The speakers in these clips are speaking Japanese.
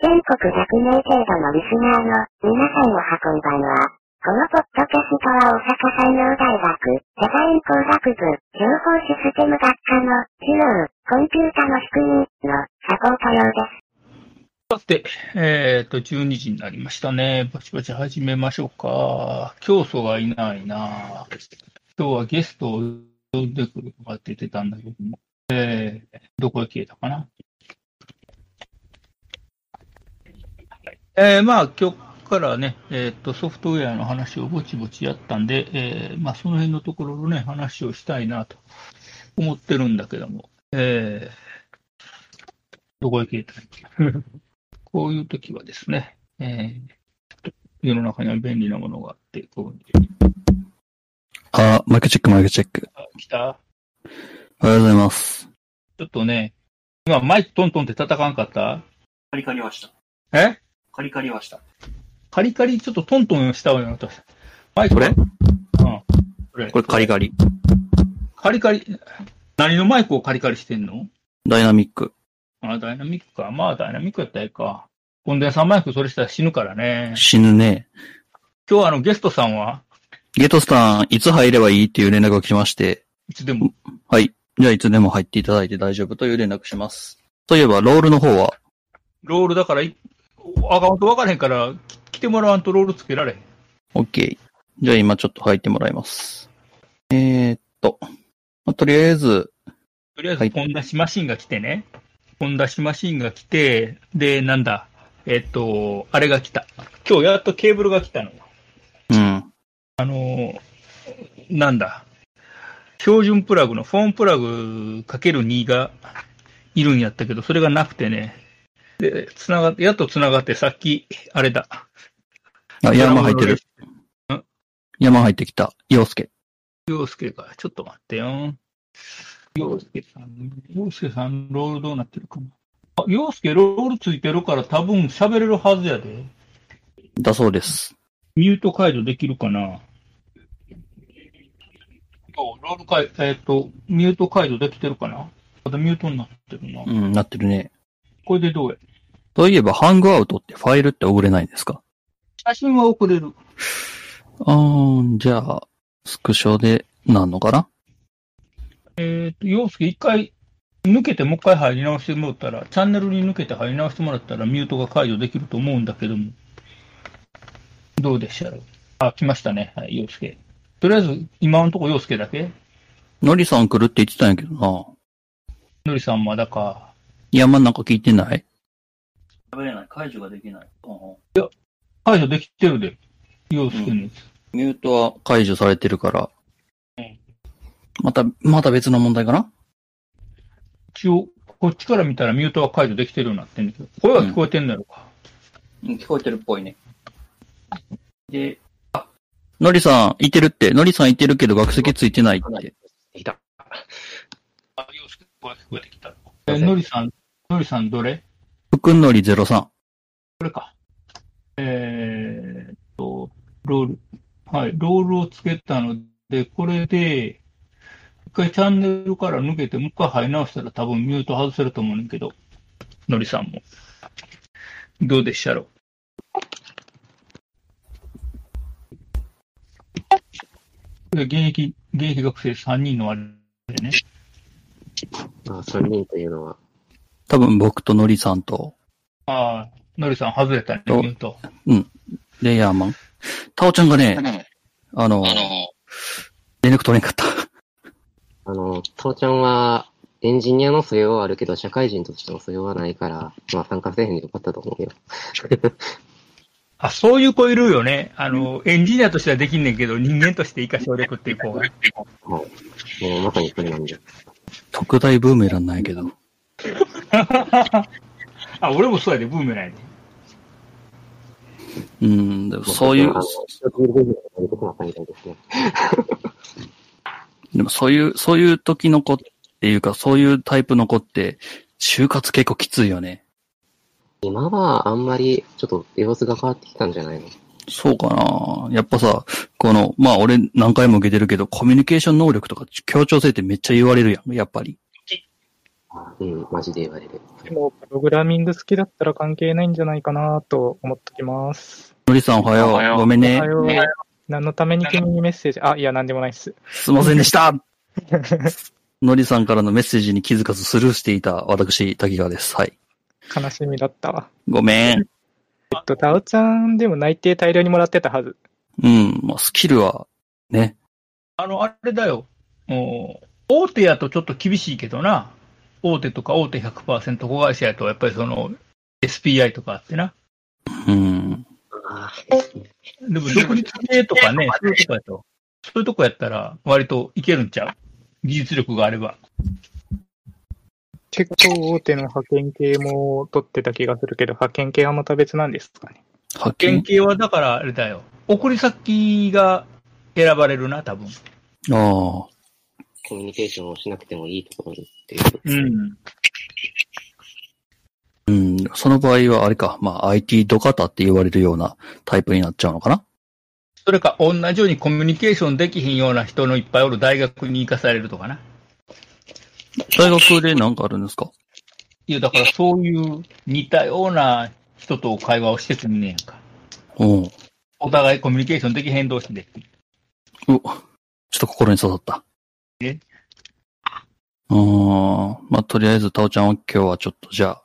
全国100名程度のリスナーの皆さんを運んだのは、このポッドキャストは大阪産業大学デザイン工学部情報システム学科の授業コンピュータの仕組みのサポート用です。さて、えっ、と、12時になりましたね。バチバチ始めましょうか。教祖がいないな。今日はゲストを呼んでくるとかって言ってたんだけども、えー、どこへ消えたかな。えー、まあ、今日からね、えっ、と、ソフトウェアの話をぼちぼちやったんで、えー、まあ、その辺のところのね、話をしたいなと思ってるんだけども、えー、どこへ消えたこういう時はですね、えー世の中には便利なものがあって、こう、あ、マイクチェック、マイクチェック。あ来たおはようございます。ちょっとね、今マイクトントンって叩かんかったカリカリはした。えカリカリはした。カリカリちょっとトントンしたわよ、私。マイク。これうん。これ。これカリカリ。カリカリ。何のマイクをカリカリしてんのダイナミック。あ、ダイナミックか。まあ、ダイナミックやったらええか。コンデンサーマイクそれしたら死ぬからね。死ぬね。今日あのゲストさんはゲートスさん、いつ入ればいいっていう連絡が来まして、いつでも。はい。じゃあいつでも入っていただいて大丈夫という連絡します。といえば、ロールの方は、ロールだからい、アカウント分からへんから、き来てもらわんとロールつけられへん。 OK。じゃあ今ちょっと入ってもらいます。えーっと、まあとりあえず、とりあえはず、いポン出しマシンが来てね。ポン出しマシンが来て、で、なんだ、えっと、あれが来た。今日やっとケーブルが来たの。うん。あのー、なんだ、標準プラグのフォンプラグ ×2 がいるんやったけど、それがなくてね。で、つながやっとつながって、さっき、あれだ。あ、山入ってる。。山入ってきた。洋介。洋介が、ちょっと待ってよ。洋介さん、洋介さん、ロールどうなってるかな。あ、洋介、ロールついてるから多分喋れるはずやで。だそうです。ミュート解除できるかなそうロール解、えっ、と、ミュート解除できてるかなまだミュートになってるなう。ん、なってるね。これでどうやといえば、ハングアウトってファイルって送れないんですか写真は送れる。あーん、じゃあ、スクショで、なんのかなえっ、と、洋介一回抜けてもう一回入り直してもらったら、チャンネルに抜けて入り直してもらったらミュートが解除できると思うんだけども、どうでしたろう。あ、来ましたね。はい、洋介。とりあえず、今のところ洋介だけのりさん来るって言ってたんやけどな。のりさんまだか。山なんか聞いてない食べれない。解除ができない。うんうん解除できてるで。洋介のやつ。ミュートは解除されてるからうん。また、また別の問題かな一応、こっちから見たらミュートは解除できてるようになってんだけど、声は聞こえてんだろうか。うん、聞こえてるっぽいね。で、のりさん、いてるって。のりさんいてるけど学籍ついてないって。いた。あ、洋介、声聞こえてきた。え、のりさん、のりさんどれふくんのり03。これか。えーっと、ロール。はい、ロールをつけたので、これで、一回チャンネルから抜けて、もう一回入り直したら多分ミュート外せると思うねんだけど、のりさんも。どうでしたろうこれ現役、現役学生3人のあれでね。まあ、3人というのは、多分僕とのりさんと、ああ、のりさん外れたね、ミおュート。レイヤーマン。タオちゃんがね、あの、連絡取れんかった。 あの、父ちゃんは、エンジニアの素養はあるけど、社会人としての素養はないから、まあ、参加せえへんでよかったと思う よ。あ、そういう子いるよね。あの、エンジニアとしてはできんねんけど、人間として生かしを力っていう子が。もう、まさにそれなんで。特大ブーメランなんやけど。 あ、俺もそうやで、ブーメランやで。うん、でもそういうまあ、それはあの、人といることが悪くなったみたいですね。でもそういう、そういう時の子っていうか、そういうタイプの子って、就活結構きついよね。今は、あんまり、ちょっと、様子が変わってきたんじゃないのそうかなやっぱさ、この、まあ俺何回も受けてるけど、コミュニケーション能力とか協調性ってめっちゃ言われるやん、やっぱり。うん、マジで言われる。でも、プログラミング好きだったら関係ないんじゃないかなと思っときます。のりさんおはおはよよう。うごめんおねは。よう。何のために君にメッセージあ、いや、なんでもないっす。すいませんで した。のりさんからのメッセージに気づかずスルーしていた私、滝川です。はい。悲しみだったわ。ごめん。えっと、タオちゃんでも内定大量にもらってたはず。うん。まあ、スキルは、ね。あの、あれだよ。お大手やとちょっと厳しいけどな。大手とか大手100%子会社やと、やっぱりその、SPI とかあってな。うん。あでも、独立系とかね、そういうとこやと。そういうとこやったら、割といけるんちゃう技術力があれば。結構大手の派遣系も取ってた気がするけど、派遣系はまた別なんですかね。派原遣型はだからあれだよ。送り先が選ばれるな、多分。ああ。コミュニケーションをしなくてもいいところにっていう。うん。うん。その場合は、あれか。まあ、IT ドカタって言われるようなタイプになっちゃうのかな。それか、同じようにコミュニケーションできひんような人のいっぱいおる大学に行かされるとかな。大学でなんかあるんですかいや、だからそういう似たような人と会話をしてくんねやんか。うん。うお互いコミュニケーションできへん同士で。ちょっと心に刺さった。えうーん。まあ、とりあえず、タオちゃんは今日はちょっと、じゃあ、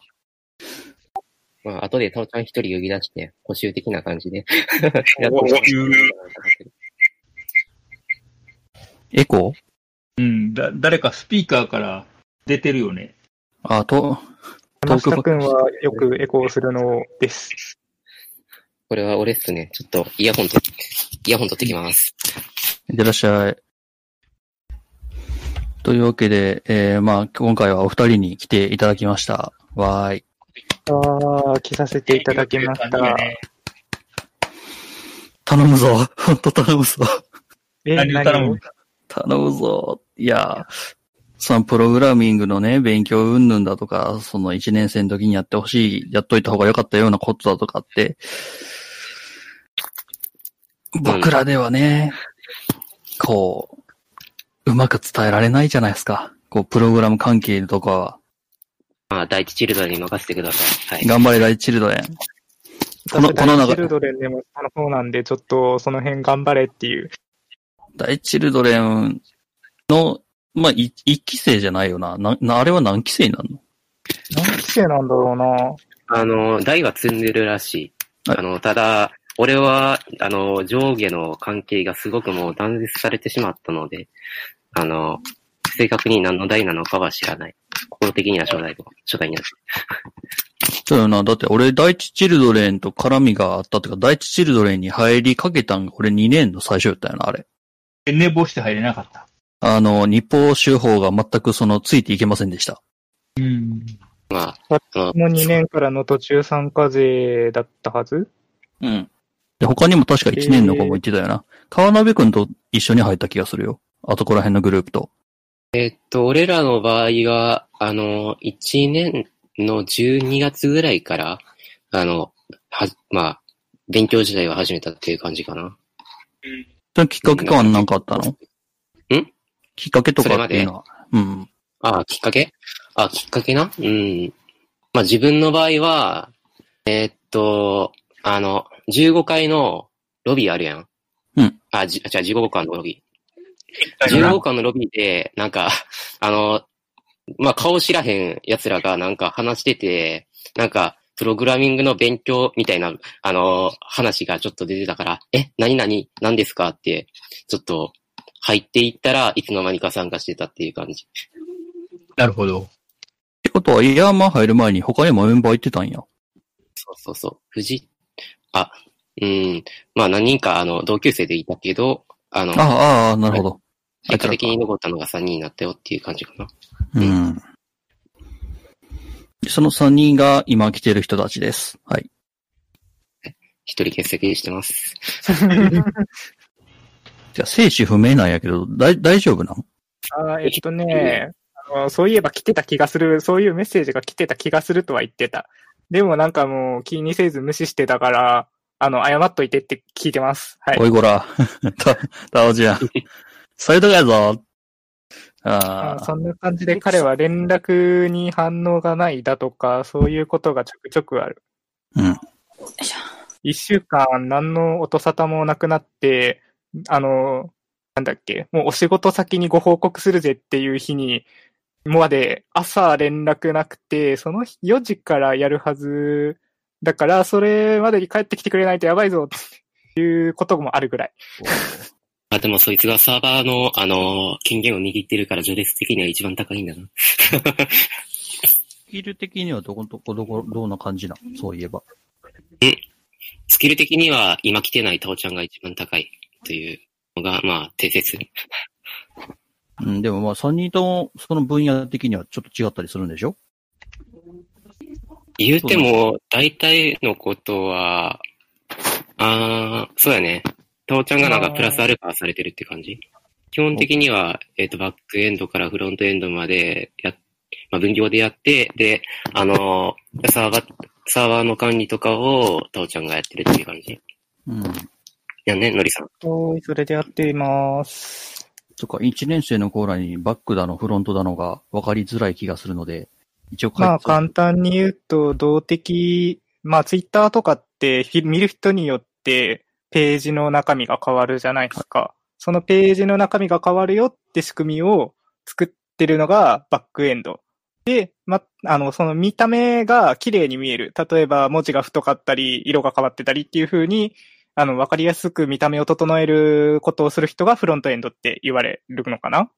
まあ、後でタオちゃん一人呼び出して、補修的な感じで。 や補って修エコーうん、だ、誰かスピーカーから出てるよね。あ、と、山東京下くんはよくエコーするのです。これは俺っすね。ちょっと、イヤホンと、イヤホン取ってきます。いってらっしゃい。というわけで、えー、まあ、今回はお二人に来ていただきました。わーい。あー、来させていただきました。頼むぞ。 ほんと頼むぞ。え何を頼む頼むぞ。いやー、そのプログラミングのね、勉強云々だとか、その一年生の時にやってほしい、やっといた方が良かったようなことだとかって、僕らではね、こう、うまく伝えられないじゃないですか。こう、プログラム関係とかは。まあ、第一チルドレンに任せてください。はい。頑張れ、ライチルドレン。この、このダブルチ中で、ルドレンでも下の方なんで、ちょっとその辺頑張れっていう。ライチルドレンの、まあ、い一期生じゃないよな。な、なあれは何期生になるの何期生なんだろうな。あの、台は積んでるらしい。はいあの、ただ、俺は、あの、上下の関係がすごくもう断絶されてしまったので、あの、正確に何の台なのかは知らない。心的には初代と、初代になる。そうよな。だって俺、第一チルドレンと絡みがあったっていうか、第一チルドレンに入りかけたんが俺2年の最初やったよな、あれ。寝坊して入れなかった。あの、日報手法が全くその、ついていけませんでした。うん。まあ、そのこの2年からの途中参加勢だったは ずうん。で、他にも確か1年の子も言ってたよな。川鍋くんと一緒に入った気がするよ。あとこら辺のグループと。えっと、俺らの場合は、あの、1年の12月ぐらいから、あの、は、まあ、勉強自体は始めたっていう感じかな。そのきっかけかは何かあったのきっかけとかっていうのは。うん。ああ、きっかけああ、きっかけなうん。まあ、自分の場合は、えーっと、あの、15階のロビーあるやん。うん。あ、じ、じゃあ15階のロビー。15階のロビーで、なんか、あの、まあ、顔知らへん奴らがなんか話してて、なんか、プログラミングの勉強みたいな、あの、話がちょっと出てたから、え、何々、何ですかって、ちょっと、入っていったらいつの間にか参加してたっていう感じ。なるほど。ってことは、イヤーマン入る前に他にもメンバー行ってたんや。そうそうそう。藤井あ、うん。まあ何人か、あの、同級生でいたけど、あの、ああ、ああ、なるほど。結果的に残ったのが3人になったよっていう感じかな。うん。その3人が今来てる人たちです。はい。一人欠席してます。じゃあ、生死不明なんやけど、だい大丈夫なのあーえっとね、あのそういえば来てた気がする、そういうメッセージが来てた気がするとは言ってた。でもなんかもう気にせず無視してたから、あの、謝っといてって聞いてます。はい お。いこら。た、たおじゃん。そういうとこやぞ。ああ、そんな感じで彼は連絡に反応がないだとか、そういうことがちょくちょくある。うん。一週間何の音沙汰もなくなって、あの、なんだっけ、もうお仕事先にご報告するぜっていう日に、まで朝連絡なくて、その日4時からやるはず、だからそれまでに帰ってきてくれないとやばいぞっていうこともあるぐらい。あ、でもそいつがサーバーの、あのー権限を握ってるから序列的には一番高いんだな。 スキル的にはどこどこどこ、どんな感じなんそういえば。スキル的には今来てないタオちゃんが一番高いというのが、まあ、定説。うん、でもまあ3人ともその分野的にはちょっと違ったりするんでしょ言うても、大体のことは、あー、そうやね。タオちゃんがなんかプラスアルファされてるって感じ。基本的には、えっ、と、バックエンドからフロントエンドまでや、まあ、分業でやって、で、あのーサーバー、サーバーの管理とかをタオちゃんがやってるっていう感じ。うん。やね、ノリさん。はい、それでやっています。そっか、1年生のコーラにバックだのフロントだのが分かりづらい気がするので、一応書いてまあ簡単に言うと、動的、まあツイッターとかってひ見る人によってページの中身が変わるじゃないですか。そのページの中身が変わるよって仕組みを作ってるのがバックエンド。で、ま、あの、その見た目が綺麗に見える。例えば文字が太かったり、色が変わってたりっていう風に、あの、わかりやすく見た目を整えることをする人がフロントエンドって言われるのかな。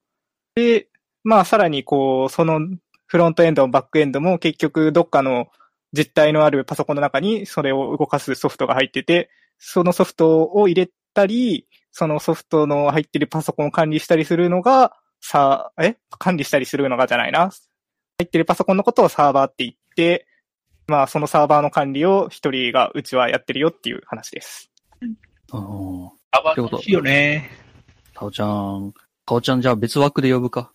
で、まあさらにこう、そのフロントエンドもバックエンドも結局どっかの実体のあるパソコンの中にそれを動かすソフトが入ってて、そのソフトを入れたり、そのソフトの入ってるパソコンを管理したりするのが、さ、え管理したりするのがじゃないな。入ってるパソコンのことをサーバーって言って、まあそのサーバーの管理を一人がうちはやってるよっていう話です。ああ、あばってこといよね。タオちゃん、タオちゃんじゃあ別枠で呼ぶか。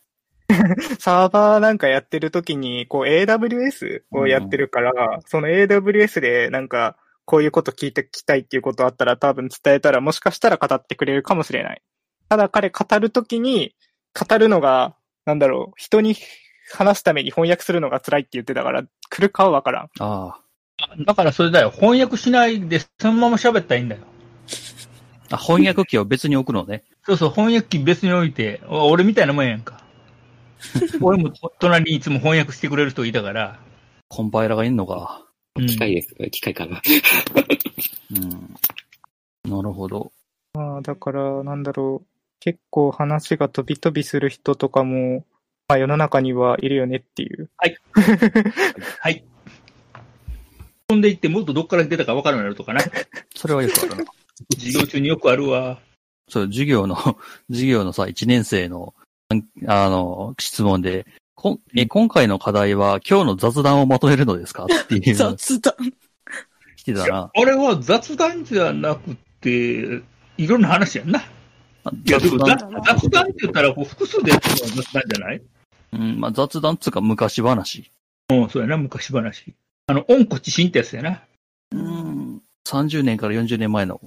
サーバーなんかやってる時に、こう AWS をやってるから、その AWS でなんか、こういうこと聞いてきたいっていうことあったら多分伝えたらもしかしたら語ってくれるかもしれない。ただ彼語る時に、語るのが、なんだろう、人に話すために翻訳するのが辛いって言ってたから、来るかはわからん。あだからそれだよ。翻訳しないで、そのまま喋ったらいいんだよ。あ。あ、翻訳機を別に置くのね。そうそう、翻訳機別に置いて、お俺みたいなもんやんか。俺も隣にいつも翻訳してくれる人いたから。コンパイラがいんのか。うん機械です。機械かな。うん。なるほど。まあ、だから、なんだろう。結構話が飛び飛びする人とかも、まあ世の中にはいるよねっていう。はい。飛んでいって、もっとどっから出たか分からなくなるとかな。それはよくあるな。 授業中によくあるわ。そう、授業の、 授業のさ、1年生の、あの、質問で、こんえ今回の課題は今日の雑談をまとめるのですかっていうのが雑談。来てたな。あれは雑談じゃなくて、いろんな話やんな。いや、で雑も談雑雑談って言ったら、こう複数でやってるのは雑談じゃないうん、まあ雑談っつうか昔話。うん、そうやな、昔話。あの、温故知新ってやつやな。うん。30年から40年前の、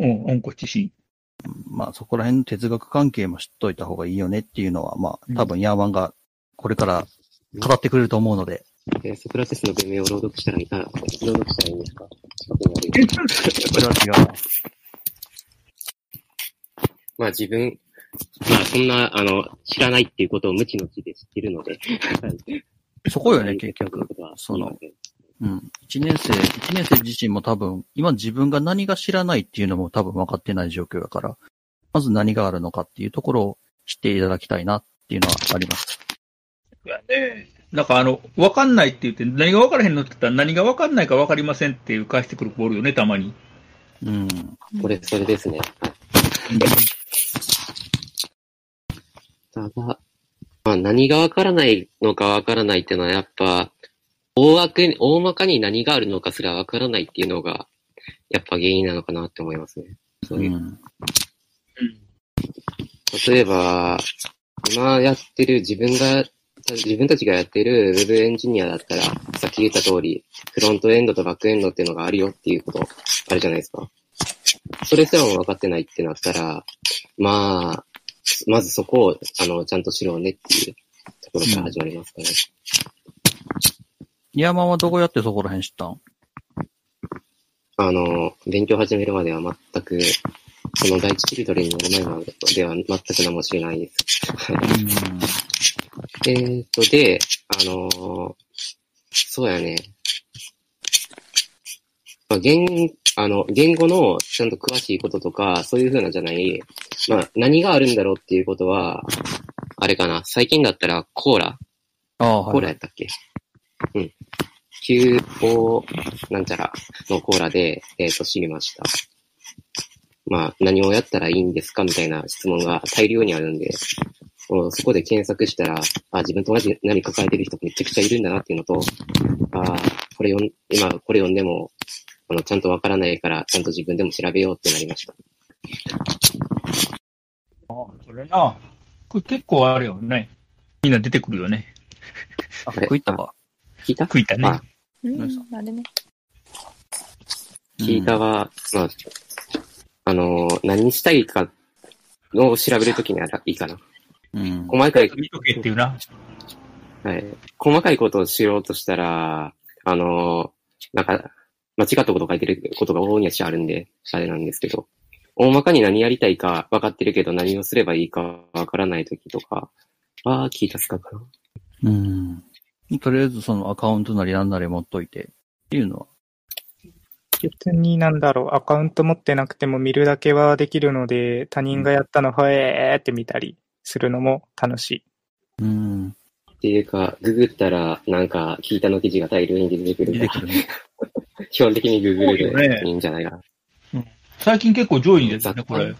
うん、温故知新。まあそこら辺の哲学関係も知っといた方がいいよねっていうのは、まあ多分ヤーマンがこれから語ってくれると思うので、えーソクラテスの弁明を朗読したらいい、あ、朗読したらいいんですか近くにあるそれは違うな。まあ自分、まあそんな、あの、知らないっていうことを無知の知で知ってるので。そ こよね、結局。。そのうん。一年生、一年生自身も多分、今自分が何が知らないっていうのも多分分かってない状況だから、まず何があるのかっていうところを知っていただきたいなっていうのはあります。なんかあの、わかんないって言って、何がわからへんのって言ったら、何がわかんないかわかりませんっていう返してくる子おるよね、たまに。うん。これ、それですね。ただ、まあ何がわからないのかわからないっていうのはやっぱ、大枠に、大まかに何があるのかすらわからないっていうのが、やっぱ原因なのかなって思いますね。そうう。いうん例えば、今やってる自分が、自分たちがやってるウェブエンジニアだったら、さっき言った通り、フロントエンドとバックエンドっていうのがあるよっていうこと、あるじゃないですか。それすらも分かってないってなったら、まあ、まずそこを、あの、ちゃんとしろねっていうところから始まりますかね。ニヤマンはどこやってそこら辺知ったんあの、勉強始めるまでは全く、その第一チルドレンになる前までは全く何も知らないです。えーっと、で、あのーそうやね。まあ、言、あの、言語のちゃんと詳しいこととか、そういうふうなんじゃない、まあ、何があるんだろうっていうことは、あれかな、最近だったらコーラ、ああ、コーはラい。やったっけ、うん。QO なんちゃらのコーラで、えっ、と、知りました。まあ、何をやったらいいんですかみたいな質問が大量にあるんで、うんそこで検索したら、あ、自分と同じ何抱えてる人めちゃくちゃいるんだなっていうのと、あ、これ読ん、今これ読んでも、あの、ちゃんとわからないから、ちゃんと自分でも調べようってなりました。それな、これ結構あるよね。みんな出てくるよね。あ、食いたか。聞いた食いたね。あうん、あれね。聞いたは、まあ、あのー何したいかを調べるときにはいいかな。うん。細かい、見とけっていうな。はい。細かいことをしようとしたら、あのーなんか、間違ったこと書いてることが多いやしあるんで、あれなんですけど、大まかに何やりたいか分かってるけど何をすればいいか分からないときとかは、聞いたすかかうな。ん。とりあえずそのアカウントなりなんなり持っといてっていうのは。別になんだろう、アカウント持ってなくても見るだけはできるので、他人がやったの、はえーって見たりするのも楽しい。うん。っていうか、ググったら、なんか、聞いたの記事が大量に出てくる出かてらくるね。基本的にググるそうよねでいいんじゃないかな。最近結構上位に出てるね、これ。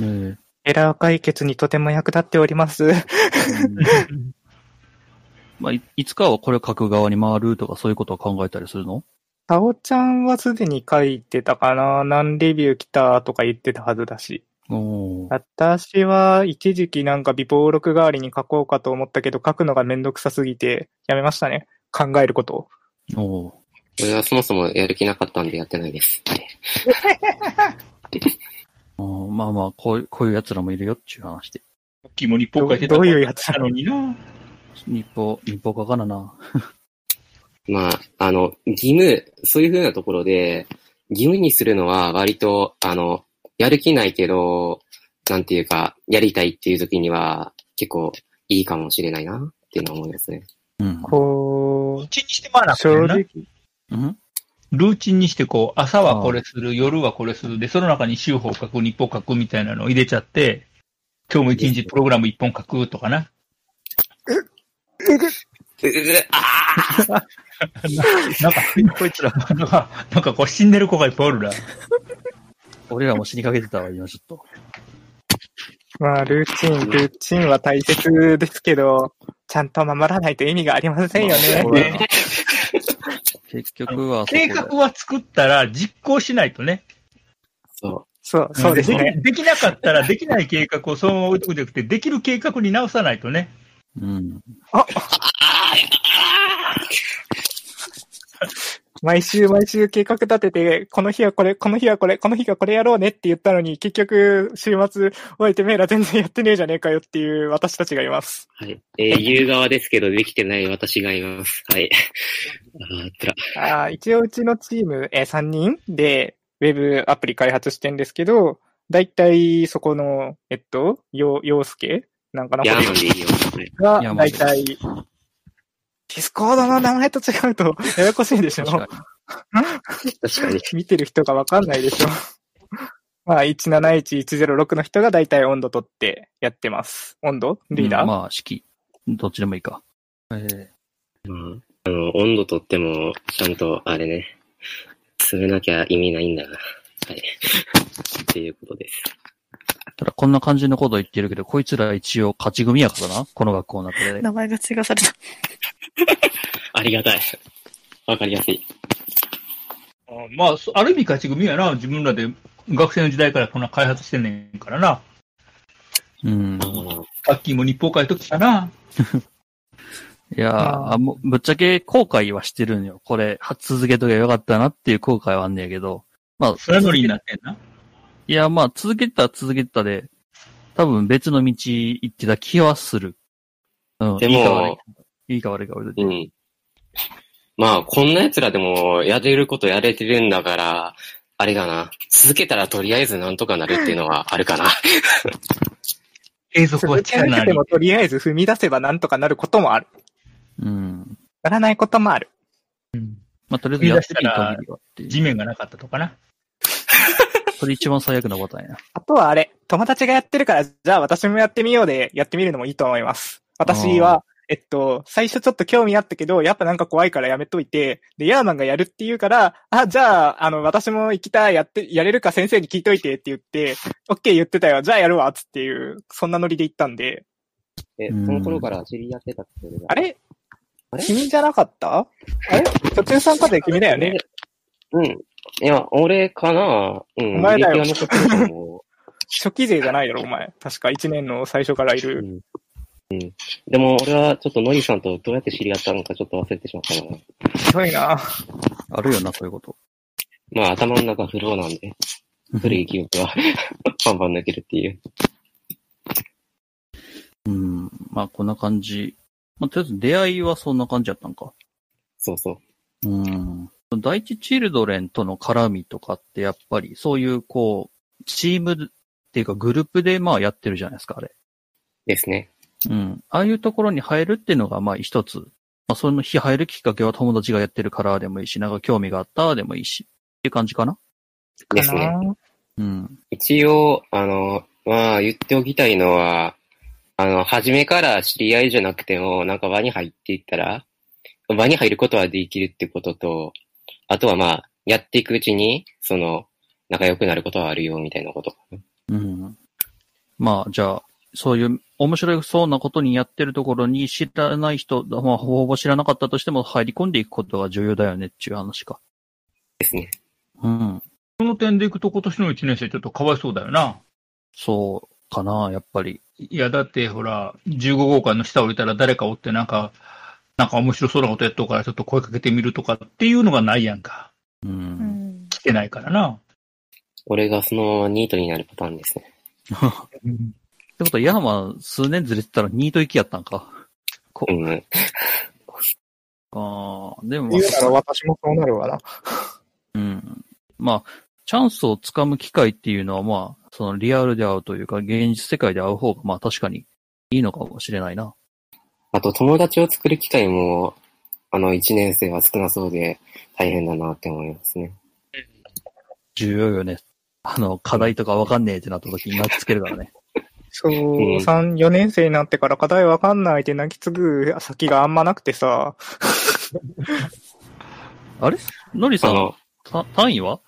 えエラー解決にとても役立っております。えうんまあ、いいつかはこれ書く側に回るとかそういうことを考えたりするのタオちゃんはすでに書いてたかな何レビュー来たとか言ってたはずだし。おー私は一時期なんか微暴録代わりに書こうかと思ったけど、書くのがめんどくさすぎて、やめましたね。考えることおを。ー俺はそもそもやる気なかったんでやってないです。おーまあまあ、こういう、こういう奴らもいるよっていう話で。さっきも日報書いてたどういうやつなのにな。日報、日報書かなな。まあ、あの、義務、そういう風なところで、義務にするのは割と、あの、やる気ないけど、なんていうか、やりたいっていう時には、結構いいかもしれないな、っていうのは思いますね。うん。ルこーチンにしてまあう、な正直、うんルーチンにして、こう、朝はこれする、夜はこれする、で、その中に週報書く、日報書くみたいなのを入れちゃって、今日も一日プログラム一本書くとかな。うううあなんか、こいつら、なんか、なんかこう死んでる子がいっぱいおるな。俺らも死にかけてたわ、今ちょっと。まあ、ルーチン、ルーチンは大切ですけど、ちゃんと守らないと意味がありませんよね。まあそうだな結局はそこ計で、画は作ったら実行しないとね。そそう、そうですね。できなかったら、できない計画をそのまま置いとくんじゃなくて、できる計画に直さないとね。うん。毎週毎週計画立てて、この日はこれ、この日はこれ、この日はこれやろうねって言ったのに、結局、週末、おいてめえら全然やってねえじゃねえかよっていう私たちがいます。う。はい。え ー、言う側ですけど、できてない私がいます。はい。あー、つら。あー一応うちのチーム、えー3人で、ウェブアプリ開発してんですけど、だいたいそこの、えっと、よう、ようすけなんかなヤーマンでいいよ。はいがいや、まあだいたい、ディスコードの名前と違うと、 ややこしいでしょ確。かに。確かに。見てる人がわかんないでしょ。 まあ、171106の人がだいたい温度取ってやってます。温度リーダー、うんまあ、式。どっちでもいいか。ええまあ、あの、温度とっても、ちゃんと、あれね、詰めなきゃ意味ないんだな。はい。 っていうことです。ただ、こんな感じのこと言ってるけど、こいつら一応勝ち組やからな。この学校の中で。名前が追加された。ありがたい。わかりやすい。うんまあ、そある意味勝ち組やな。自分らで学生の時代からこんな開発してんねんからな。うんあ。ーさっきも日報書いときたな。いやーああもうぶっちゃけ後悔はしてるんよ。これ、は続けとけばよかったなっていう後悔はあんねやけど。まあ、それ乗りになってんな。いや、まあ、続けてたら続けてたで、多分別の道行ってた気はする。うん。でいいか悪いも、いいか悪いか俺で。うん。まあ、こんな奴らでも、やれることやれてるんだから、あれかな。続けたらとりあえずなんとかなるっていうのはあるかな。継続続はけ力なくなてりも。とりあえず踏み出せばなんとかなることもある。うん。ならないこともある。うんまあ、とりあえずやってみる限りはっていう地面がなかったとかな。それ一番最悪なパターンや。あとはあれ、友達がやってるから、じゃあ私もやってみようで、やってみるのもいいと思います。私あは、えっと、最初ちょっと興味あったけど、やっぱなんか怖いからやめといて、で、ヤーマンがやるって言うから、あ、じゃあ、あの、私も行きたい、やって、やれるか先生に聞いといてって言って、オッケー言ってたよ、じゃあやるわ、つっていう、そんなノリで行ったんで、え、うそんの頃から知り合ってたって俺があれあれ君じゃなかったあれ途中参加で君だよね。うん。いや、俺かなうん。お前だよ履歴は残ってると思。初期勢じゃないだろ、お前。確か1年の最初からいう うる。ん。うん。でも、俺はちょっとノリさんとどうやって知り合ったのかちょっと忘れてしまったな。ひどいな。あるよな、そういうこと。まあ、頭の中フローなんで、古い記憶は バンバン抜けるっていう。うん。まあ、こんな感じ。まあ、とりあえず出会いはそんな感じやったんか。そうそう。うん。第一チルドレンとの絡みとかって、やっぱり、そういう、こう、チームっていうかグループで、まあ、やってるじゃないですか、あれ。ですね。うん。ああいうところに入るっていうのが、まあ、一つ。まあ、その日入るきっかけは友達がやってるからでもいいし、なんか興味があったでもいいし、っていう感じかな。ですね。うん。一応、あの、まあ、言っておきたいのは、あの、初めから知り合いじゃなくても、なんか輪に入っていったら、輪に入ることはできるってことと、あとはまあ、やっていくうちに、その、仲良くなることはあるよ、みたいなこと。うん。まあ、じゃあ、そういう面白そうなことにやってるところに知らない人、まあ、ほぼほぼ知らなかったとしても入り込んでいくことが重要だよねっていう話か。ですね。うん。その点でいくと今年の1年生ちょっとかわいそうだよな。そうかな、やっぱり。いや、だってほら、15号館の下降りたら誰かおってなんか、なんか面白そうなことやっとうからちょっと声かけてみるとかっていうのがないやんか。うん。うん。来てないからな。俺がそのままニートになるパターンですね。ってことは、ヤーマン数年ずれてたらニート行きやったんか。うん。ああ、でも、ま言うならあ、私もそうなるわな。うん。まあ、チャンスをつかむ機会っていうのは、まあ、そのリアルで会うというか、現実世界で会う方が、まあ確かにいいのかもしれないな。あと、友達を作る機会も、あの、1年生は少なそうで、大変だなって思いますね。重要よね。あの、課題とかわかんねえってなった時に泣きつけるからね。そう、ん3、4年生になってから課題わかんないで泣き継ぐ先があんまなくてさ、あれのりさあん、の、た単位は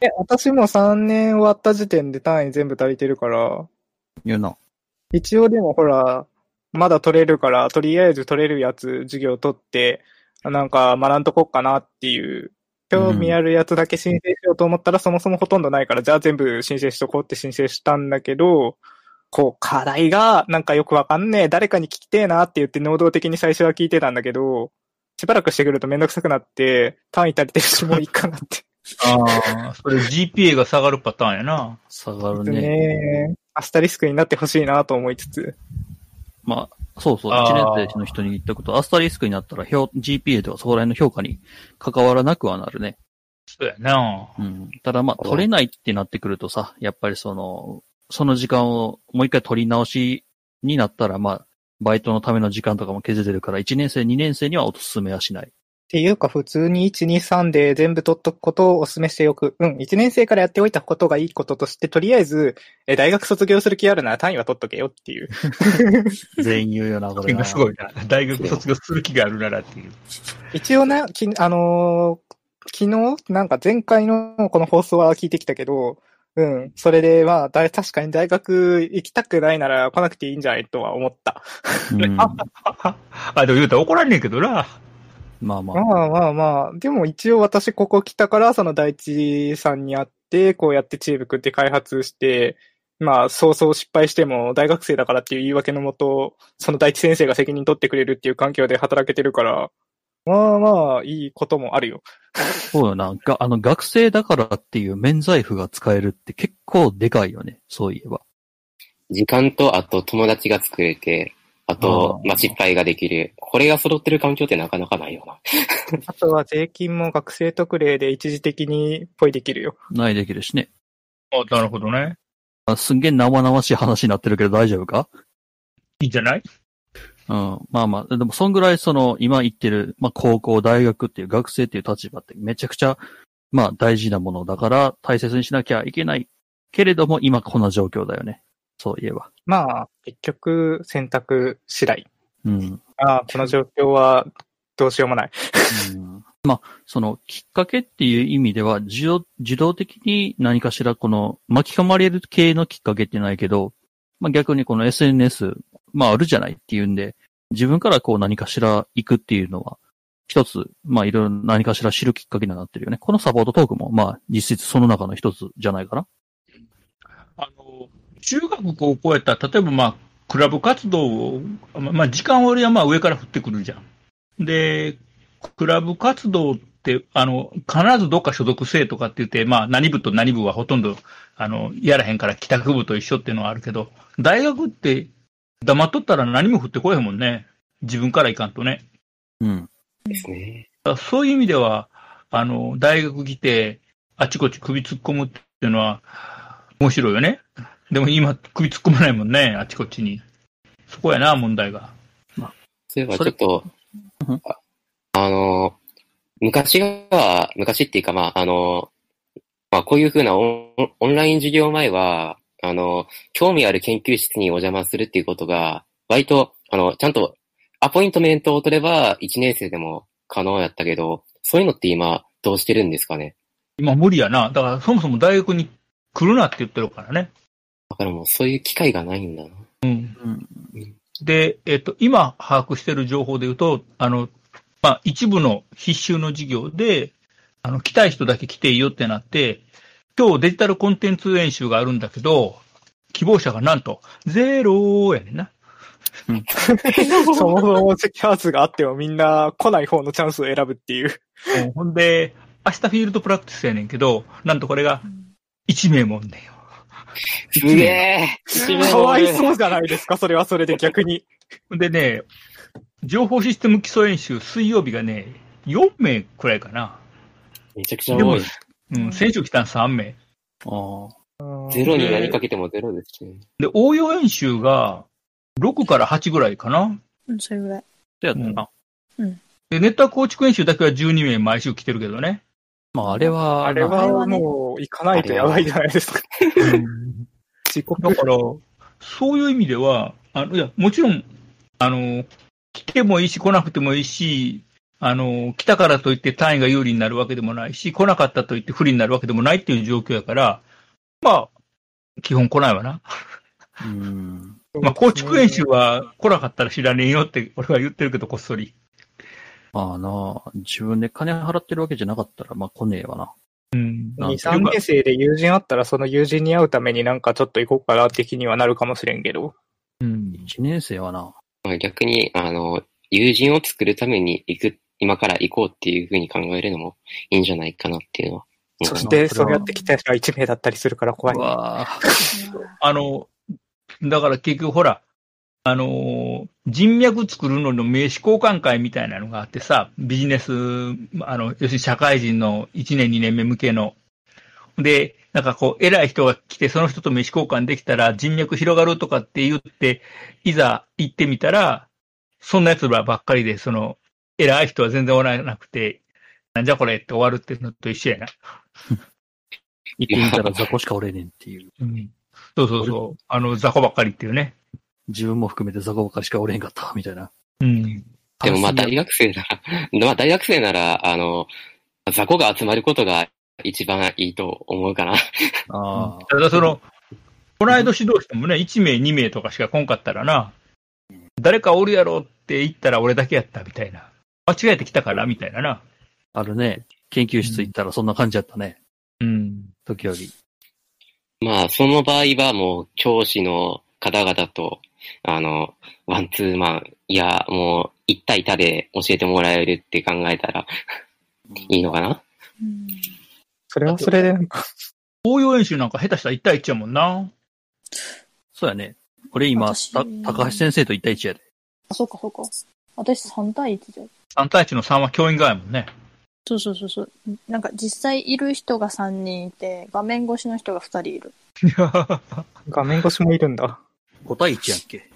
え、私も3年終わった時点で単位全部足りてるから、言うな。一応でもほら、まだ取れるから、とりあえず取れるやつ授業取って、なんか学んとこっかなっていう、興味あるやつだけ申請しようと思ったら、そもそもほとんどないから、じゃあ全部申請しとこうって申請したんだけど、こう課題がなんかよくわかんねえ、誰かに聞きてえなって言って能動的に最初は聞いてたんだけど、しばらくしてくるとめんどくさくなって、単位足りてるしもういいかな って。ああ、それ GPA が下がるパターンやな。下がるね。ねえアスタリスクになってほしいなと思いつつ。まあ、そうそう、あ一ー年生の人に言ったこと、アスタリスクになったら評 GPA とかそこら辺の評価に関わらなくはなるね。そうやな。うん。ただまあ、うん取れないってなってくるとさ、やっぱりその、その時間をもう一回取り直しになったら、まあ、バイトのための時間とかも削れるから、一年生、二年生にはお勧めはしない。っていうか、普通に1、2、3で全部取っとくことをお勧めしておく。うん、1年生からやっておいたことがいいこととして、とりあえず、え大学卒業する気あるなら単位は取っとけよっていう。全員言うよな、これ今な。 すごいな。大学卒業する気があるならっていう。一応な、きあのー昨日なんか前回のこの放送は聞いてきたけど、うん、それでまあ、だい確かに大学行きたくないなら来なくていいんじゃないとは思った。うん。まあ、でも言うたら怒らんねんけどな。あまあ。まあまあまあ、でも一応私ここ来たから、その第一さんに会って、こうやってチーム組んで開発して、まあ、そうそう失敗しても大学生だからっていう言い訳のもと、その第一先生が責任取ってくれるっていう環境で働けてるから、まあまあ、いいこともあるよ。そうよな。が、あの、学生だからっていう免罪符が使えるって結構でかいよね。そういえば。時間と、あと友達が作れて、あと、まあ、失敗ができる。これが揃ってる環境ってなかなかないよな。 あとは税金も学生特例で一時的にポイできるよ。ないできるしね。あ、なるほどね。あすんげえ生々しい話になってるけど大丈夫かいいんじゃないうん。まあまあ、でもそんぐらいその、今言ってる、まあ高校、大学っていう学生っていう立場ってめちゃくちゃ、まあ大事なものだから大切にしなきゃいけないけれども、今こんな状況だよね。そういえば。まあ、結局、選択次第。うん。ああ、この状況はどうしようもない。うんまあ、そのきっかけっていう意味では、自動、自動的に何かしらこの巻き込まれる系のきっかけってないけど、まあ逆にこの SNS、まああるじゃないっていうんで、自分からこう何かしら行くっていうのは、一つ、まあいろいろ何かしら知るきっかけにはなってるよね。このサポートトークも、まあ実質その中の一つじゃないかな。あの、中学高校やったら、例えばまあ、クラブ活動を、ままあ、時間割はまあ上から降ってくるじゃん。で、クラブ活動って、あの、必ずどっか所属性とかって言って、まあ、何部と何部はほとんど、あの、やらへんから帰宅部と一緒っていうのはあるけど、大学って黙っとったら何も降ってこえへんもんね。自分からいかんとね。うん。ですね。だからそういう意味では、あの、大学来て、あちこち首突っ込むっていうのは、面白いよね。でも今、首突っ込まないもんね、あちこちに。そこやな、問題が。そういえばそちょれっと、うんああの、昔は、昔っていうかまあ、あの、まあこういうふうなオンオンライン授業前は、あの、興味ある研究室にお邪魔するっていうことが、割と、あの、ちゃんとアポイントメントを取れば1年生でも可能やったけど、そういうのって今どうしてるんですかね今無理やな。だからそもそも大学に来るなって言ってるからね。だからもうそういう機会がないんだな。うん。で、えっと、今把握している情報で言うと、あの、まあ、一部の必修の授業で、あの、来たい人だけ来ていいよってなって、今日デジタルコンテンツ演習があるんだけど、希望者がなんと、ゼロやねんな。 そもそもチャンスがあってもみんな来ない方のチャンスを選ぶっていう。うんほんで、明日フィールドプラクティスやねんけど、なんとこれが1名もおんねんよ。すげえかわいそうじゃないですか、それはそれで逆に。でね、情報システム基礎演習、水曜日がね、4名くらいかな。めちゃくちゃ多い。うん、先週来たん3名。ああ。ゼロに何かけてもゼロですね。で、応用演習が6から8ぐらいかな。うん、それぐらい。で、ったなで、ネタ構築演習だけは12名毎週来てるけどね。まああれは、あれあれははねもう行かないとやばいじゃないですか。だから、そういう意味では、あの、いや、もちろん、あの、来てもいいし、来なくてもいいし、あの、来たからといって単位が有利になるわけでもないし、来なかったといって不利になるわけでもないっていう状況やから、まあ、基本来ないわな。うん。まあ、構築演習は来なかったら知らねえよって俺は言ってるけど、こっそり。まあなあ、自分で金払ってるわけじゃなかったら、まあ来ねえわな。うん。なん2、3年生で友人あったら、その友人に会うためになんかちょっと行こうかな的にはなるかもしれんけど。うん。一年生はな、まあ逆に、あの、友人を作るために行く、今から行こうっていうふうに考えるのもいいんじゃないかなっていうのは。そしうて、んそれそうはやって来た人は1名だったりするから怖い。うわああの、だから結局ほら、あのー人脈作るのの名刺交換会みたいなのがあってさ、ビジネス、あの、要するに社会人の1年2年目向けの。で、なんかこう、偉い人が来て、その人と名刺交換できたら人脈広がるとかって言って、いざ行ってみたら、そんな奴らばっかりで、その、偉い人は全然おらなくて、なんじゃこれって終わるっていうのと一緒やな。行ってみたら雑魚しかおれねんっていう。うん。そうそうそう。あの、雑魚ばっかりっていうね。自分も含めて雑魚ばっかりしかおれんかった、みたいな。うん。でもまあ悲し大学生なら、 まあ大学生なら、あの、雑魚が集まることが一番いいと思うかな。みだああ、ただその、この間指導してもね、1名、2名とかしか来んかったらな、誰かおるやろって言ったら俺だけやったみたいな。間違えてきたからみたいなな。あるね。研究室行ったらそんな感じやったね。うん。時より。まあその場合はもう教師の方々と、あの、ワンツーマン、いや、もう一対他で教えてもらえるって考えたらいいのかなうんそれはそれでなんか、応用演習なんか下手したら1対1やもんな。そうやね。俺今、私た高橋先生と1対1やで。あ、そうかそうか。私3対1で。 3対1の3は教員側やもんね。そうそうそうそう。なんか実際いる人が3人いて、画面越しの人が2人いる。いや画面越しもいるんだ。 5対1やっけ。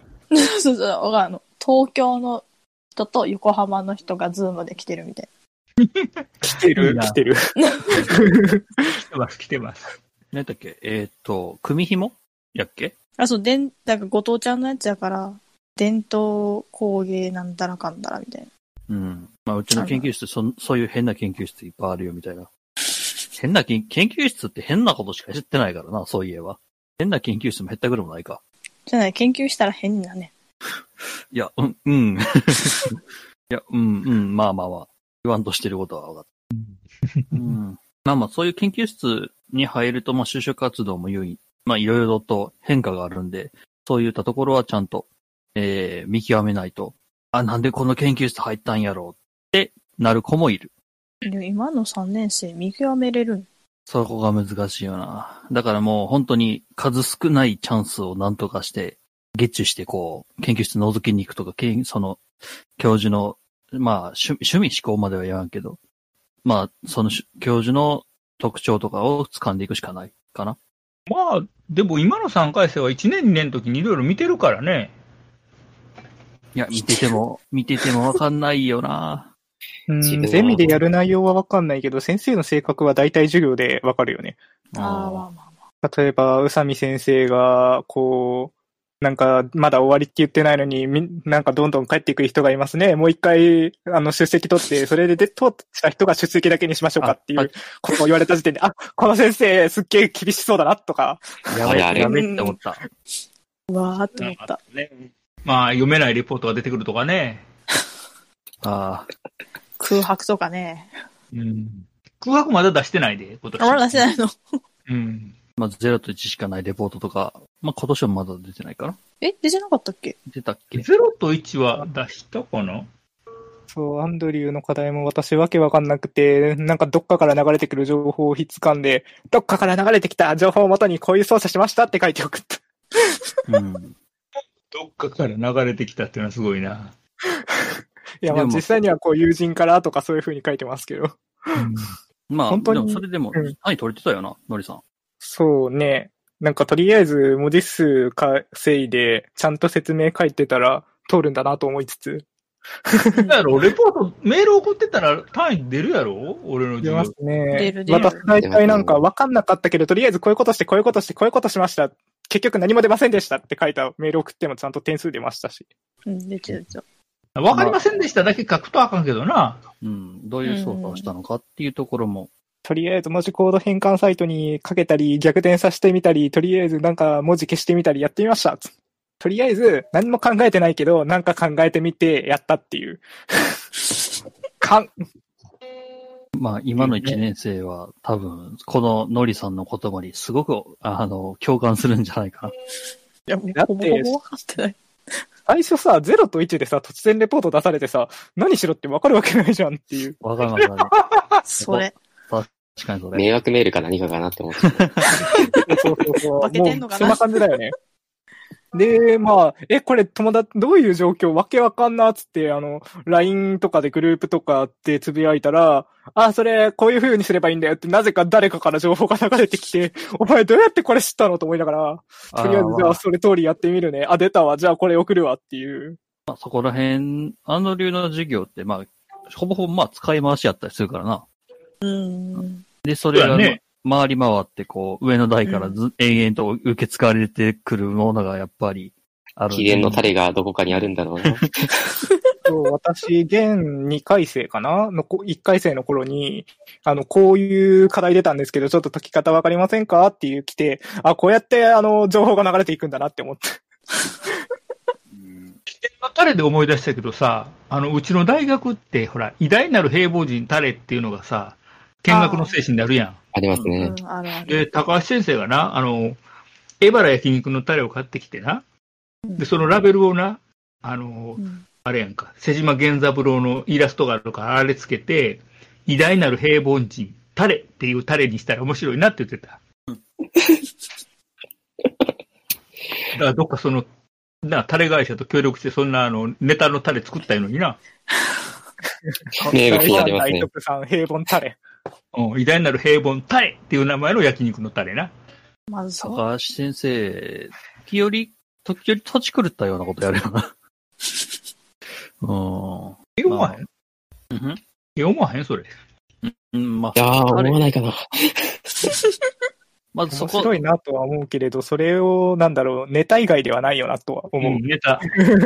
そうそう。あの、東京の人と横浜の人がズームで来てるみたい来ていいる、な来てる。来てます、来てます。何だっけえーっと、組紐やっけな。あ、そう、でん、なんか後藤ちゃんのやつやから、伝統工芸なんだらかんだらみたいな。うん。まあ、うちの研究室、そん、そういう変な研究室いっぱいあるよ、みたいな。変な研、研究室って変なことしか知ってないからな、そういえば。変な研究室も減ったくるもないか。じゃない、研究したら変だね。いや、うん、うん。いや、うん、うん、まあまあまあ。言わんとしてることは分かった。うん。まあまあ、そういう研究室に入ると、まあ、就職活動も有意、まあ、いろいろと変化があるんで、そういったところはちゃんと、えー、見極めないと、あ、なんでこの研究室入ったんやろうってなる子もいる。いや今の3年生見極めれるんそこが難しいよな。だからもう本当に数少ないチャンスをなんとかして、ゲッチュしてこう、研究室覗きに行くとか、けんその、教授の、まあ、趣趣味思考までは言わんけど、まあ、そのし教授の特徴とかを掴んでいくしかないかな。まあ、でも今の3回生は1年、2年の時にいろいろ見てるからね。いや、見てても、見ててもわかんないよな。うん自分はゼミでやる内容はわかんないけど、先生の性格は大体授業でわかるよね。ああ、まあまあまあ。例えば、宇佐美先生が、こう、なんか、まだ終わりって言ってないのに、みんなんかどんどん帰っていく人がいますね。もう一回、あの、出席取って、それで、で、取った人が出席だけにしましょうかっていああうことを言われた時点で、あ、この先生、すっげえ厳しそうだな、とか。やあべれあえ、れやべえって思った。うわーって思った。まあ、読めないレポートが出てくるとかね。ああ、空白とかね。うん。空白まだ出してないで、今年。あまだ出してないの。うん。まあ、0と1しかないレポートとか、まあ、今年はまだ出てないかな。え、出てなかった っけ出たっけ0と1は出したかなそう、アンドリューの課題も私わけわかんなくて、なんかどっかから流れてくる情報をひっつかんで、どっかから流れてきた情報をもとにこういう操作しましたって書いておくった。うん。どっかから流れてきたっていうのはすごいな。いや、まあでも実際にはこう友人からとかそういう風に書いてますけど。まあ、本当にでもそれでもうん、単位取れてたよな、のりさん。そうね。なんかとりあえず文字数稼いで、ちゃんと説明書いてたら通るんだなと思いつつ。だやろ、レポート、メール送ってたら単位出るやろ俺の授出業ます出ねる。出る私大体なんかわかんなかったけど、とりあえずこういうことして、こういうことして、こういうことしました。結局何も出ませんでしたって書いたメール送ってもちゃんと点数出ましたし。うん、出てる出てるわかりませんでしただけ書くとあかんけどな。うん、どういう操作をしたのかっていうところも、とりあえず文字コード変換サイトにかけたり、逆転させてみたり、とりあえずなんか文字消してみたりやってみました。とりあえず何も考えてないけど、なんか考えてみてやったっていう。 かん、まあ今の1年生は多分、こののりさんの言葉にすごく、あの、共感するんじゃないかな。 いや、もうだってほぼほぼ分かってない。最初さ、0と1でさ、突然レポート出されてさ、何しろってわかるわけないじゃんっていう。わかりましたね。それ。確かにそれ。迷惑メールか何かかなって思って。そうそうそう。化けてんのかなもうそんな感じだよね。で、まあ、え、これ友達、どういう状況わけわかんなっつって、あの、LINE とかでグループとかってつぶやいたら、あ、それ、こういう風にすればいいんだよって、なぜか誰かから情報が流れてきて、 お前どうやってこれ知ったのと思いながら、とりあえずーじゃあそれ通りやってみるね。あ、出たわ。じゃあこれ送るわっていう。まあそこら辺、あの流の授業って、まあ、ほぼほぼまあ使い回しやったりするからな。うん。で、それそうが、やねま回り回って、こう、上の台からず、延々と受け継がれてくるものがやっぱりあるんで。秘伝のタレがどこかにあるんだろうな。そう、私、現2回生かなのこ、1回生の頃に、あの、こういう課題出たんですけど、ちょっと解き方わかりませんかっていう来て、あ、こうやって、あの、情報が流れていくんだなって思って。うん。タレで思い出したけどさ、あの、うちの大学って、ほら、偉大なる平凡人タレっていうのがさ、見学の精神になるやありますうね。ん、あるあん。る。で、高橋先生がな、あの、エバラ焼肉のタレを買ってきてな、で、そのラベルをな、あのう、んあれやんか、瀬島源三郎のイラストがあるから、あれつけて、偉大なる平凡人タレっていうタレにしたら面白いなって言ってた。からどっかその、な、タレ会社と協力して、そんな、あの、ネタのタレ作ったいのにな。 名物になります大ね。徳さん、平凡タレ。うん、偉大なる平凡タレっていう名前の焼肉のタレな。まずそう。高橋先生、時折、時折土地狂ったようなことやるよな。 うん。え、思わへんうんえ、思わへんそれ。うん、まいあ、やー、思わないかな。まずそ面こ、白いなとは思うけれど、それを、なんだろう、ネタ以外ではないよなとは思う。うん、ネタ。うん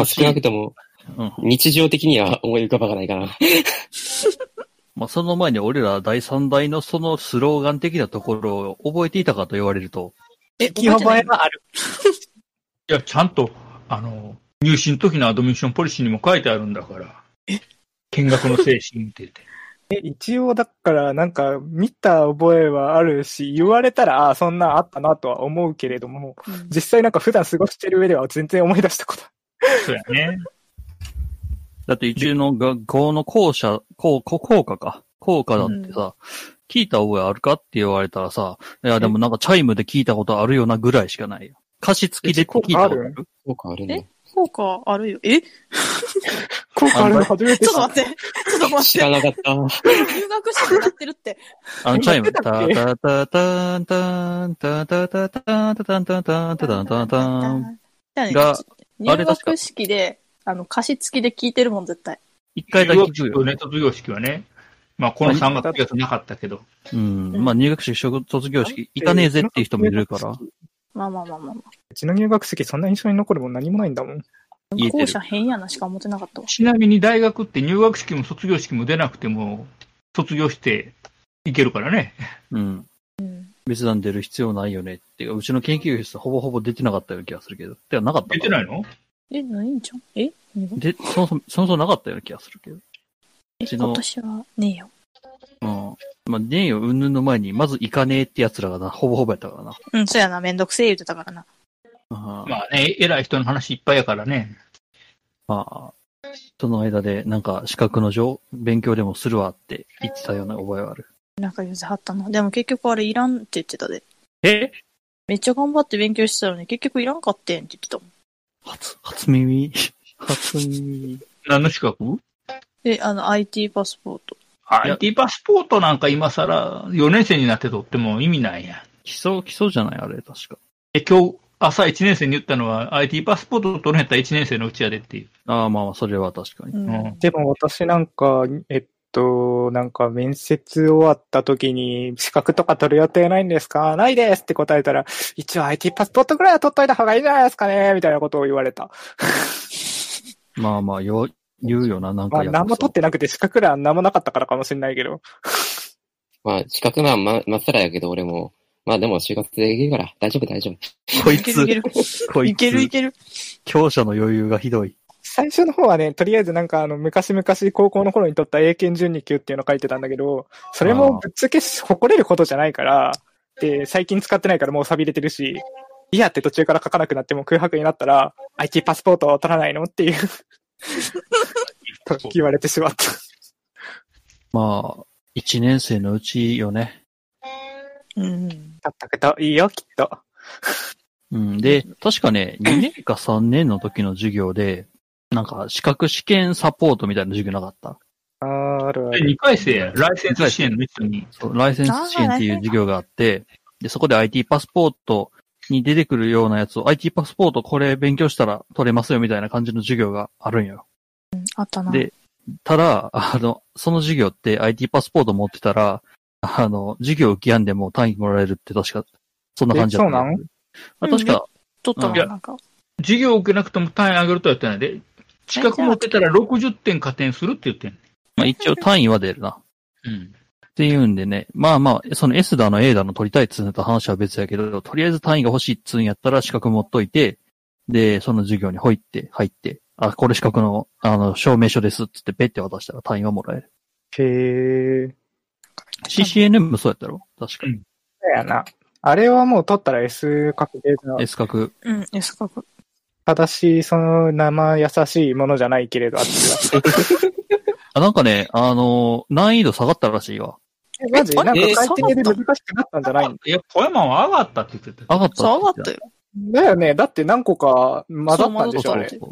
面あ、少白なくい。とも、うん日常的には思い浮かばないかな。まあ、その前に俺ら第三代のそのスローガン的なところを覚えていたかと言われると、え、聞き覚え覚えてないはある。いや、ちゃんと、あの、入試の時のアドミッションポリシーにも書いてあるんだから。見学の精神見てて。え一応、だから、なんか、見た覚えはあるし、言われたら、ああ、そんなんあったなとは思うけれども、うん実際なんか普段過ごしてる上では全然思い出したこと。そうやね。だって一応の学校の校舎、校、校校歌か。校歌だってさ、聞いた覚えあるかって言われたらさ、いやでもなんかチャイムで聞いたことあるよなぐらいしかないよ。歌詞付きで聞いたことあえる効果あるんだ。え効果あるよ。え ち効果あるの初めてょっと知っ待って。ちょっと知待っらなて。かった。入学式になってるって。あのチャイム。やっタてたっけタタタンタンタタタタンタタンタタンタタンタタン。だねがあ入れ確か学式で、あの、歌詞付きで聞いてるもん、絶対。一回入だけ学聞式くよと。ね、卒業式はね。まあ、この3月4月なかったけど。うん。まあ入学式、卒業式、行かねえぜっていう人もいるから、まあまあまあまあまあ。うちの入学式そんな印象に残るもん何もないんだもん。言えて校る舎。変やなしか思ってなかったわ。ちなみに大学って入学式も卒業式も出なくても、卒業していけるからね。うん。うん。別段出る必要ないよねっていうか、うちの研究室ほぼほぼ出てなかったような気がするけど。ではなかったか出てないのえ、ないんじゃんえ日本で、そもそも、そもそもなかったような気がするけど。えちの今年はねえよ。うん。まあ、年をうんぬんの前に、まず行かねえって奴らがな、ほぼほぼやったからな。うん、そうやな。めんどくせえ言うてたからな。まあ、まあね、偉い人の話いっぱいやからね。まあ、その間で、なんか、資格の上、勉強でもするわって言ってたような覚えはある。なんか言うてはったな。でも結局あれいらんって言ってたで。えめっちゃ頑張って勉強してたのに結局いらんかってんって言ってたもん。初、初耳 初耳。何の資格で、あの、IT パスポート。いや ?IT パスポートなんか今更4年生になって取っても意味ないやん。基礎、基礎じゃないあれ、確か。え、今日朝1年生に言ったのは IT パスポート取れへんやったら1年生のうちやでっていう。ああ、まあまあ、それは確かに。うん。うんでも私なんか、えっと、なんか面接終わった時に、資格とか取る予定ないんですかないですって答えたら、一応 IT パスポートぐらいは取っといた方がいいんじゃないですかねみたいなことを言われた。まあまあ、よ、言うよな、なんまかあ何も取ってなくて資格ぐらいは何もなかったからかもしれないけど。まあ、資格な、ま、まっさらやけど、俺も。まあでも、就活できるから、大丈夫、大丈夫。こいいけるついけ、る。こいいけるいつ、ける。強者の余裕がひどい。最初の方はね、とりあえずなんかあの、昔々高校の頃に取った英検準2級っていうの書いてたんだけど、それもぶっつけ誇れることじゃないから、で、最近使ってないからもう錆びれてるし、いやって途中から書かなくなってもう空白になったら、IT パスポートを取らないのっていうと言われてしまった。まあ、一年生のうちよね。うん。だったけど、いいよ、きっと。うん。で、確かね、2年か3年の時の授業で、なんか、資格試験サポートみたいな授業なかったあーあるあで、る。 2回生や、ライセンス支援の人に。そう、ライセンス支援っていう授業があって、で、そこで IT パスポートに出てくるようなやつを、IT パスポートこれ勉強したら取れますよみたいな感じの授業があるんよ。あったな。で、ただ、あの、その授業って IT パスポート持ってたら、あの、授業受けやんでも単位もらえるって確か、そんな感じだった。えそうなんまあ確か、取ったのいやなんか。授業受けなくても単位上げるとは言ってないで、資格持ってたら60点加点するって言ってんねまあ一応単位は出るな。うん。っていうんでね、まあまあ、その S だの A だの取りたいっつうのと話は別やけど、とりあえず単位が欲しいっつうんやったら資格持っといて、で、その授業にほいって、入って、あ、これ資格の、あの、証明書ですっつってペッて渡したら単位はもらえる。へえ。 CCNM もそうやったろ確かに。だよな。あれはもう取ったら S 格で、 S 格。うん、S 格。ただし、その生優しいものじゃないけれど、あっちは。あ、なんかね、あの、難易度下がったらしいわ。マジあなんかえ改定で難しくなったんじゃないんいや、富山は上がったって言ってた。上がったってそう、言上がっってたよ。だよね。だって何個か混ざったんでしょ、そうあ混ざっれた。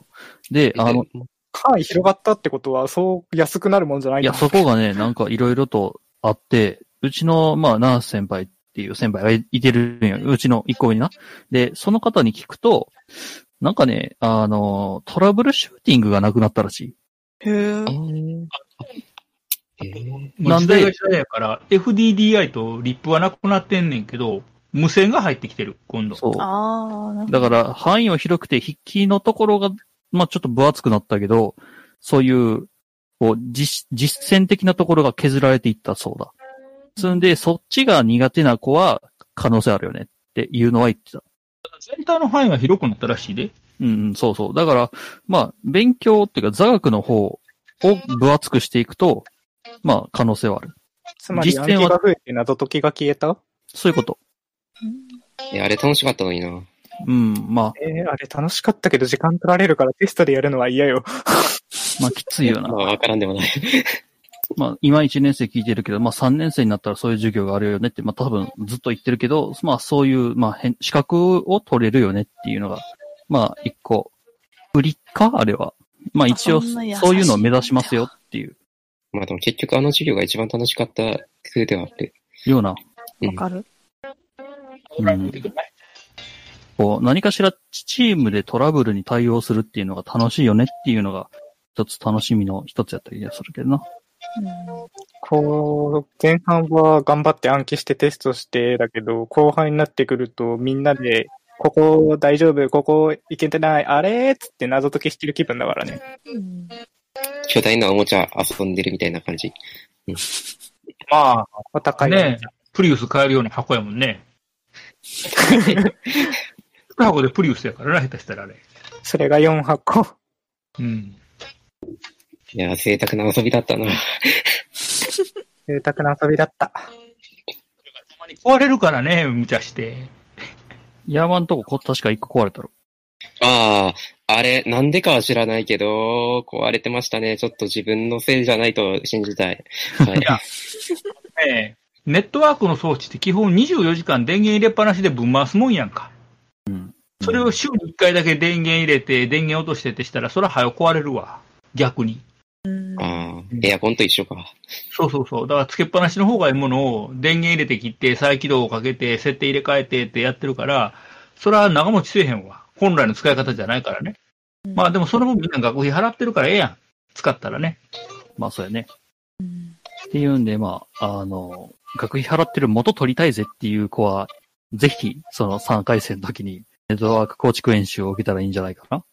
で、あの、範囲広がったってことは、そう安くなるもんじゃないいや、そこがね、なんかいろいろとあって、うちの、まあ、ナース先輩っていう先輩がいいてるんよ。うちの一個上にな。で、その方に聞くと、なんかね、あの、トラブルシューティングがなくなったらしい。へえ。えーもうなん時で代が時代やから、FDDI とリップはなくなってんねんけど、無線が入ってきてる、今度。そう。ああ、なんだから、範囲は広くて、筆記のところが、まあ、ちょっと分厚くなったけど、そういう、こう、実、実践的なところが削られていったそうだ。そんで、そっちが苦手な子は可能性あるよねっていうのは言ってた。全体の範囲が広くなったらしいで。うん、うんそうそう。だから、まあ、勉強っていうか、座学の方を分厚くしていくと、まあ、可能性はある。つまり、実暗践は記が増えて謎解きが消えたそういうこと。いや、あれ楽しかったのにな。うん、まえー、あれ楽しかったけど時間取られるからテストでやるのは嫌よ。あ、まあ、きついよまなあ、。わからんでもない。まあ、今1年生聞いてるけど、まあ3年生になったらそういう授業があるよねって、まあ多分ずっと言ってるけど、まあそういう、まあ変、資格を取れるよねっていうのが、まあ一個、売りかあれは。まあ一応、あそんな優しいそういうのを目指しますよっていうまあでも結局あの授業が一番楽しかった風ではあって。ような、うんわかる。うんこう、何かしらチームでトラブルに対応するっていうのが楽しいよねっていうのが、一つ楽しみの一つやった気がするけどな。うんこう、前半は頑張って暗記してテストしてだけど、後半になってくるとみんなで、ここ大丈夫、ここいけてない、あれっつって謎解きしてる気分だからね。うん。巨大なおもちゃ遊んでるみたいな感じ。まおあ、高い。ね、プリウス買えるような箱やもん ね。一箱でプリウスやからな、下手したらあれ。それが4箱。うん。いや、贅沢な遊びだったな。贅沢な遊びだった。たまに壊れるからね、無茶して。ヤーマンとここ確か一個壊れたろ。ああ、あれ、なんでかは知らないけど、壊れてましたね。ちょっと自分のせいじゃないと信じたい。はい。やねえネットワークの装置って基本24時間電源入れっぱなしでぶん回すもんやんか。それを週に1回だけ電源入れて、電源落としてってしたら、そら早く壊れるわ。逆に。うんああ、エアコンと一緒か。そうそうそう。だから、つけっぱなしの方がいいものを、電源入れて切って、再起動をかけて、設定入れ替えてってやってるから、それは長持ちせえへんわ。本来の使い方じゃないからね。まあでも、その分みんな学費払ってるからええやん。使ったらね。まあそうやね。うんっていうんで、まあ、あの、学費払ってる元取りたいぜっていう子は、ぜひ、その3回戦の時に、ネットワーク構築演習を受けたらいいんじゃないかな。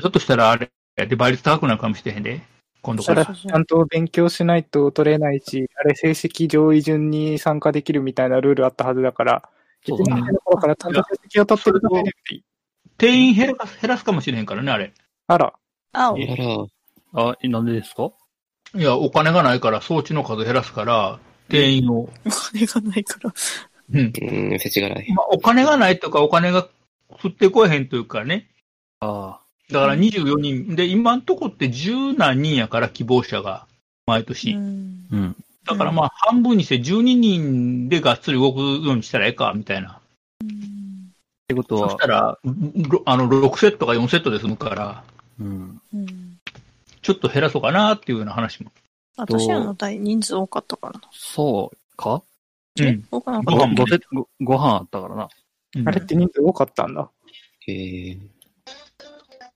ひょっとしたら、あれ、で、倍率高くなるかもしれへんで。今度たかだ、ら。そうそうちゃんと勉強しないと取れないし、あれ成績上位順に参加できるみたいなルールあったはずだから、そう1だ年ね生。の頃から単独成績を取ってると定員減らす減らすかもしれへんからね、あれ。あら、青。あら、あ、なんでですかいや、お金がないから、装置の数減らすから、定員を。お金がないから。うん。うん、せちがらい。まあ、お金がないとか、お金が降ってこえへんというかね。あだから24人。で、今んとこって10何人やから、希望者が。毎年。うんあ、うん。だからまあ、半分にして12人でがっつり動くようにしたらええか、みたいな。うんってことそはし、たら、ろあの、6セットか4セットで済むから、うん。うんちょっと減らそうかなっていうような話も。私らの代人数多かったからな。そうかうん。多くなかごっ飯もねごごごご飯あったからな。うんあれって人数多かったんだ。えー、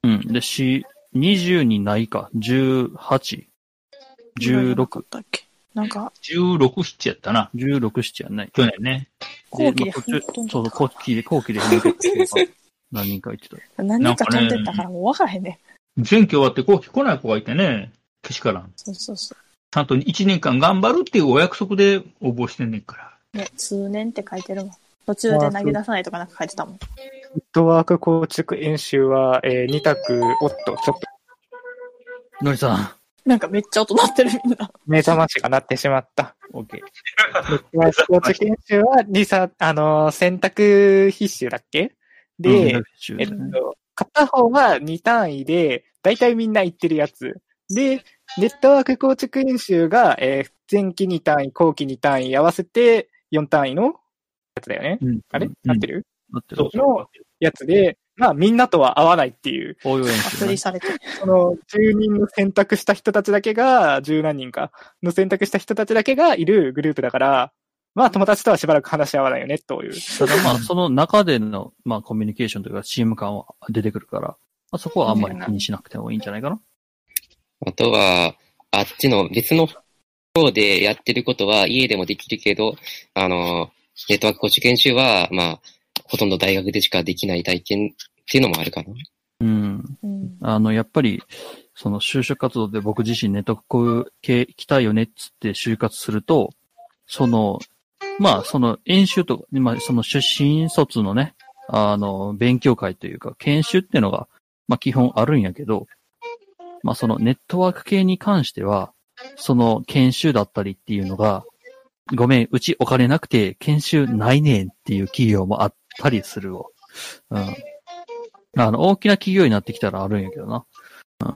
うん。で、し、20にないか。18、た。16 16、だっけなんか、 16、7やったな。 16、7やんない。去年ね。後ま期であ途中ほとんそうそどう、だか後期で、後期で変更した 人が何人か言ってた。ら。何人か飛んでったからもう分からへんね。前期終わって後期来ない子がいてね、けしからん。そうそうそちゃんと1年間頑張るっていうお約束で応募してんねんから。う。ね、通年って書いてるもん。途中で投げ出さないとかなんか書いてたもん。ネットワーク構築演習は、え2択、おっと、ちょっとのりさん。なんかめっちゃ音鳴ってるみんな。目覚ましがなってしまった。オッケー。ネットワーク構築演習は、リサ、あの、選択必修だっけで、えっと、片方は2単位で、だいたいみんな言ってるやつ。で、ネットワーク構築演習が、えー前期2単位、後期2単位合わせて4単位のやつだよね。うんあれうん合ってるなってるそうのやつで、まあみんなとは合わないっていう、応用演ア習プねリ。されてる。その10人の選択した人たちだけが、10何人かの選択した人たちだけがいるグループだから、まあ友達とはしばらく話し合わないよね、という。ただまあ、その中での、まあ、コミュニケーションというか、チーム感は出てくるから、まあ、そこはあんまり気にしなくてもいいんじゃないかな。あとは、あっちの別の方でやってることは家でもできるけど、あの、ネットワーク構築研修は、まあ、ほとんど大学でしかできない体験っていうのもあるかな。うん。うん。あの、やっぱり、その就職活動で僕自身ネットワーク系行きたいよねっつって就活すると、その、まあ、その演習とか、まあ、その出身卒のね、あの、勉強会というか、研修っていうのが、まあ、基本あるんやけど、まあ、そのネットワーク系に関しては、その研修だったりっていうのが、ごめん、うちお金なくて研修ないねんっていう企業もあったりするを。うん。あの、大きな企業になってきたらあるんやけどな。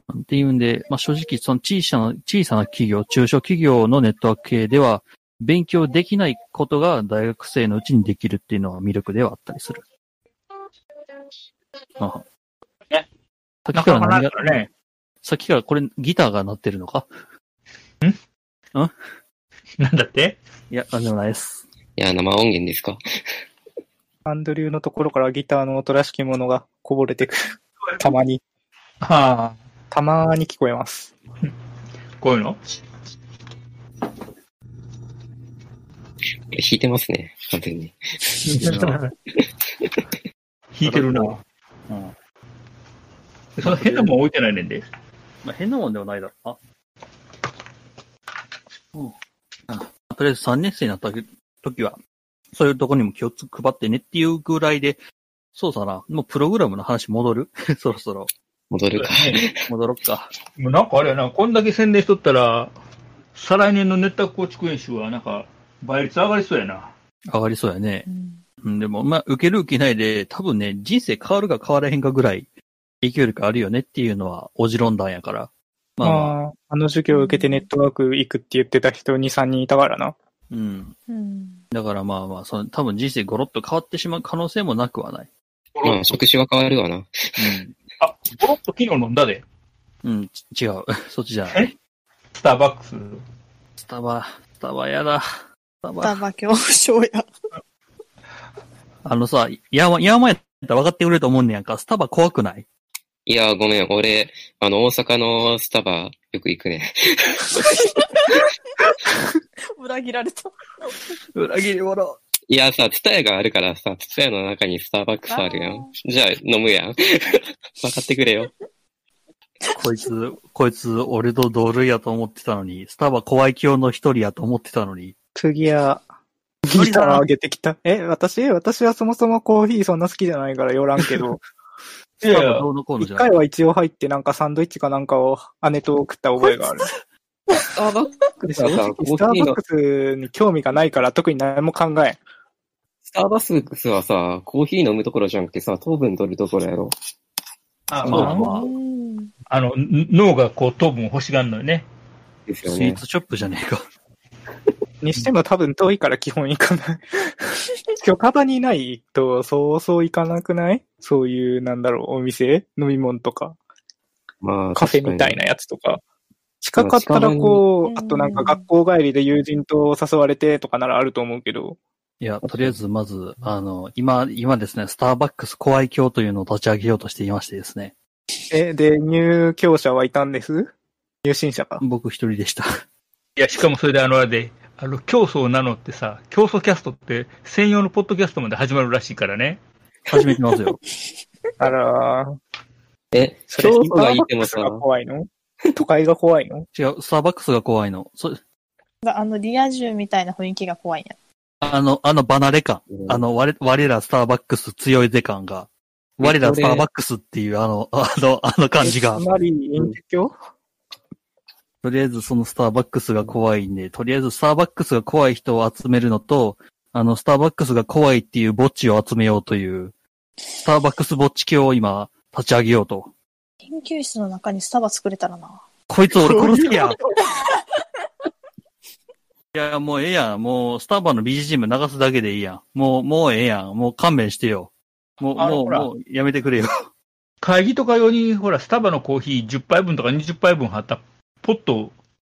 うん。っていうんで、まあ、正直、その小さな、小さな企業、中小企業のネットワーク系では、勉強できないことが大学生のうちにできるっていうのは魅力ではあったりする。あねさっなきかからなかだ何がか、らね、さっきからこれギターが鳴ってるのかなんだっていや、なんでもないです。いや、生音源ですかアンドリューのところからギターの音らしきものがこぼれてくる。たまに、はあ、たまに聞こ えます。こういうのこれ弾いてますね、完全に。弾いてるな。うん。その変なもん置いてないねんで。まあ、変なもんではないだろうな。うん。とりあえず3年生になった時は、そういうとこにも気をつ配ってねっていうぐらいで、そうさな、もうプログラムの話戻る そろそろ。戻るか。戻ろっか。もうなんかあれやな、こんだけ宣伝しとったら、再来年のネットワーク構築演習はなんか倍率上がりそうやな。上がりそうやねう。んうん、でも、まあ、受ける受けないで、多分ね、人生変わるか変わらへんかぐらい、影響力あるよねっていうのは、おじろんだんやから。まあ、まあ、ああ、あの授業を受けてネットワーク行くって言ってた人2、3人いたからな。うん。うん。だからまあまあ、その、多分人生ゴロッと変わってしまう可能性もなくはない。まあ、職種は変わるわな。あ、ボロッと昨日飲んだで。うん。うん、ち違う。 そっちじゃない。スターバックス。スタバ、スタバやだ。スタタバ。バ恐怖症や。あのさ、ヤーマン、ヤーマンやったら分かってくれると思うんねやんか。スタバ怖くないいや、ごめん、俺、あの、大阪のスタバよく行くね。裏切られた。裏切り者。いや、さ、ツタヤがあるからさ、ツタヤの中にスターバックスあるやあん。じゃあ、飲むやん。 分かってくれよ。こいつ、こいつ、俺と同類やと思ってたのに、スタバ怖い教の一人やと思ってたのに。次は、ギター上げてきた。え、私私はそもそもコーヒーそんな好きじゃないから寄らん けど、いやいやど、うのこうの一じゃな回い。は一応入ってなんかサンドイッチかなんかを姉と食った覚えがある。スターバックスはさ、コスターヒーーバッのク、スに興味がないから特に何も考えん。スターバックスはさ、コーヒー飲むところじゃなくてさ、糖分取るところやろ。あまあのまうんあの、ん脳がこう糖分欲しがるのよね。ですあ、スよイねー。ツショップじゃねえか。にしても多分遠いから基本行か ない。今日カバにないとそうそう行かなくないそういう、なんだろう、お店飲み物とか、まあ、カフェみたいな。なやつとか。近かったらこう、あとなんか学校帰りで友人と誘われてとかならあると思うけど、いや、とりあえず、まず、あの、今、今ですね、スターバックス怖い教というのを立ち上げようとしていましてですね。え、で、入居者はいたんです入信者か。僕一人でした。いや、しかもそれであの、あれで、あの、競争なのってさ、競争キャストって専用のポッドキャストまで始まるらしいからね。始めてますよ。あらー、え、それ競ス争タがーいバッてクもスさ、が怖いの都会が怖いの違う、スターバックスが怖いの。そあの、リア充みたいな雰囲気が怖いんや。あの、あの離れ感。うんあの、我、我らスターバックス強いぜ感が、我らスターバックスっていうあの、 あの、あの感じがえつ、まり、隠居教とりあえずそのスターバックスが怖いんで、とりあえずスターバックスが怖い人を集めるのと、あの、スターバックスが怖いっていう墓地を集めようという、スターバックス墓地教を今、立ち上げようと。研究室の中にスタバ作れたらな。こいつ俺殺すやん。いや、もうええやん。もう、スタバの BGM 流すだけでいいやん。もう、もうええやん。もう勘弁してよ。もう、あのもう、ほらもう、やめてくれよ。会議とか用に、ほら、スタバのコーヒー10杯分とか20杯分貼ったポットを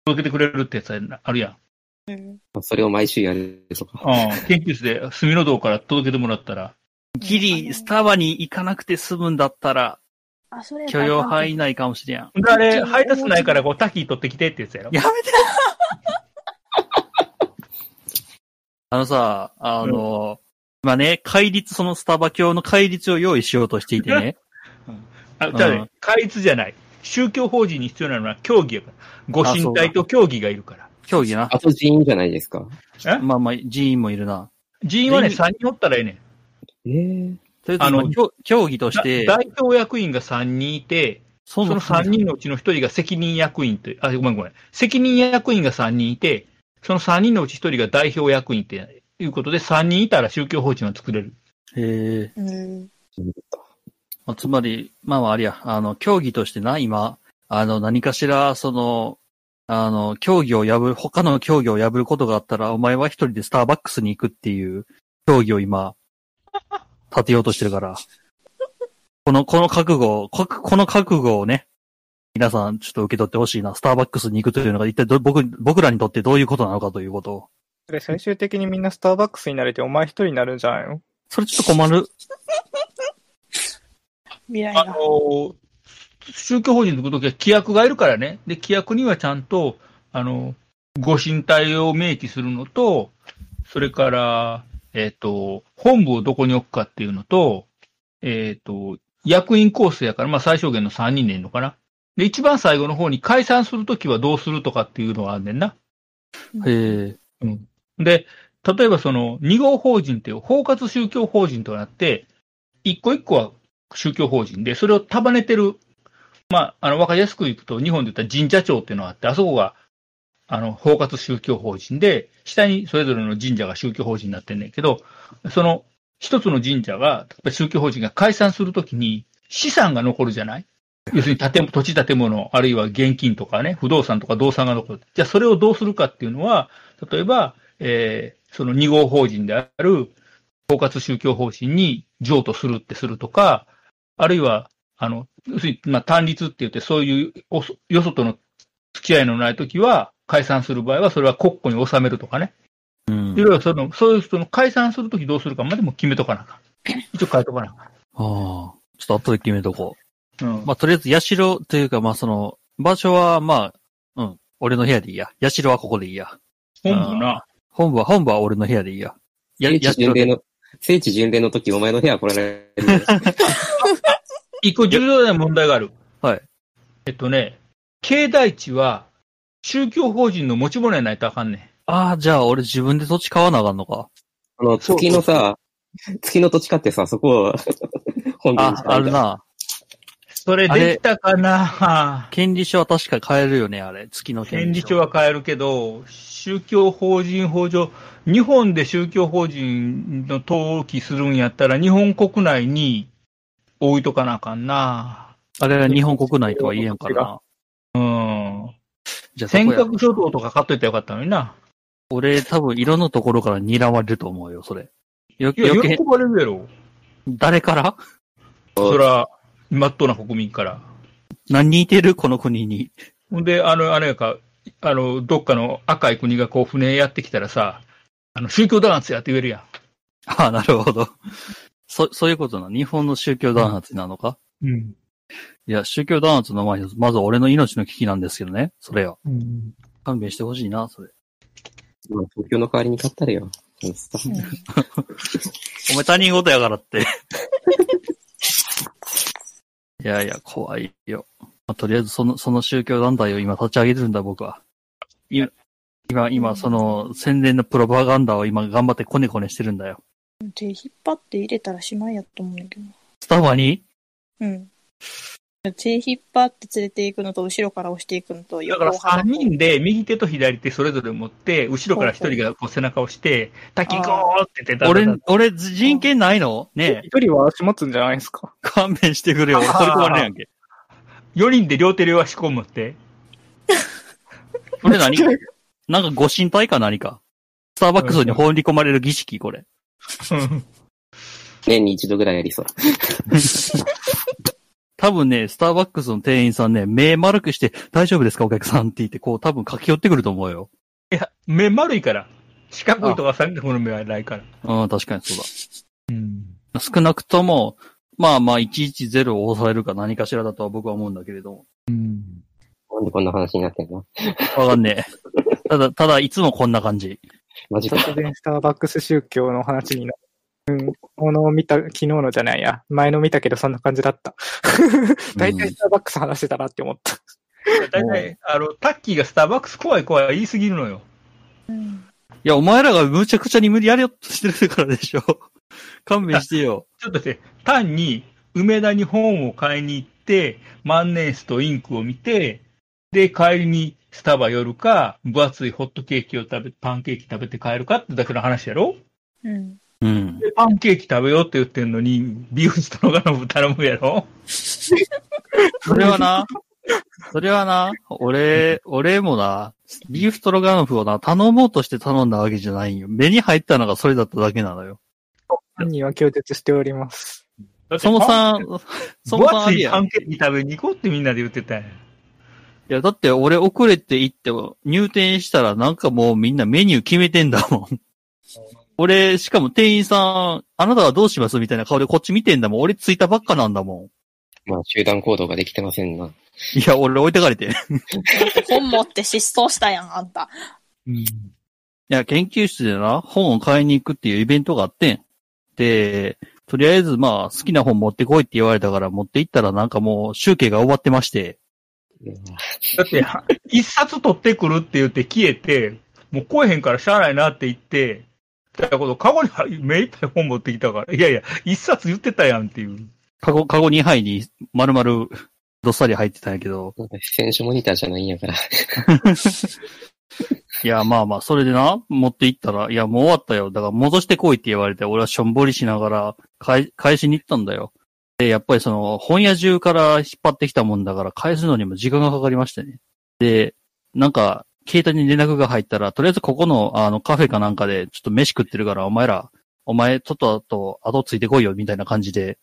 届けてくれるってやつあるやん。うんそれを毎週やるとか。うん、研究室で隅の堂から届けてもらったら、ギリ、スタバに行かなくて済むんだったら、あ、それ許容範囲内かもしれん。やであれ、配達ないからこうタキ取ってきてってやつやろ。めてあのさ、あの、今ね、戒律、そのスタバ教の戒律を用意しようとしてい てね。あ、じゃあうね、戒律じゃない。宗教法人に必要なのは教義やから。ご神体と教義がいるから。競技な。あと人員じゃないですか。まあまあ、寺院もいるな。人員はね、全員3人おったらええねん。ええ。とりあえず、あのの競競技として、だ代表役員が3人いて、そその3人のうちの1人が責任役員という、あ、ごめんごめん。責任役員が3人いて、その3人のうち1人が代表役員っていうことで、3人いたら宗教法人は作れる。へえ。うん。まあつまり、まあまあ、あれや、あの、競技としてな、今、あの、何かしら、その、あの、競技を破る、他の競技を破ることがあったら、お前は一人でスターバックスに行くっていう、競技を今、立てようとしてるから。この、この覚悟を、ここの覚悟をね、皆さんちょっと受け取ってほしいな。スターバックスに行くというのが一体ど、僕、僕らにとってどういうことなのかということを。 それ最終的にみんなスターバックスになれてお前一人になるんじゃないのそれちょっと困る。未来あが。の、宗教法人作るときは規約がいるからね。で、規約にはちゃんと、あの、ご神体を明記するのと、それから、えっ、と、本部をどこに置くかっていうのと、えっ、と、役員構成やから、まあ最小限の3人でいいのかな。で、一番最後の方に解散するときはどうするとかっていうのはあんねんな。へえ。で、例えばその2号法人っていう包括宗教法人となって、一個一個は宗教法人で、それを束ねてる、まあ、あの、わかりやすくいくと、日本で言ったら神社庁っていうのがあって、あそこが、あの、包括宗教法人で、下にそれぞれの神社が宗教法人になってんねんけど、その一つの神社が、例えば宗教法人が解散するときに資産が残るじゃない要するに建物、土地建物、あるいは現金とかね、不動産とか動産が残る。じゃあそれをどうするかっていうのは、例えば、えーその2号法人である包括宗教法人に譲渡するってするとか、あるいは、あの、要するに、まあ、単立って言って、そういうおそよそとの付き合いのないときは、解散する場合は、それは国庫に収めるとかね。うんいろいろその、そういう人の解散するときどうするかまでも決めとかなあかん。一応変えとかなあああ。ちょっと後で決めとこう。かん。うん。まあ、とりあえず、社というか、まあ、その、場所は、まあ、うん、俺の部屋でいいや。社はここでいいや。本部な。本部は、本部は俺の部屋でいいや。や、聖地社巡礼で。の、聖地巡礼の時、お前の部屋来られる。一個重要な問題がある。はい。えっとね、境内地は宗教法人の持ち物やないとあかんねん。ああ、じゃあ、俺自分で土地買わなあかんのか。あの、月のさ、月の土地買ってさ、そこを、 本部にあ、あるな。それできたかな権利書は確か買えるよね、あれ。月の権権利利書。書は変えるけど、宗教法人法上、日本で宗教法人の登記するんやったら、日本国内に置いとかなあかんな。あれは日本国内とは言えんからうな。ん。じゃあ、そ尖こや閣諸島とか買っといたらよかったのにな。俺、多分、いろんなところから睨まれると思うよ、それ。いよ、や、余喜計、ばれるやろ。誰からそら、まっとうな国民から。何人いてるこの国に。ほんで、あの、あれやか、あの、どっかの赤い国がこう船やってきたらさ、あの、宗教弾圧やって言えるやん。ああ、なるほど。そ、そういうことな。日本の宗教弾圧なのかうん。いや、宗教弾圧の前に、まず俺の命の危機なんですけどね、それよ。勘弁してほしいな、それ。まあ東京の代わりに買ったらよ。お前他人事やからって。 いやいや、怖いよ。まあ、とりあえず、その、その宗教団体を今立ち上げてるんだ、僕は。今、今、今、その、宣伝のプロパガンダを今頑張ってコネコネしてるんだよ。手引っ張って入れたらしまいやと思うんだけど。スタバにうん。手引っ張って連れていくのと、後ろから押していくのと、だから横幅3人で右手と左手それぞれ持って、後ろから1人がこう背中を押して、滝行こうって言ってた俺、俺、人権ないのねえ一人は足持つんじゃないです か 勘弁してくれよ。俺、取り込まれるやんけ。 4人で両手両足こう持って、これ何なんかご心配か何か。スターバックスに放り込まれる儀式、これ。年に一度ぐらいやりそう。多分ね、スターバックスの店員さんね、目丸くして、大丈夫ですかお客さんって言って、こう多分駆け寄ってくると思うよ。いや、目丸いから。四角いとか三角の目はないから。うん、確かにそううん。だ。少なくとも、まあまあ、110を押さえるか何かしらだとは僕は思うんだけれども。うん。なんでこんな話になってんのわかんねえ。 ただ、ただ、いつもこんな感じ。マジか。突然スターバックス宗教の話になる。うん、この見た、昨日のじゃないや。前の見たけどそんな感じだった。大体スターバックス話してたなって思った。大体、あの、タッキーがスターバックス怖い怖い言いすぎるのよ。うん。いや、お前らがむちゃくちゃに無理やりようとしてるからでしょ。 勘弁してよ。ちょっとね、単に、梅田に本を買いに行って、万年筆とインクを見て、で、帰りにスタバ寄るか、分厚いホットケーキを食べ、パンケーキ食べて帰るかってだけの話やろうん。うん。で、パンケーキ食べようって言ってんのに、ビーフストロガノフ頼むやろそれはな、それはな、俺、俺もな、ビーフストロガノフをな、頼もうとして頼んだわけじゃないんよ。目に入ったのがそれだっただけなのよ。犯人は拒絶しております。 そもさん、そも分さんあ厚れいやパん。いンケーキ食べに行こうってみんなで言ってたやん。や、だって俺遅れて行って、入店したらなんかもうみんなメニュー決めてんだも ん。俺、しかも店員さん、あなたはどうしますみたいな顔でこっち見てんだもん。俺着いたばっかなんだもまあ、集団行動ができてませんな。 ん。いや、俺置いてかれて。い本持って失踪したやん、あんた。や、研究室でな、本を買いに行くっていうイベントがあってん。で、とりあえずまあ、好きな本持ってこいって言われたから持って行ったらなんかもう集計が終わってまして。だって、一冊取ってくるって言って消えて、もう来えへんからしゃあないなって言って、だからこのカゴに目いっぱい本持ってきたから、いやいや、一冊言ってたやんっていう。カゴ、カゴ2杯に丸々どっさり入ってたんやけど。なんか選手モニターじゃないんやから。 いや、まあまあ、それでな、持って行ったら、いや、もう終わったよ。だから戻してこいって言われて、俺はしょんぼりしながら、返、返しに行ったんだよ。で、やっぱりその、本屋中から引っ張ってきたもんだから、返すのにも時間がかかりましてね。で、なんか、携帯に連絡が入ったら、とりあえずここの、あの、カフェかなんかで、ちょっと飯食ってるから、お前ら、お前、ちょっと後、後ついてこいよ、みたいな感じで、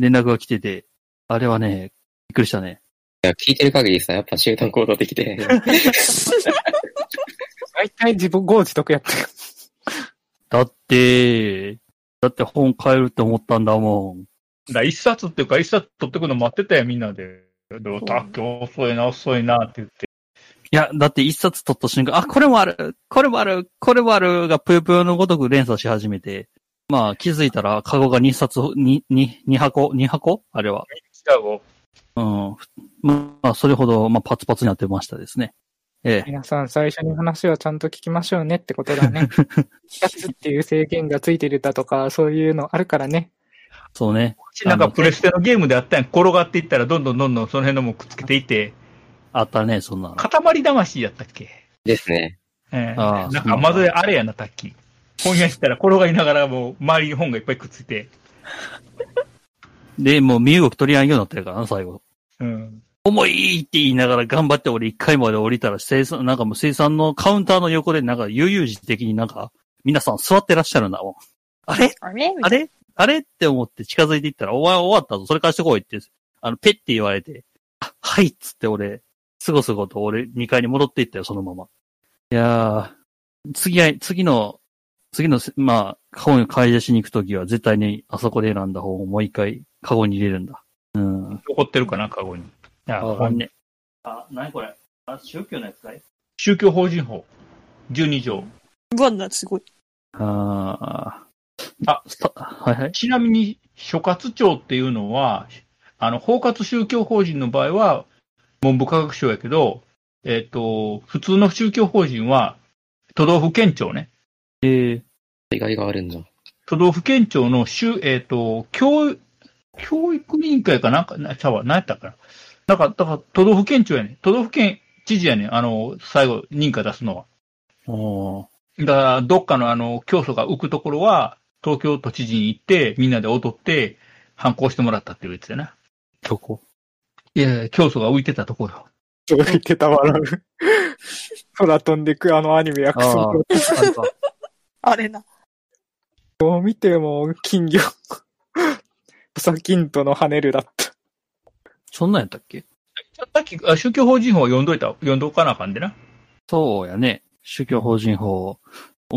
連絡が来てて、あれはね、びっくりしたね。いや、聞いてる限りさ、やっぱ集団行動できて へん。大体自分、ゴー自得やったよ。だって、だって本買えるって思ったんだもん。だから一冊っていうか、一冊取ってくるの待ってたやん、みんなで。でも、たっけ遅いな、遅いなって言って。いや、だって一冊取った瞬間、あ、これもある、これもある、これもあるがぷよぷよのごとく連鎖し始めて、まあ気づいたらカゴが2冊、2、二2箱、2箱あれは。シカゴうん。まあ、それほど、まあパツパツになってましたですね。ええ。皆さん、最初に話はちゃんと聞きましょうねってこと だね。2つっていう制限がついてるだとか、そういうのあるからね。そうね。なんかプレステのゲームであったやん。転がっていったら、どんどんどんどんその辺のもんくっつけていって、あったね、そんなの。塊魂やったっけですね。ええああなんか、まずあれやな、タッキー。本屋行ったら転がりながらもう周りに本がいっぱいくっついて。で、もう身動き取り合いようになってるからな、最後。うん。重いって言いながら頑張って俺一回まで降りたら、生産、なんかもう生産のカウンターの横でなんか悠々自適になんか、皆さん座ってらっしゃるな、もうあれあれあれあれって思って近づいていったら、お前終わったぞ、それ返してこいって、あの、ペッて言われて、あ、はいっつって俺、すごすごと俺2階に戻っていったよ、そのまま。いやー、次は、次の、次のせ、まあ、カゴに買い出しに行くときは絶対にあそこで選んだ方をもう一回カゴに入れるんだ。うん。残ってるかな、カゴに。ああ、あほんね。あ、なにこれあ、宗教のやつかい宗教法人法。12条。うわ、なすごい。あー。ああ、スタはいはい。ちなみに、所轄庁っていうのは、あの、包括宗教法人の場合は、文部科学省やけど、えっ、と、普通の宗教法人は、都道府県庁ね。えー、意外があるんだ。都道府県庁の州、えっ、と、教、教育委員会かなんか、な、ちゃうわ、何やったかな。なんか、だから、都道府県庁やねん都道府県知事やねんあの、最後、認可出すのは。おーだから、どっかのあの、教祖が浮くところは、東京都知事に行って、みんなで踊って、反抗してもらったっていうやつやな。どこいやいや、教祖が浮いてたとこよ。そう言ってた笑う。空飛んでくあのアニメやクソあーあれかあれな。どう見ても金魚。 ブサキントの跳ねるだった。そんなんやったっけさっき、あ宗教法人法を読んどいた、読んどかなあかんでな。そうやね。宗教法人法。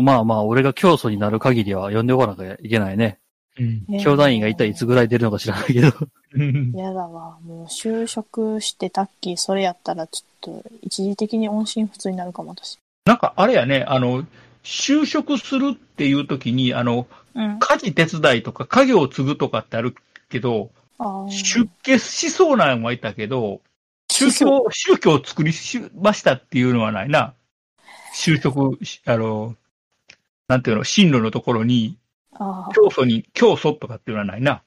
まあまあ、俺が教祖になる限りは読んでおかなきゃいけないね。うん。教団員が一体いつぐらい出るのか知らないけど。うん。やだわ。もう就職してタッキーそれやったらちょっと一時的に音信不通になるかも私。なんか、あれやね、あの、就職するっていう時に、あの、うん。家事手伝いとか、家業を継ぐとかってあるけど、あー出家しそうなんはいたけど、宗教、宗教を作りましたっていうのはないな。就職、しあの、なんていうの、進路のところに、あ教祖に、教祖とかっていうのはないな。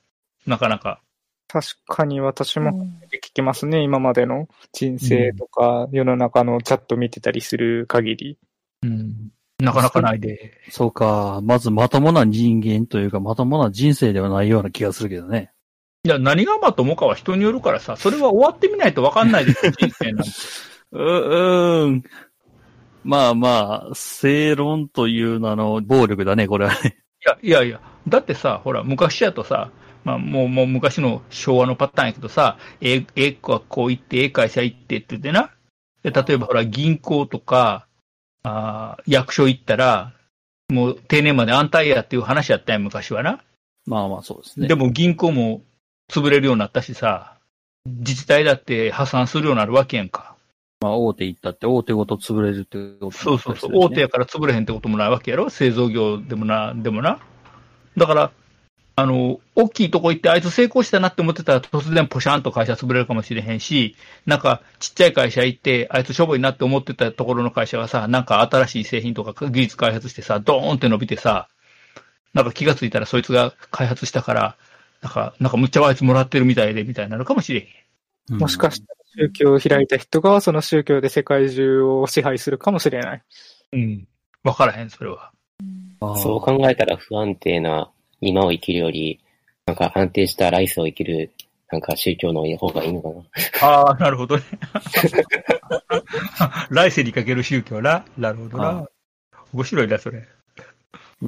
なかなか。確かに私ー。もうん聞きますね、今までの人生とか、世の中のチャット見てたりする限り。うん。なかなかないで。 そうか。まずまともな人間というか、まともな人生ではないような気がするけどね。いや、何がまともかは人によるからさ、それは終わってみないと分かんないですよ、人生なんて。う、うーん。まあまあ、正論という名の暴力だね、これはね。いや、いやいや、だってさ、ほら、昔やとさ、まあ、もう、もう昔の昭和のパターンやけどさ、え、え、子はこう行って、ええ会社行ってって言ってな。で、例えばほら、銀行とか、あー役所行ったら、もう定年まで安泰やっていう話やったんや、昔はな。 まあまあ、そうですね。でも銀行も潰れるようになったしさ、自治体だって破産するようになるわけやんか。まあ、大手行ったって、大手ごと潰れるってこと、。そうそうそう、大手や。から潰れへんってこともないわけやろ、製造業でもな、でもな。だから、あの、大きいとこ行って、あいつ成功したなって思ってたら、突然ポシャンと会社潰れるかもしれへんし、なんか、ちっちゃい会社行って、あいつしょぼいなって思ってたところの会社がさ、なんか新しい製品とか技術開発してさ、ドーンって伸びてさ、なんか気がついたらそいつが開発したから、なんか、なんかむっちゃあいつもらってるみたいで、みたいになるかもしれへん。もしかしてたら宗教を開いた人が、その宗教で世界中を支配するかもしれない。うん。わからへん、それは。ああそう考えたら不安定な今を生きるより、なんか安定した来世を生きる、なんか宗教の方がいいのかな。ああ、なるほどね。 来世にかける宗教な。なるほどはな。面白いな、それ。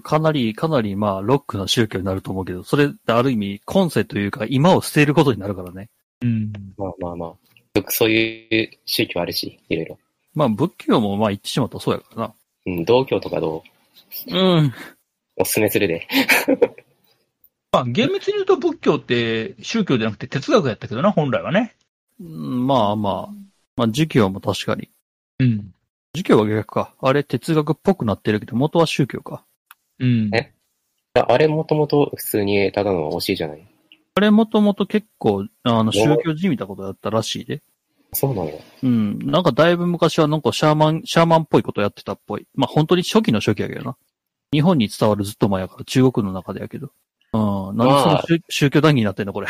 かなり、かなり、まあ、ロックな宗教になると思うけど、それってある意味、今世というか、今を捨てることになるからね。うん。まあまあまあ。よくそういう宗教あるし、いろいろ。まあ、仏教もまあ、言ってしまったらそうやかうん、同教とかどうらな。うん。おすすめするで。まあ、厳密に言うと仏教って宗教じゃなくて哲学やったけどな、本来はね。うんまあまあ、まあ、儒教も確かに。うん。儒教は逆か。あれ、哲学っぽくなってるけど、元は宗教か。うん。えああれもともと普通にただの教えじゃない。あれ、もともと結構、あの、宗教じみたことやったらしいで。そうなのよ。うん。なんか、だいぶ昔は、なんか、シャーマン、シャーマンっぽいことやってたっぽい。まあ、本当に初期の初期やけどな。日本に伝わるずっと前やから、中国の中でやけど。うん。なんでそのまあ宗宗教談義になってんのこれ。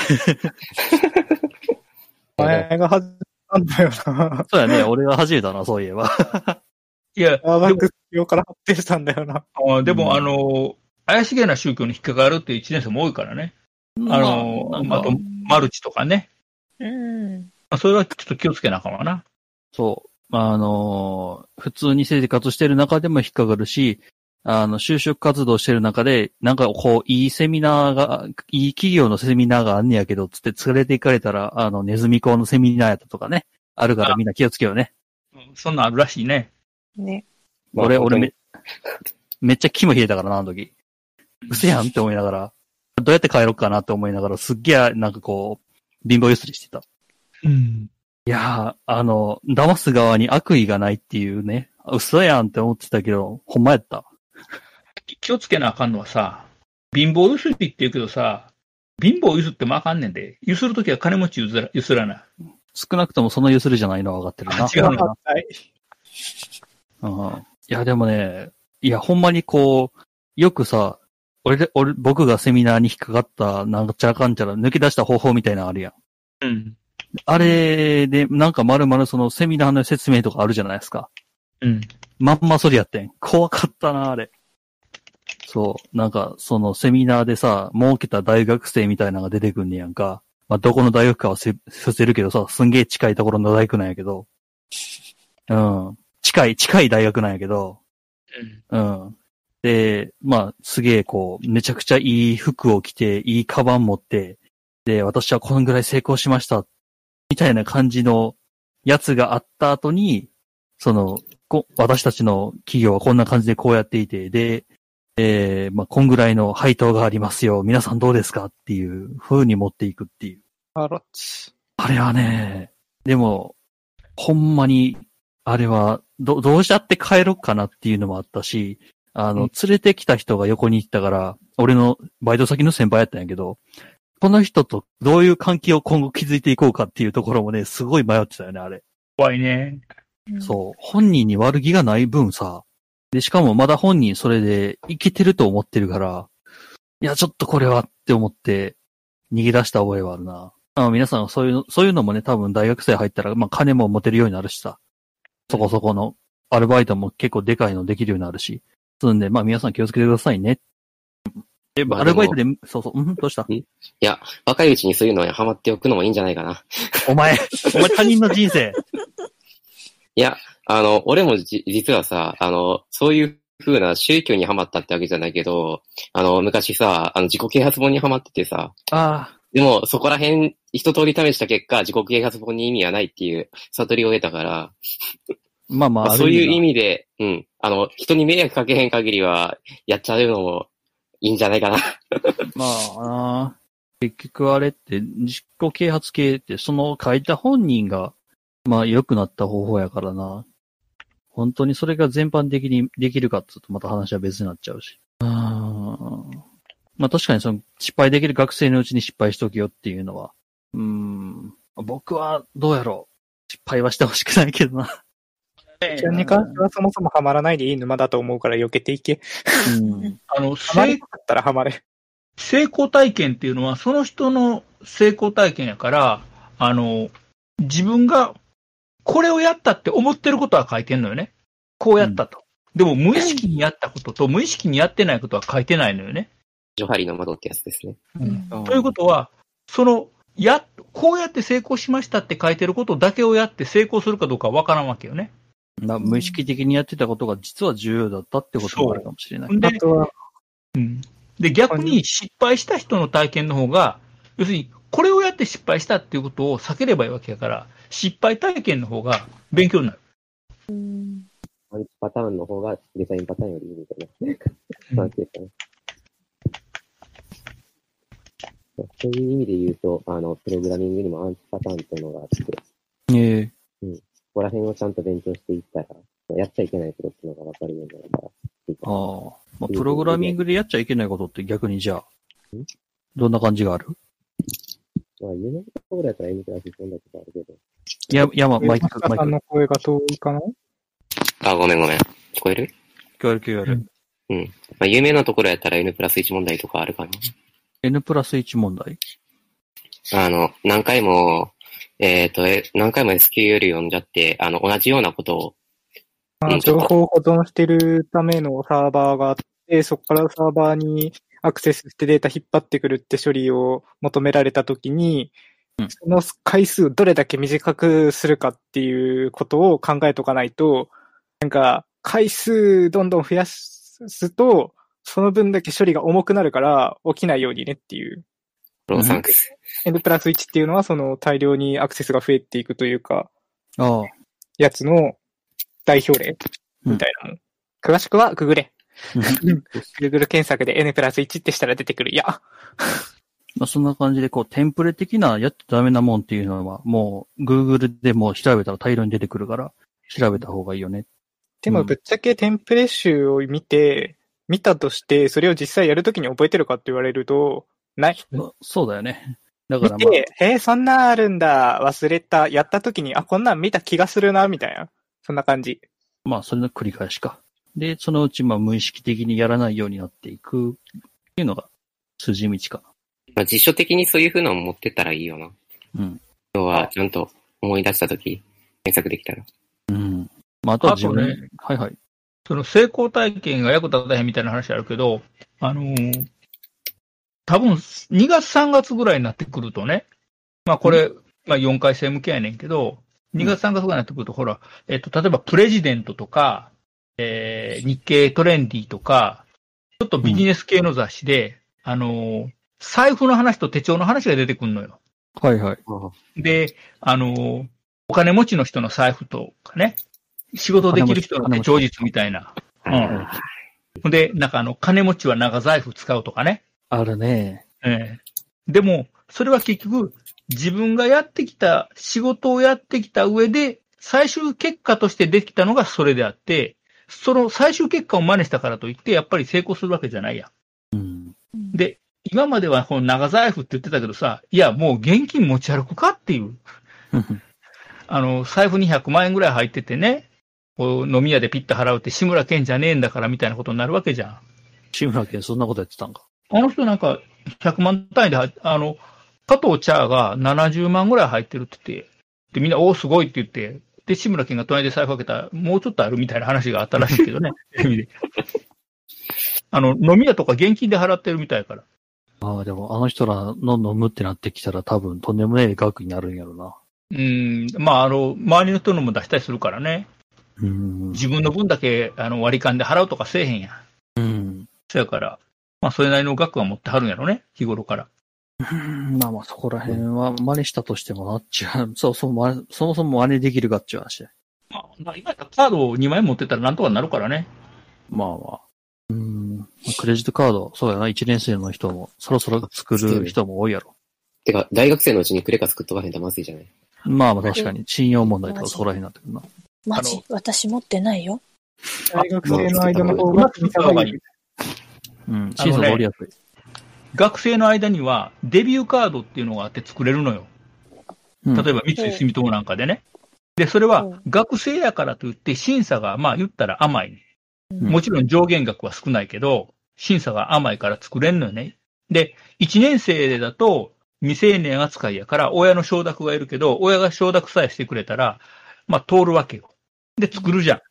お前が始めたんだよな。そうやね。 俺が初めたな、そういえば。いや、でアーもバックス用から発展したんだよな。あでうんも、あの、怪しげな宗教に引っかかるっていう一年生も多いからね。あの、まああなんかと、マルチとかね。うん。まあそれはちょっと気をつけなあかんわな。 そう。あのー普通に生活してる中でも引っかかるし、あの、就職活動してる中で、なんかこう、いいセミナーが、いい企業のセミナーがあんねやけど、つって連れて行かれたら、あの、ネズミ講のセミナーやったとかね。あるからみんな気をつけようね。うんそんなんあるらしいね。ね。まあ俺、俺本当めに、めっちゃ肝冷えたからな、あの時。うせやんって思いながら、どうやって帰ろうかなって思いながら、すっげえ、なんかこう、貧乏ゆすりしてた。うん。いやー、あの、騙す側に悪意がないっていうね、嘘やんって思ってたけど、ほんまやった。気をつけなあかんのはさ、貧乏ゆすりって言うけどさ、貧乏ゆすってもあかんねんで、ゆするときは金持ちゆすらゆすらな。少なくともそのゆするじゃないのは分かってるな。違うなはい。うん。いや、でもね、いや、ほんまにこう、よくさ、俺で、俺、僕がセミナーに引っかかった、なんちゃらかんちゃら、抜け出した方法みたいなのあるやん。うん。あれで、なんか丸々そのセミナーの説明とかあるじゃないですか。うん。まんまそれやってん。怖かったな、あれ。そう。なんか、そのセミナーでさ、儲けた大学生みたいなのが出てくんねやんか。まあ、どこの大学かはせ伏せるけどさ、すんげえ近いところの大学なんやけど。うん。近い、近い大学なんやけど、うん。で、まあ、すげえこう、めちゃくちゃいい服を着て、いいカバン持って、で、私はこのぐらい成功しました、みたいな感じのやつがあった後に、その、こ私たちの企業はこんな感じでこうやっていて、で、えー、まあ、こんぐらいの配当がありますよ。皆さんどうですかっていう風に持っていくっていう。あらっち。あれはね、でも、ほんまに、あれは、ど、どうしちゃって帰ろっかなっていうのもあったし、あの、連れてきた人が横に行ったから、俺のバイト先の先輩やったんやけど、この人とどういう関係を今後築いていこうかっていうところもね、すごい迷ってたよね、あれ。怖いね。そう。本人に悪気がない分さ。で、しかもまだ本人それで生きてると思ってるから、いや、ちょっとこれはって思って逃げ出した覚えはあるな。あの皆さんはそういうの、そういうのもね、多分大学生入ったら、まあ金も持てるようになるしさ。そこそこのアルバイトも結構でかいのできるようになるし。そんで、まあ皆さん気をつけてくださいね。でもアルバイトで、そうそう、うん、どうしたいや、若いうちにそういうのにハマっておくのもいいんじゃないかな。お前、お前他人の人 生。いや、あの、俺もじ実はさ、あの、そういう風な宗教にハマったってわけじゃないけど、あの、昔さ、あの、自己啓発本にハマっててさ、あでも、そこら辺、一通り試した結果、自己啓発本に意味はないっていう悟りを得たから、あ、まあままあ、あ、そういう味意味で、うん、あの、人に迷惑かけへん限りは、やっちゃうのもいいんじゃないかな。 まあな、結局あれって、自己啓発系って、その書いた本人が、まあ良くなった方法やからな。本当にそれが全般的にできるかってうと、また話は別になっちゃうし。うーんまあ確かにその、失敗できる学生のうちに失敗しとけよっていうのは、うーん、僕はどうやろう。失敗はしてほしくないけどな。治安に関してはそもそもハマらないでいい沼だと思うから避けていけ。うん。あの、ハマり成たかったらハマれ。成功体験っていうのは、その人の成功体験やから、あの、自分がこれをやったって思ってることは書いてんのよね。こうやったと。でも、無意識にやったことと、無意識にやってないことは書いてないのよね。ジョハリの窓ってやつですね。うんということは、その、や、こうやって成功しましたって書いてることだけをやって成功するかどうかわからんわけよね。な無意識的にやってたことが実は重要だったってこともあるかもしれない。あで、とは、で、逆に失敗した人の体験の方が、要するに、これをやって失敗したっていうことを避ければいいわけやから、失敗体験の方が勉強になる。うんパターンの方がデザインパターンよりいいみたいな。うんなんていう かなそういう意味で言うと、あの、プログラミングにもアンチパターンっていうのがあって、こええこら辺をちゃんと勉強していったら、やっちゃいけないことっていうのが分かるようになるから、いいかあなあ。まあ、プログラミングでやっちゃいけないことって逆にじゃあ、どんな感じがあるまあ、有名なところだったら M クラス飛んだことあるけど。や、山、マイク、松田マイさクん、の声が遠いかなあ、ごめんごめん。聞こえる、聞こえる聞こえる。まあ、有名なところやったら N プラス1問題とかあるかな。 N プラス1問題あの、何回も、えっ、と、え何回も SQL 読んじゃって、あの、同じようなことを、あうん情報を保存してるためのサーバーがあって、そこからサーバーにアクセスしてデータ引っ張ってくるって処理を求められたときにうん、その回数をどれだけ短くするかっていうことを考えとかないと、なんか、回数どんどん増やすと、その分だけ処理が重くなるから起きないようにねっていう。ローサンクス。 N プラス1っていうのはその大量にアクセスが増えていくというか、ああ。やつの代表例みたいなの。詳しくはググれ。Google 検索で N プラス1ってしたら出てくる。いや、まあ、 そんな感じで、こう、テンプレ的なやっちゃダメなもんっていうのは、もう、Google でもう調べたら大量に出てくるから、調べた方がいいよね。でうもんぶっちゃけテンプレ集を見て、見たとして、それを実際やるときに覚えてるかって言われると、ない。まあそうだよね。だから見まあて、えーそんなんあるんだ、忘れた、やったときに、あ、こんなん見た気がするな、みたいな。そんな感じ。まあ、それの繰り返しか。で、そのうち、まあ、無意識的にやらないようになっていくっていうのが、筋道かまあ、辞書的にそういう風なの持ってったらいいよな。な。うん。要は、ちゃんと思い出したとき、検索できたら。うん。まあ、あとは自分あとねはいはい。その成功体験が役立たへんみたいな話あるけど、あのー多分2月3月ぐらいになってくるとね、まあこれ、まあ4回生向けやねんけど、 2月3月ぐらいになってくると、ほら、えっと、例えばプレジデントとか、えー、日経トレンディとか、ちょっとビジネス系の雑誌で、あのー財布の話と手帳の話が出てくるのよ。はいはい。で、あのーお金持ちの人の財布とかね、仕事できる人の手帳術みたいな。うん。ほんで、なんかあの、金持ちは長財布使うとかね。あるね。ええでも、それは結局、自分がやってきた、仕事をやってきた上で、最終結果としてできたのがそれであって、その最終結果を真似したからといって、やっぱり成功するわけじゃないやん。うん。で、今まではこの長財布って言ってたけどさ、いや、もう現金持ち歩くかっていう。あの、財布に100万円ぐらい入っててね、こう飲み屋でピッと払うって志村けんじゃねえんだからみたいなことになるわけじゃん。 志村けんそんなことやってたんか。あの人なんか100万単位で入っ、あの、加藤茶が70万ぐらい入ってるって言って、で、みんな、おお、すごいって言って、で、志村けんが隣で財布開けたら、もうちょっとあるみたいな話があったらしいけ どね、テレビで。あの、飲み屋とか現金で払ってるみたいから。ああ、でもあの人らのんのむってなってきたら多分とんでもない額になるんやろな。うん、まあ、あの、周りの人のも出したりするからね。うん。自分の分だけ、あの、割り勘で払うとかせえへんやん。うん。そやから、まあ、それなりの額は持ってはるんやろね、日頃から。まあまあそこら辺は真似したとしてもなっちゃう。 そうそう、まそもそも真似できるかっちゅう話だ。まあ、まあ、今やったらカードを2枚持ってたらなんとかなるからね。まあまあ。うん。クレジットカード、そうやな、一年生の人も、そろそろ作る人も多いやろ。てか、大学生のうちにクレカ作っとかへんとまずいじゃないまあまあ確かに、信用問題とかそこら辺になってくるな。マジ、私持ってないよ。大学生の間の方が見た方がいい。うん。審査通りやすい。学生の間には、デビューカードっていうのがあって作れるのよ。うん例えば、三井住友なんかでね。で、それはうん学生やからといって審査が、まあ言ったら甘い、ね。うんもちろん上限額は少ないけど、審査が甘いから作れんのよね。で、1年生だと未成年扱いやから、親の承諾がいるけど、親が承諾さえしてくれたら、まあ通るわけよ。で、作るじゃ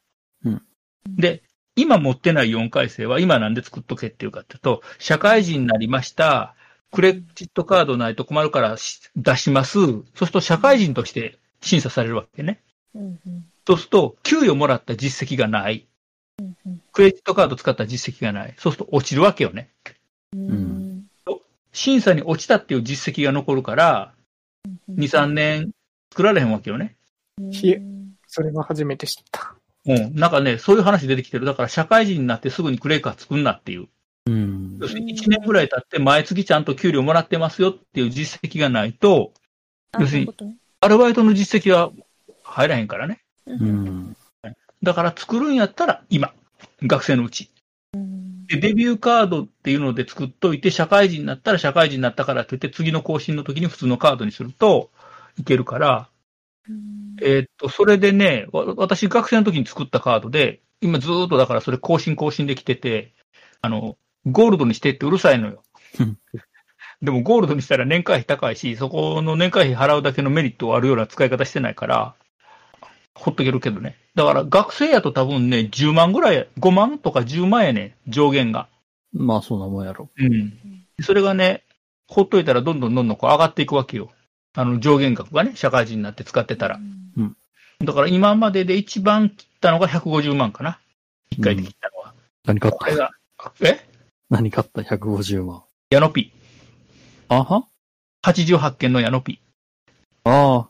ん。うんで、今持ってない4回生は今なんで作っとけっていうかっていうと、社会人になりました。クレジットカードないと困るからし出します。そうすると社会人として審査されるわけね。うんうんそうすると、給与もらった実績がない。うんうんクレジットカード使った実績がない。そうすると落ちるわけよね。うん審査に落ちたっていう実績が残るから、うん2、3年作られへんわけよね。うんひえそれは初めて知った。うん。なんかね、そういう話出てきてる。だから社会人になってすぐにクレカ作んなっていう。うん要。するに1年ぐらい経って毎月ちゃんと給料もらってますよっていう実績がないと、あ要するにそういうことねアルバイトの実績は入らへんからね。うんうん。だから作るんやったら今、学生のうち。うんで、デビューカードっていうので作っといて、社会人になったら社会人になったからって言って、次の更新の時に普通のカードにするといけるから、うんえーっと、それでね、わ私学生の時に作ったカードで、今ずーっとだからそれ更新更新できてて、あの、ゴールドにしてってうるさいのようん。でもゴールドにしたら年会費高いし、そこの年会費払うだけのメリットはあるような使い方してないから、ほっとけるけどね。だから学生やと多分ね、10万ぐらい、5万とか10万やね、上限が。まあそんなもんやろ。うん。それがね、ほっといたらどんどんどんどんこう上がっていくわけよ。あの上限額がね、社会人になって使ってたら。だから今までで一番切ったのが150万かな。一回で切ったのは。何買っこれた が、え何買った ?150 万。ヤノピ。あは88件のヤノピ。ああ。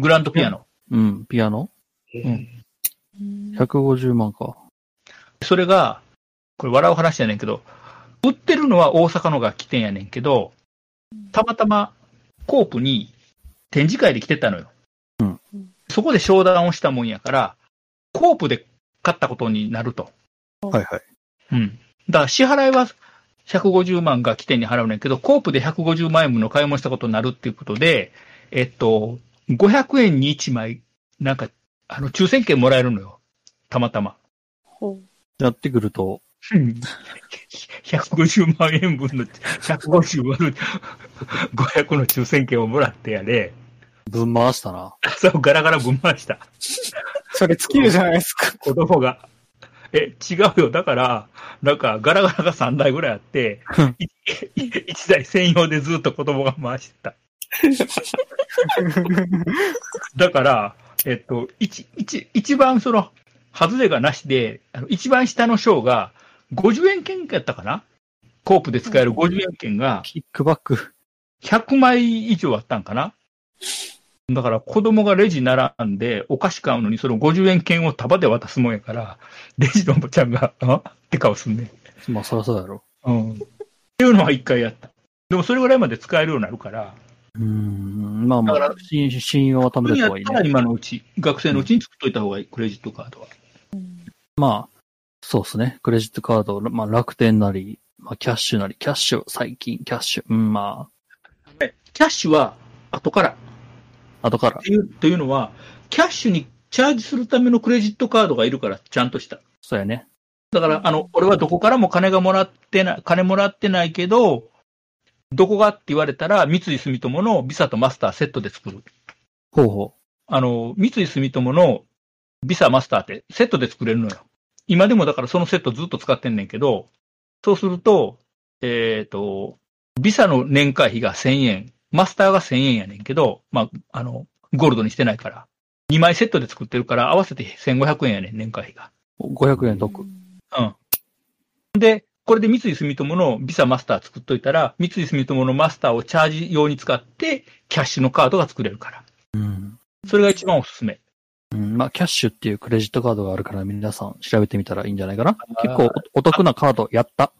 グランドピアノ。うん。ピアノうん150万か。それが、これ笑う話やねんけど、売ってるのは大阪の楽器店やねんけど、たまたまコープに展示会で来てたのよ。うんそこで商談をしたもんやから、コープで買ったことになると。はいはい。うん。だから支払いは150万が起点に払うねんけど、コープで150万円分の買い物したことになるっていうことで、えっと、500円に1枚、なんか、あの、抽選券もらえるのよ。たまたま。ほうやってくると、 うん。150万円分の、150割る500の抽選券をもらってやで、ぶん回したな。朝をガラガラぶん回した。それ尽きるじゃないですか。 子供が。え、違うよ。だから、なんか、ガラガラが3台ぐらいあって、1台専用でずっと子供が回してた。だから、えっと、一、一、一番その、外れがなしで、あの一番下の章が、50円券やったかなコープで使える50円券が、キックバック。 100枚以上あったんかなだから子供がレジ並んでお菓子買うのにその50円券を束で渡すもんやから、レジのおばちゃんが、あって顔すんね。まあ、そりゃそうだろうん。っていうのは一回やった。でもそれぐらいまで使えるようになるから、う。うーん。まあまだあ、信信用は貯め本た当方がにいいやったらね。今のうち、学生のうちに作っといた方がいい、クレジットカードは。まあ、そうですね。クレジットカード、まあ楽天なり、まあキャッシュなり、キャッシュ、最近、キャッシュ。うん、まキャッシュは後からっあ、後から。ていう、というのは、キャッシュにチャージするためのクレジットカードがいるから、ちゃんとした。そうやね。だから、あの、俺はどこからも金がもらってない、金もらってないけど、どこがって言われたら、三井住友のビサとマスターセットで作る。ほうほあの、三井住友のビサマスターってセットで作れるのよ。今でもだからそのセットずっと使ってんねんけど、そうすると、えっ、と、ビサの年会費が1000円、マスターが1000円やねんけど、まあ、あの、ゴールドにしてないから。2枚セットで作ってるから合わせて1500円やねん、年会費が。う。500円得。これで三井住友のビサマスター作っといたら、三井住友のマスターをチャージ用に使って、キャッシュのカードが作れるから。うん。それが一番おすすめ。うん、まあ、キャッシュっていうクレジットカードがあるから皆さん調べてみたらいいんじゃないかな。ー結構おお得なカードやった。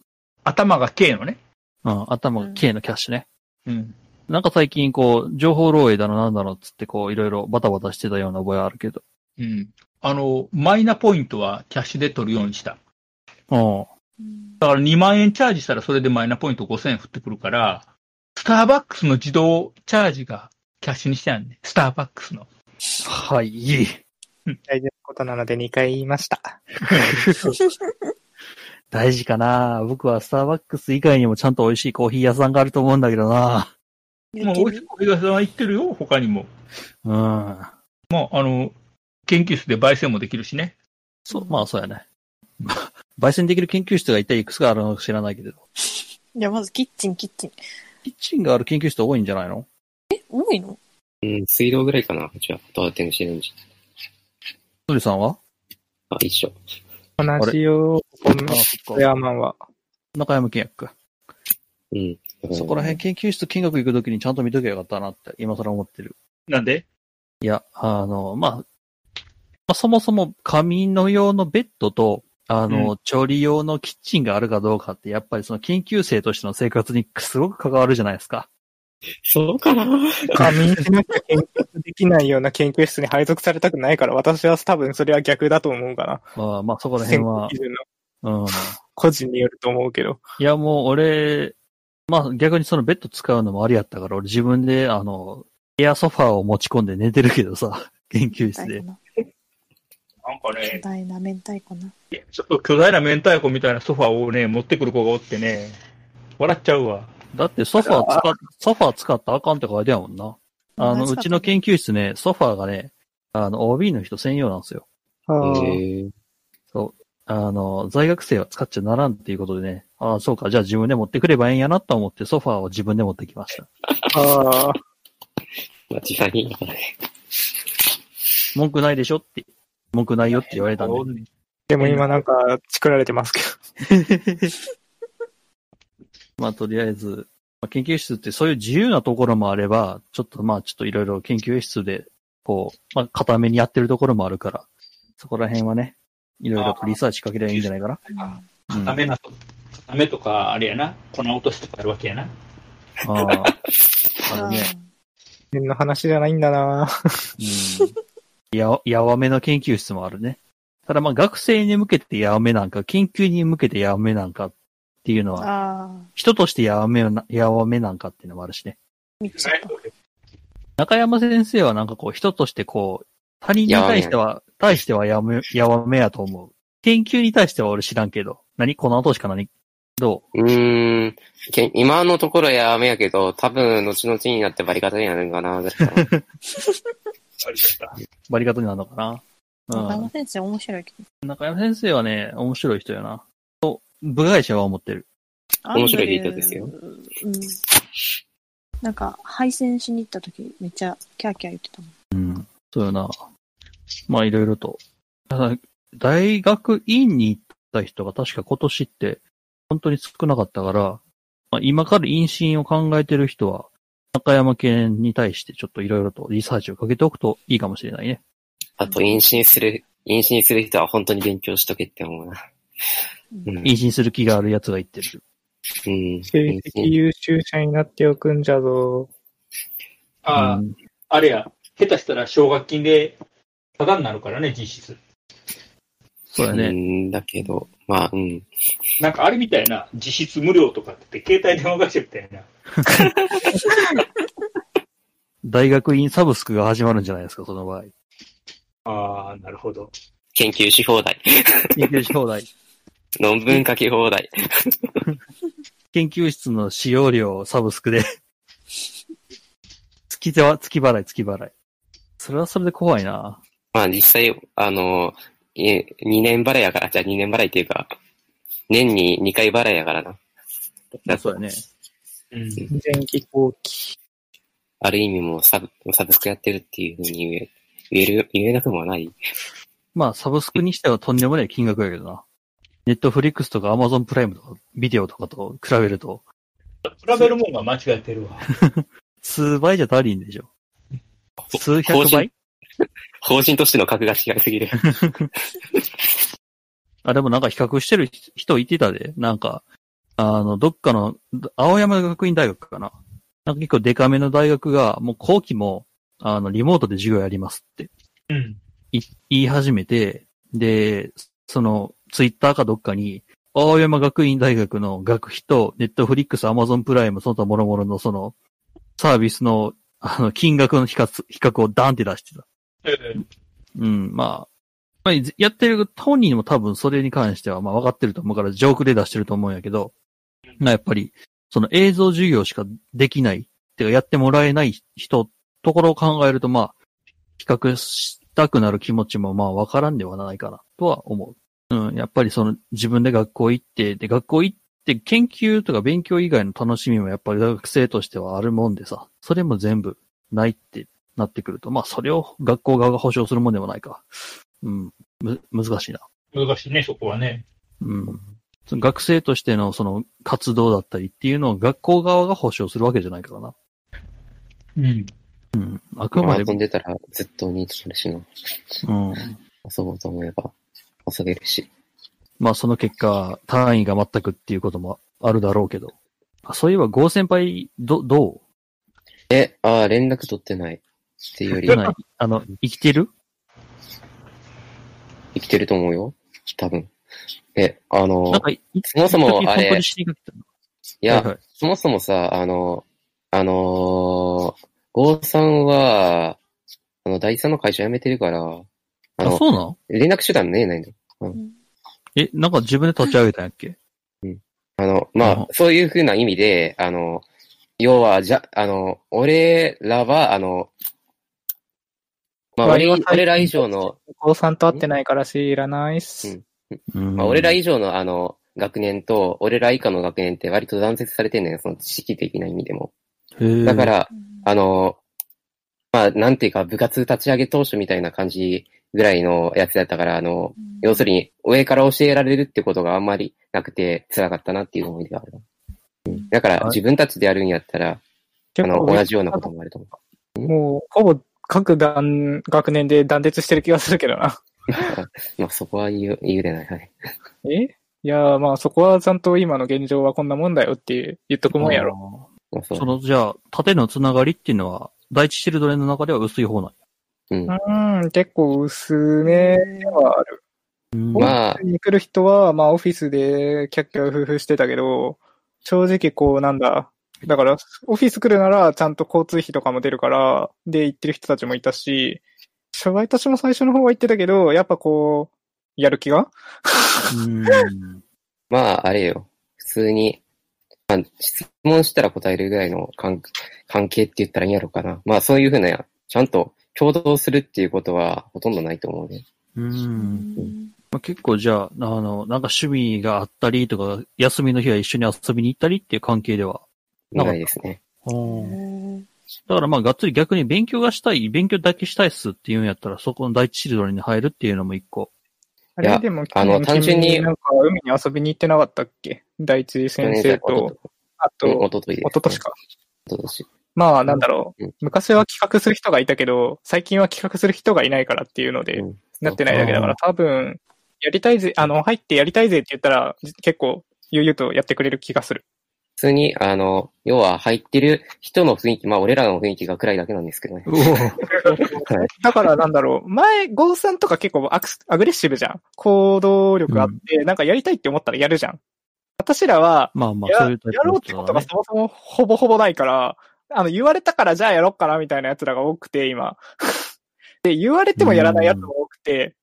頭が K のね。うん、頭が綺麗なキャッシュね。うん。なんか最近こう、情報漏洩だのなんだのっつってこう、いろいろバタバタしてたような覚えあるけど。うん。あの、マイナポイントはキャッシュで取るようにした。うん。 だから2万円チャージしたらそれでマイナポイント5000円振ってくるから、スターバックスの自動チャージがキャッシュにしてあるね。スターバックスの。はい。大事なことなので2回言いました。大事かな僕はスターバックス以外にもちゃんと美味しいコーヒー屋さんがあると思うんだけどなもう、おいしいお東さんは言ってるよ、他にも。うん。まあ、あの、研究室で焙煎もできるしね。そう、まあそうやね。 焙煎できる研究室が一体いくつかあるのか知らないけど。じゃあまずキッチン、キッチン。キッチンがある研究室多いんじゃないの多いのうん、水道ぐらいかな、こっちは。どうやってもしてるんじのりさんはゃ。あ、一緒。同じよ、こんあな、そっ富か。山は。中山契約。うん。そこら辺研究室見学行くときにちゃんと見ときゃよかったなって、今更思ってる。なんでいや、あの、まあ、まあ、そもそも仮眠の用のベッドと、あの、調理用のキッチンがあるかどうかって、やっぱりその研究生としての生活にすごく関わるじゃないですか。そうかな仮眠しなきゃ研究できないような研究室に配属されたくないから、私は多分それは逆だと思うかまあ、まあ、そこな。ら辺選考は基、準のうん。個人によると思うけど。いや、もう俺、まあ、逆にそのベッド使うのもありやったから、俺自分で、あの、エアソファーを持ち込んで寝てるけどさ、 研究室で。なんか巨ね、大な明太子な。ちょっと巨大な明太子みたいなソファーをね、持ってくる子がおってね、笑っちゃうわ。だってソファー使っ、ソファー使ったらあかんって書いてあるもんな。あの、うちの研究室ね、ソファーがね、あの、OB の人専用なんですよ。はへえあの、在学生は使っちゃならんっていうことでね、ああ、そうか、じゃあ自分で持ってくればええんやなと思ってソファーを自分で持ってきました。あ、はあ、まあ、実際に、だからね。文句ないでしょって、文句ないよって言われたんで。でも今なんか、チクられてますけまあ、とりあえず、まあ、研究室ってそういう自由なところもあれば、ちょっとまあ、ちょっといろいろ研究室で、こう、まあ、固めにやってるところもあるから、そこら辺はね、いろいろとリサーチかけりゃいいんじゃないかな。あうんダメなと、ダメとか、あれやな、粉落としとかあるわけやな。ああ。あのね、ど。の話じゃないんだなうん。や、やわめの研究室もあるね。ただまあ学生に向けてやわめなんか、研究に向けてやわめなんかっていうのあは、あ人としてやわめな、やわめなんかっていうのもあるしね。ー、見ちゃった。中山先生はなんかこう、人としてこう、他人に対しては、対してはやわめ、やわめやと思う。研究に対しては俺知らんけど。何この後しか何どうーん。け今のところやめやけど、多分、後々になってバリ方になるんかな、だからうバリ方になるのか中なう山先生面白いけど。ん。中山先生はね、面白い人やな。と部外者は思ってる。面白いリーダーですよアンドリュー。うん。なんか、配線しに行った時、めっちゃキャーキャー言ってたもん。うん。そうよな。まあいろいろと。ただ大学院に行った人が確か今年って本当に少なかったから、まあ、今から妊娠を考えてる人は、中山県に対してちょっといろいろとリサーチをかけておくといいかもしれないね。あと、妊娠する、妊娠する人は本当に勉強しとけって思うな。うん。妊娠する気がある奴が言ってる。うん成妊績娠優秀者になっておくんじゃぞ。ああ、うんあれや、下手したら奨学金で、ただになるからね、実質。そうだうね。ん、だけど、まあ、うん。なんかあれみたいな、実質無料とかって、携帯電話会社みたいな。大学院サブスクが始まるんじゃないですか、その場合。ああ、なるほど。研究し放題。 研究し放題。論文書き放題。研究室の使用料をサブスクで。 月手は、月払い、月払い。それはそれで怖いな。まあ、実際、あの、え、2年払いやから、じゃあ2年払いっていうか、年に2回払いやからな。だそうだね。うん。前期後期。ある意味もうサブ、サブスクやってるっていうふうに言え、言える、言えなくもない。まあ、サブスクにしてはとんでもない金額やけどな。ネットフリックスとかアマゾンプライムとか、ビデオとかと比べると、比べるもんが間違えてるわ。数倍じゃ足りんでしょ。数百更倍新方針としての格が違いす ぎる。あ、でもなんか比較してる人いてたで。なんか、あの、どっかの、青山学院大学かな。なんか結構デカめの大学が、もう後期も、あの、リモートで授業やりますってうん。い言い始めて、で、その、ツイッターかどっかに、青山学院大学の学費と、ネットフリックス、アマゾンプライム、その他諸々のその、サービスの、あの、金額の比較、比較をダンって出してた。ええうん、まあ、まあ、やってる本人も多分それに関しては、まあ分かってると思うから、ジョークで出してると思うんやけど、まあやっぱり、その映像授業しかできない、てかやってもらえない人、ところを考えると、まあ、比較したくなる気持ちもまあ分からんではないかな、とは思う。うん、やっぱりその自分で学校行って、で、学校行って研究とか勉強以外の楽しみもやっぱり学生としてはあるもんでさ、それも全部ないってなってくると、まあ、それを学校側が保証するもんでもないか。うん。む、難しいな。難しいね、そこはね。うん。その学生としてのその活動だったりっていうのを学校側が保証するわけじゃないからな。うん。うん。あくマまラでソンも、出たらずっとにするしな。うん。遊ぼうと思えば遊べるし。まあ、その結果、単位が全くっていうこともあるだろうけど。あそういえば、郷先輩、ど、どえ、ああ、連絡取ってない。っていうようりじゃ、ないあの、生きてる生きてると思うよ。多分。え、あのなん、か、いそもそも一時あれ本当に死にかけたのいやはい、はいそもそもさ、あの、あのー、郷さんは、あの、第三の会社辞めてるから、ああ、の、そうなの連絡手段ねえないの。え、なんか自分で立ち上げたんやっけあの、まうんあ、そういうふうな意味で、あの、要は、じゃ、あの、俺らは、あの、まあ、俺割がり当て俺ら以上の、お子さんと会ってないから知らないっす。うんうんまあ、俺ら以上のあの、学年と、俺ら以下の学年って割と断絶されてんのよ、その知識的な意味でも。へえだから、あの、まあ、なんていうか、部活立ち上げ当初みたいな感じぐらいのやつだったから、あの、要するに、上から教えられるってことがあんまりなくて、辛かったなっていう思い出があるな。うん、だからは、い自分たちでやるんやったら、あ結の、構同じよう なこともあると思もう、ほぼ各段、学年で断絶してる気がするけどな。う。まあ、そこは言う、言うでない。はい。えいやー、まあそこはちゃんと今の現状はこんなもんだよって言っとくもんやろ。ろ。まあ、そうそ。の、じゃあ、縦のつながりっていうのは、第一シルドレンの中では薄い方なんや。うん。うん、結構薄めではある。あ、まあ、に来る人は、まあオフィスでキャッキャ夫婦してたけど、正直こうなんだ。だから、オフィス来るならちゃんと交通費とかも出るから、で行ってる人たちもいたし、初回私も最初の方は行ってたけど、やっぱこう、やる気がうん。まあ、あれよ。普通に、まあ、質問したら答えるぐらいの関関係って言ったらいいんやろうかな。まあ、そういうふうな、ちゃんと共同するっていうことはほとんどないと思うね。うん。まあ、結構じゃあ、あの、なんか趣味があったりとか、休みの日は一緒に遊びに行ったりっていう関係では。ないですね。おーだからまあ、がっつり逆に勉強がしたい、勉強だけしたいっすっていうんやったら、そこの第一シルドに入るっていうのも一個。あいれやでも、去あの年単純に君なんか海に遊びに行ってなかったっけ第一先生と、あうんと、おとといで一昨年か。おととし。まあ、なんだろうんう。昔は企画する人がいたけど、最近は企画する人がいないからっていうのでうん、なってないだけだかあら、多分、やりたいぜ、あの、入ってやりたいぜって言ったら、結構、悠々とやってくれる気がする。普通に、あの、要は入ってる人の雰囲気、まあ俺らの雰囲気が暗いだけなんですけどね。はいだからなんだろう、前、ゴーさんとか結構アクスアグレッシブじゃん。行動力あって、なんかやりたいって思ったらやるじゃん。私らは、まあまやあ、そういうタイやプろうのって人こはとがねそもそもほぼほぼないから、あの、言われたからじゃあやろうかなみたいな奴らが多くて、今。 で、言われてもやらない奴も多くて、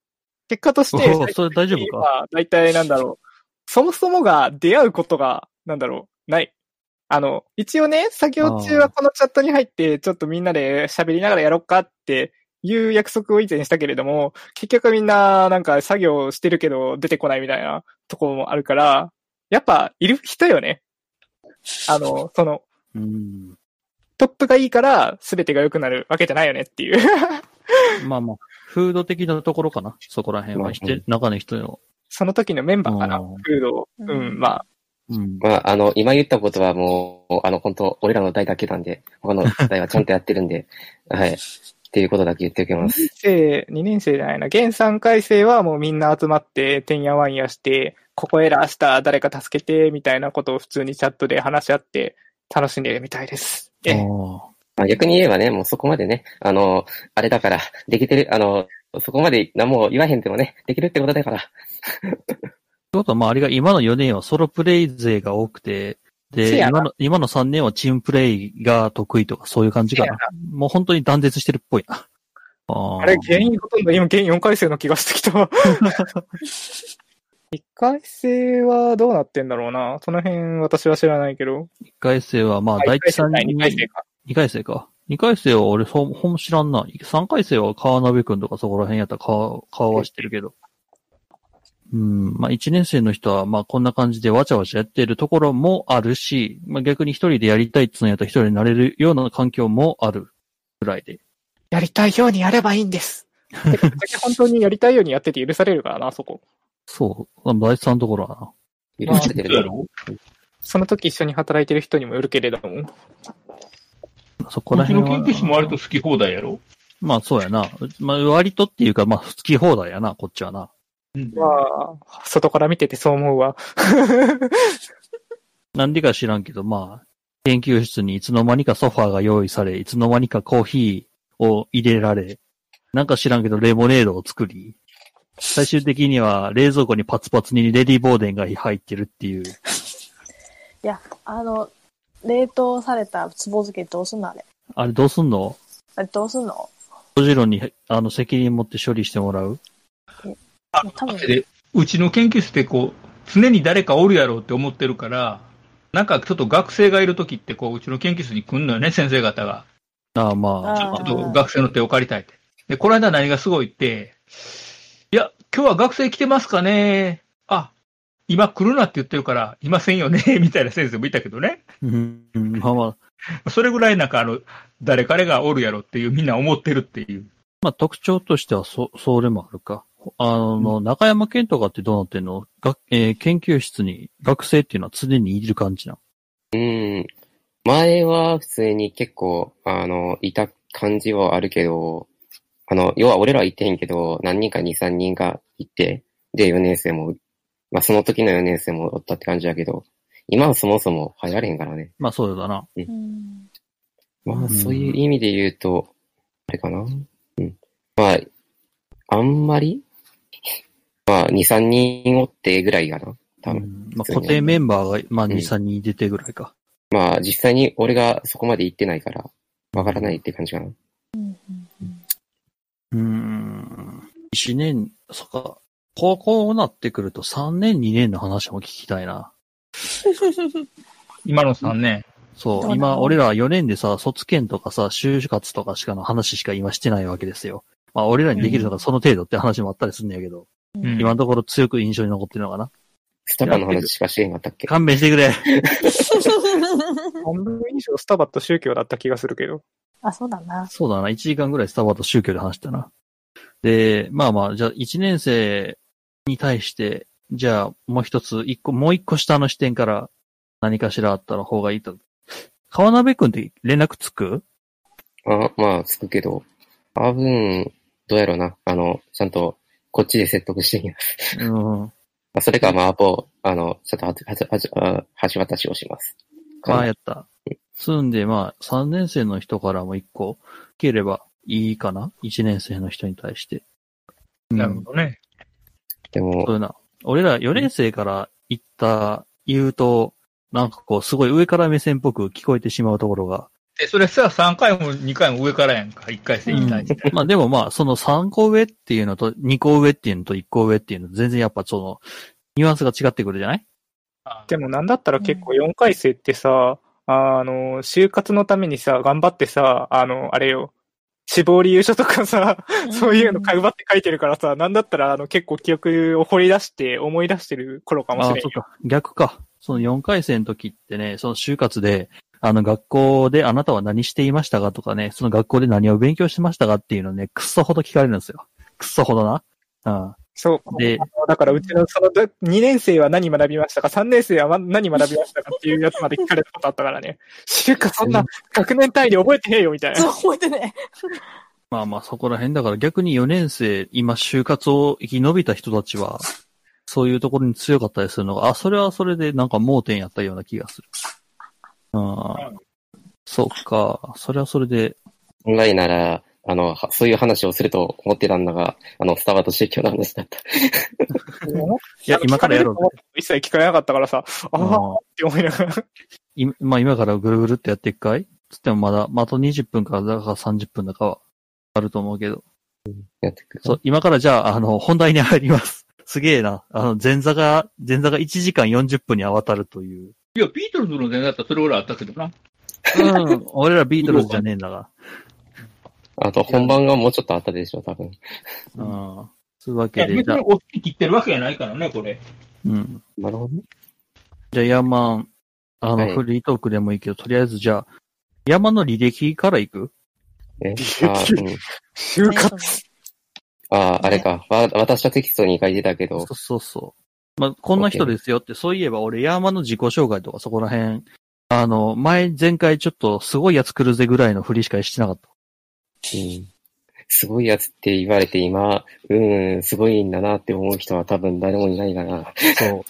結果としておお、最それ大丈夫近かは、大体なんだろう、そもそもが出会うことが、なんだろう、ない。あの、一応ね、作業中はこのチャットに入って、ちょっとみんなで喋りながらやろうかっていう約束を以前したけれども、結局みんななんか作業してるけど出てこないみたいなところもあるから、やっぱいる人よね。あの、その、うん。トップがいいから全てが良くなるわけじゃないよねっていう。 まあまあ、フード的なところかな。そこら辺まは。あひて中の人の。その時のメンバーかな、あフーードを。ううんん、まあ、うん。まあ、あの、今言ったことはもう、あの、本当俺らの代だけなんで、他の代はちゃんとやってるんで、 はい。っていうことだけ言っておきます。生、2年生じゃないな、現3回生はもうみんな集まって、てんやわんやして、ここエラーした、誰か助けて、みたいなことを普通にチャットで話し合って、楽しんでるみたいです。ええ、あまあ、逆に言えばね、もうそこまでね、あの、あれだから、できてる、あの、そこまで何も言わへんでもね、できるってことだから、ってことは、まあ、あれが今の4年はソロプレイ勢が多くて、せで、やな今の、今の3年はチームプレイが得意とか、そういう感じかな。もう本当に断絶してるっぽいな。 あーあれ、原因ほとんど今、現4回生の気がしてきた。1回生はどうなってんだろうな。その辺私は知らないけど。一回生は、まあ、第一三2回生か。二回生か。二回生は俺、そう、ほんま知らんな。三回生は川鍋くんとかそこら辺やったら顔、顔は知ってるけど。うん、まあ一年生の人は、まあこんな感じでわちゃわちゃやってるところもあるし、まあ逆に一人でやりたいっつうのやったら一人になれるような環境もあるぐらいで。やりたいようにやればいいんです。てかぶっちゃけ本当にやりたいようにやってて許されるからな、あそこ。そう。まあ第三のところはな。許してるやけど。ろその時一緒に働いてる人にもよるけれども。まあそここらっち辺のは。研究室も割と好き放題やろまあそうやな。まあ割とっていうか、まあ好き放題やな、こっちはな。うんまあ、外から見ててそう思うわ。なんでか知らんけど、まあ、研究室にいつの間にかソファーが用意され、いつの間にかコーヒーを入れられ、なんか知らんけどレモネードを作り、最終的には冷蔵庫にパツパツにレディーボーデンが入ってるっていう。いや、あの、冷凍されたつぼ漬けどうすんのあれ。あれどうすんのあれどうすんのロジロに、あの、責任持って処理してもらういや多分、で、うちの研究室ってこう、常に誰かおるやろうって思ってるから、なんかちょっと学生がいるときってこう、うちの研究室に来んのよね、先生方が。ああ、まあ。あちょっーと学生の手を借りたいって。で、この間何がすごいって、いや、今日は学生来てますかねあ、今来るなって言ってるから、いませんよね みたいな先生もいたけどね。うん、うんまあまあ。それぐらいなんかあの、誰彼がおるやろっていう、みんな思ってるっていう。まあ特徴としてはそ、それもあるか。あの、中山健とかってどうなってんの学えー研究室に学生っていうのは常にいる感じなのうん。前は普通に結構、あの、いた感じはあるけど、あの、要は俺らは行ってへんけど、何人か2、3人が行って、で、4年生も、まあその時の4年生もおったって感じだけど、今はそもそも入られへんからね。まあそうだな。 うん、まうあ、んそういう意味で言うと、あれかな。うん。まあ、あんまり、まあ、2、3人おってぐらいかな。多分。うんまあ、そうね固定メンバーが、まあ、うん2、3人出てぐらいか。まあ、実際に俺がそこまで行ってないから、わからないって感じかな。うん、ううん。ん。1年、そっか。高校になってくると3年、2年の話も聞きたいな。今のさんね、そう、そうだ今、俺らは4年でさ、卒検とかさ、就活とかしかの話しか今してないわけですよ。まあ、俺らにできるのがその程度って話もあったりするんだけど、うん今のところ強く印象に残ってるのかな。スタバの話しかしてへんかったっけ勘弁してくれ。半分以上スタバと宗教だった気がするけど。あ、そうだ な。そうだな、1時間ぐらいスタバと宗教で話したな。で、まあまあ、じゃあ1年生に対して、じゃあもう一つ、一個、もう一個下の視点から何かしらあったら方がいいと。川鍋くんって連絡つくあまあ、つくけど、多分、どうやろうな。あの、ちゃんと、こっちで説得してみます。うん。まあ、それか、まあ、アポ、あの、ちょっとはじ、はじ、はじ、あ橋渡しをします。まあやった。すんで、まあ、3年生の人からも1個、ければいいかな ?1 年生の人に対して。なるほどね。でもそ、ういうな。俺ら4年生から言った、言うと、なんかこう、すごい上から目線っぽく聞こえてしまうところが。で、それさ、3回も2回も上からやんか、1回戦に対して。まあでもまあ、その3個上っていうのと、2個上っていうのと1個上っていうのと、全然やっぱその、ニュアンスが違ってくるじゃないあでもなんだったら結構4回生ってさ、あの、就活のためにさ、頑張ってさ、あの、あれよ、死亡理由書とかさ、そういうの頑張って書いてるからさ、なんだったらあの結構記憶を掘り出して思い出してる頃かもしあれんそよう。か。逆か。その4回生の時ってね、その就活で、あの学校であなたは何していましたかとかね、その学校で何を勉強してましたかっていうのをね、くっそほど聞かれるんですよ。くっそほどな。うん。そう。であのだからうちのその2年生は何学びましたか、3年生はま何学びましたかっていうやつまで聞かれたことあったから ね。就活そんな学年単位で覚えてねえよみたいそうな。覚えてね。まあまあそこら辺だから逆に4年生、今就活を生き延びた人たちは、そういうところに強かったりするのが、あ、それはそれでなんか盲点やったような気がする。うん。そっか。それはそれで、本来なら、あの、はそういう話をすると思ってたんだが、あの、スタバと宗教の話だった。いや、今からやろう聞かれると思って一切聞かれなかったからさ、ああっうんて思いながら。いまあ今からぐるぐるってやっていくかいつってもまだ、まああと20分からだか30分だかはあると思うけど。やってくるそう、今からじゃあ、あの、本題に入ります。すげえな。あの、前座が、前座が1時間40分にわたるという。いや、ビートルズの前だったらそれぐらいあったけどな。うん。 俺らビートルズじゃねえんだが。あと、本番がもうちょっと後でしょ、多分。うん。そういうわいや、け別で、じゃあに、大きく切ってるわけじゃないからね、これ。うん。なるほどね。じゃあ、ヤーマン、あはの、いフリートークでもいいけど、とりあえずじゃあ、ヤーマンの履歴から行くえ、あ、うん。就活。あ、あれか。わ、渡したテキストに書いてたけそうど、そうそう。まあ、こんな人ですよって、そういえば俺、ヤーマンの自己紹介とかそこら辺、あの、前、前回ちょっとすごいやつ来るぜぐらいの振りしかしてなかった。うん。すごいやつって言われて今、うん、すごいんだなって思う人は多分誰もいないかな。そ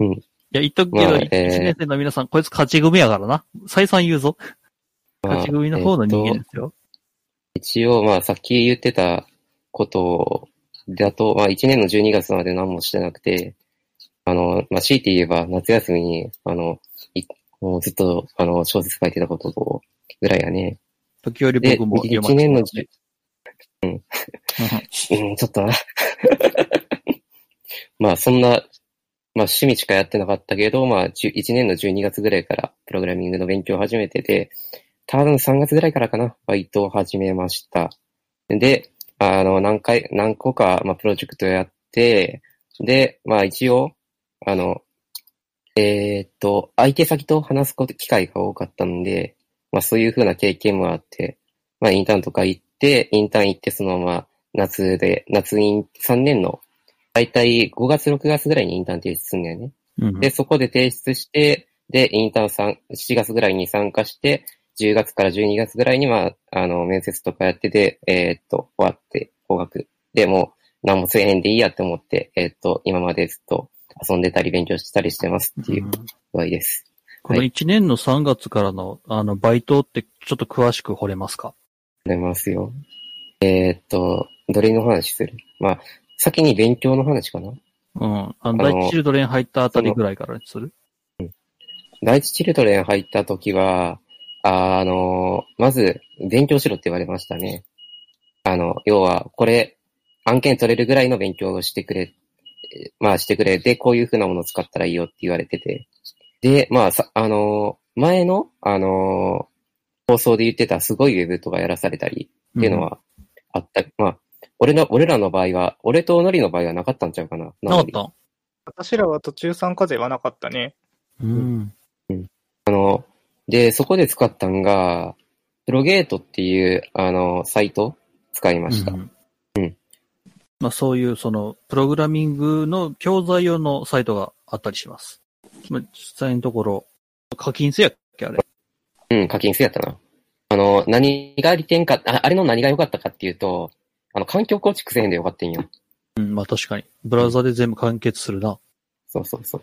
う。 うんいや、言っとくけど、まあ一えー1年生の皆さん、こいつ勝ち組やからな。再三言うぞ。勝ち組の方の人間えっでとすよ。一応、まあ、さっき言ってたことだと、まあ、1年の12月まで何もしてなくて、あの、まあ、強いて言えば夏休みに、あの、いもうずっと、あの、小説書いてたことと、ぐらいやね。時折で、僕も読ま1せて年もらっのじゅて、うん、ちょっとな。 まあ、そんな、まあ、趣味しかやってなかったけど、まあ、じゅ1年の12月ぐらいからプログラミングの勉強を始めてて、多分3月ぐらいからかな、バイトを始めました。で、あの、何回、何個か、まあ、プロジェクトをやって、で、まあ、一応、あの、えーっと、相手先と話すこと機会が多かったので、まあ、そういう風な経験もあって、まあ、インターンとか行って、インターン行って、そのまま、夏で、夏イン、3年の、だいたい5月、6月ぐらいにインターン提出するんだよね。うんで、そこで提出して、で、インターンさん7月ぐらいに参加して、10月から12月ぐらいには、あの、面接とかやってて、えーっと、終わって、合格。で、もう、何もせえへんでいいやって思って、えーっと、今までずっと遊んでたり勉強したりしてますっていう具合です。この1年の3月からの、あの、バイトって、ちょっと詳しく掘れますかありますよ。えーっと、どれの話するまあ、先に勉強の話かなうん。あの、あの第一チルドレン入ったあたりぐらいからにする第一チルドレン入った時は、あの、まず、勉強しろって言われましたね。あの、要は、これ、案件取れるぐらいの勉強をしてくれ、えまあしてくれ。で、こういう風なものを使ったらいいよって言われてて。で、まあ、さあの、前の、あの、放送で言ってたすごいウェブとかやらされたりっていうのはあった。まあ、俺の、俺らの場合は、俺とノリの場合はなかったんちゃうかな。うん。なかった私らは途中参加税はなかったね。うん。あの、で、そこで使ったんが、プロゲートっていう、あの、サイト使いました。うんまあそういう、その、プログラミングの教材用のサイトがあったりします。まあ実際のところ、課金制やっけ、あれ。うん、課金制やったな。あの、何が利点か、ああれの何が良かったかっていうと、あの、環境構築せえへんでよかったんよ。うん、まあ確かに。ブラウザで全部完結するな。そうそうそう。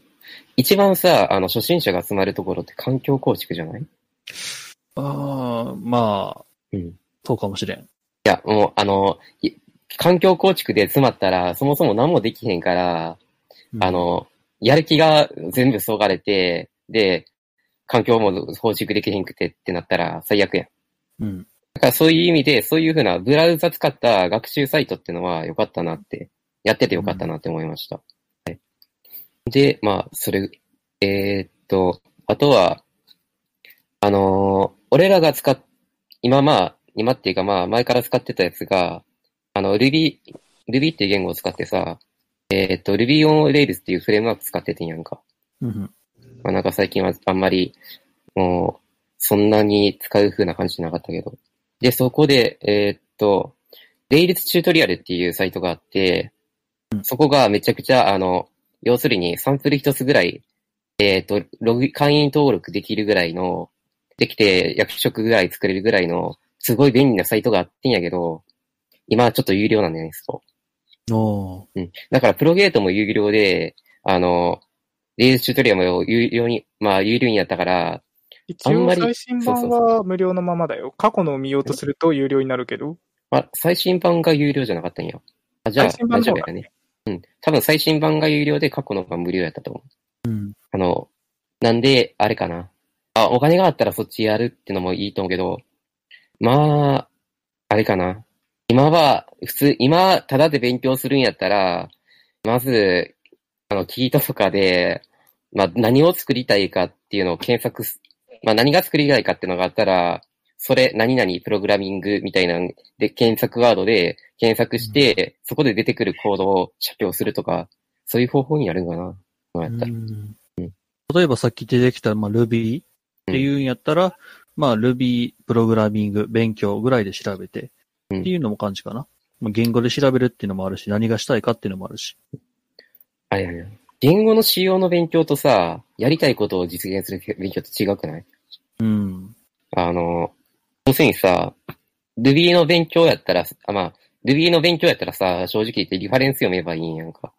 一番さ、あの、初心者が集まるところって環境構築じゃないいああ、まあ、うんそうかもしれん。や、もう、あの、い環境構築で詰まったら、そもそも何もできへんから、うんあ、の、やる気が全部そがれて、で、環境も構築できへんくてってなったら最悪やん。うん。だからそういう意味で、そういうふうなブラウザ使った学習サイトってのは良かったなって、やってて良かったなって思いました。はいで、まあ、それ、えーっと、あとは、あのー俺らが使っ、今まあ、今っていうかまあ、前から使ってたやつが、あの、Ruby、Ruby っていう言語を使ってさ、えーっと、Ruby on Rails っていうフレームワーク使っててんやんか。うん。まあ、なんか最近はあんまり、もう、そんなに使う風な感じじゃなかったけど。で、そこで、えーっと、レイルズチュートリアルっていうサイトがあって、そこがめちゃくちゃ、あの、要するにサンプル一つぐらい、えーっと、ログ、会員登録できるぐらいの、できて役職ぐらい作れるぐらいの、すごい便利なサイトがあってんやけど、今はちょっと有料なんだよね、そう。おーうん。だから、プロゲートも有料で、あの、レイズチュートリアルも有料に、まあ、有料になったから、一あん応まり最新版は無料のままだよ。過去のを見ようとすると有料になるけど。まあ、最新版が有料じゃなかったんや。あ、じゃあ、最新大版の丈方夫がやね。うん。多分最新版が有料で過去のが無料やったと思う。うん。あの、なんで、あれかな。あ、お金があったらそっちやるってのもいいと思うけど、まあ、あれかな。今は、普通、今、ただで勉強するんやったら、まず、あの、キートとかで、まあ、何を作りたいかっていうのを検索す、まあ、何が作りたいかっていうのがあったら、それ、何々プログラミングみたいなんで、検索ワードで検索して、そこで出てくるコードを写表するとか、そういう方法になるんかな。そうやったらうん例えばさっき出てきた、まあ、Ruby っていうんやったら、まあ Ruby プログラミング勉強ぐらいで調べて、うんっていうのも感じかな。まあ、言語で調べるっていうのもあるし、何がしたいかっていうのもあるし。あれやね。言語の使用の勉強とさ、やりたいことを実現する勉強って違くないうん。あの、要するにさ、Ruby の勉強やったら、あまあ、Ruby の勉強やったらさ、正直言ってリファレンス読めばいいんやんか。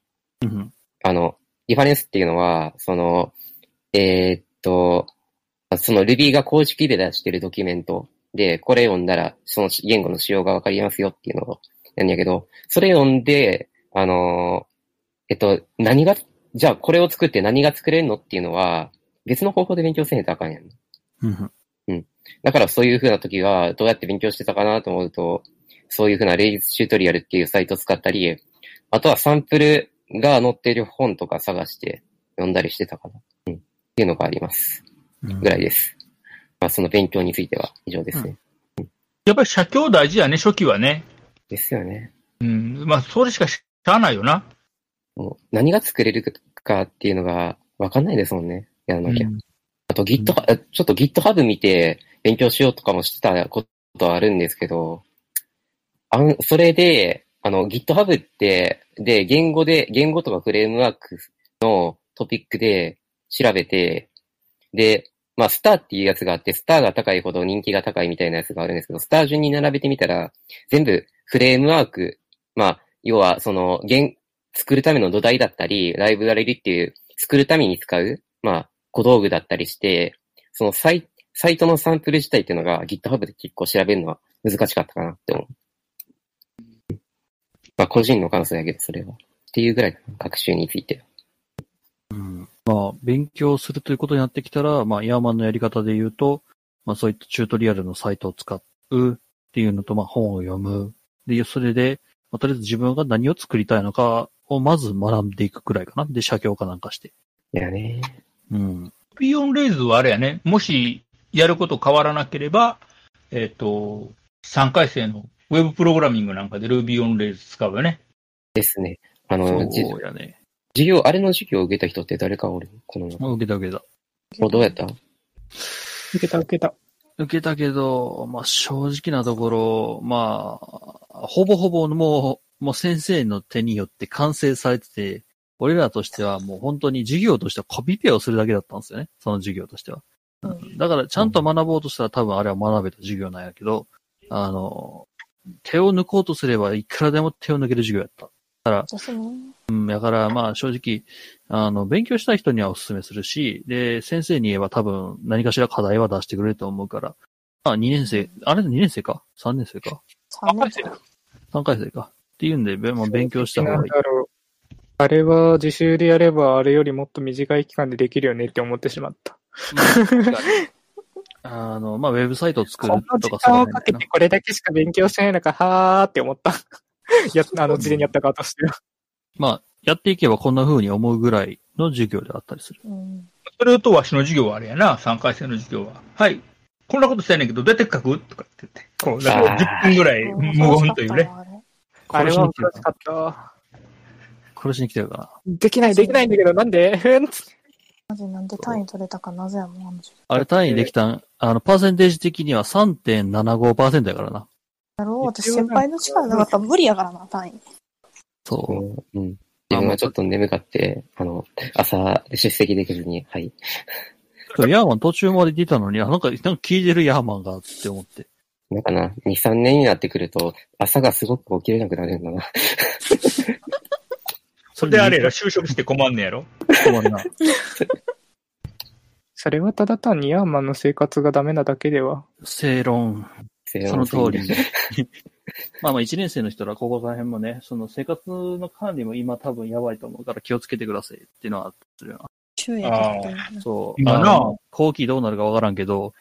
うん。あの、リファレンスっていうのは、その、えーっと、その Ruby が公式で出してるドキュメントで、これ読んだら、その言語の使用がわかりますよっていうのをやるんやけど、それ読んで、あの、えっと、何が、じゃあこれを作って何が作れるのっていうのは、別の方法で勉強せないとあかんやん。うん。だからそういう風な時は、どうやって勉強してたかなと思うと、そういう風なレイズチュートリアルっていうサイト使ったり、あとはサンプルが載ってる本とか探して読んだりしてたかな。うん。っていうのがあります。うんぐらいです。まあその勉強については以上ですね。やっぱり写経大事やね、初期はね。ですよね。うん。まあ、それしかしゃあないよな。もう何が作れるかっていうのがわかんないですもんね。やらうなきゃ。ん。あと GitHub、あちょっと GitHub 見て勉強しようとかもしてたことはあるんですけど、あんそれで、あの GitHub って、で、言語で、言語とかフレームワークのトピックで調べて、で、まあ、スターっていうやつがあって、スターが高いほど人気が高いみたいなやつがあるんですけど、スター順に並べてみたら、全部フレームワーク、まあ、要はその、言作るための土台だったり、ライブラリっていう、作るために使う、まあ、小道具だったりして、そのサイサイトのサンプル自体っていうのが GitHub で結構調べるのは難しかったかなって思う。まあ、個人の感想やけど、それは。っていうぐらいかな、学習については。まあ、勉強するということになってきたら、まあ、ヤーマンのやり方で言うと、まあ、そういったチュートリアルのサイトを使うっていうのと、まあ、本を読む。で、それで、まあ、とりあえず自分が何を作りたいのかをまず学んでいくくらいかな。で、写経かなんかして。いやね。うん。ピオンレイズはあれやね、もしやること変わらなければ、えっ、と、3回生のウェブプログラミングなんかで Ruby on Rails 使うよね。ですね。あその、じうやね。授業、あれの授業を受けた人って誰かおるこのあ受けた受けた。おどうやった受けた受けた。受けたけど、まあ正直なところ、まあ、ほぼほぼもう、もう先生の手によって完成されてて、俺らとしてはもう本当に授業としてはコピペをするだけだったんですよね。その授業としては。うんだからちゃんと学ぼうとしたら多分あれは学べた授業なんやけど、あの、手を抜こうとすればいくらでも手を抜ける授業やった。私も。うん、だからまあ正直、あの、勉強したい人にはお勧めするし、で、先生に言えば多分何かしら課題は出してくれると思うから、まあ2年生、あれ2年生か ?3 年生か3年生。 ?3 回生かっていうんで、べまあ、勉強した方なんがいい。だろう。あれは自習でやれば、あれよりもっと短い期間でできるよねって思ってしまった。あの、まあウェブサイトを作こるのと時か間のをかけてこれだけしか勉強してないのか、はーって思った。 や、あの、事前にやった側としては。まあ、やっていけばこんな風に思うぐらいの授業であったりする。うん。それとわしの授業はあれやな、3回生の授業は。はい。こんなことしたいねんけど、どうやって書くとかって言って。こう、だから10分ぐらい無音というね。ね。あれ殺しはに来て難るしかかな。った。殺しに来てるかな。できない、できないんだけど、なんで ふんつなぜなんで単位取れたかなぜやもん、あの授業あれ単位できたん、あの、パーセンテージ的には3.75%やからな。やろう私必要先な輩の力なかったら無理やからな、単位。そう。うん。うん自分はちょっと眠かって、あの、朝出席できずに、はい。そうヤーマン途中まで出たのに、あなんか、なんか聞いてるヤーマンがって思って。なんかな、2、3年になってくると、朝がすごく起きれなくなるんだな。。そで、あれやろ、就職して困んねやろ。困るな。それはただ単にヤーマンの生活がダメなだけでは。正論。その通り まあまあ、一年生の人ら、ここら辺もね、その生活の管理も今多分やばいと思うから気をつけてくださいっていうのはあったりするな昼夜逆転。そう。今なあの後期どうなるかわからんけど、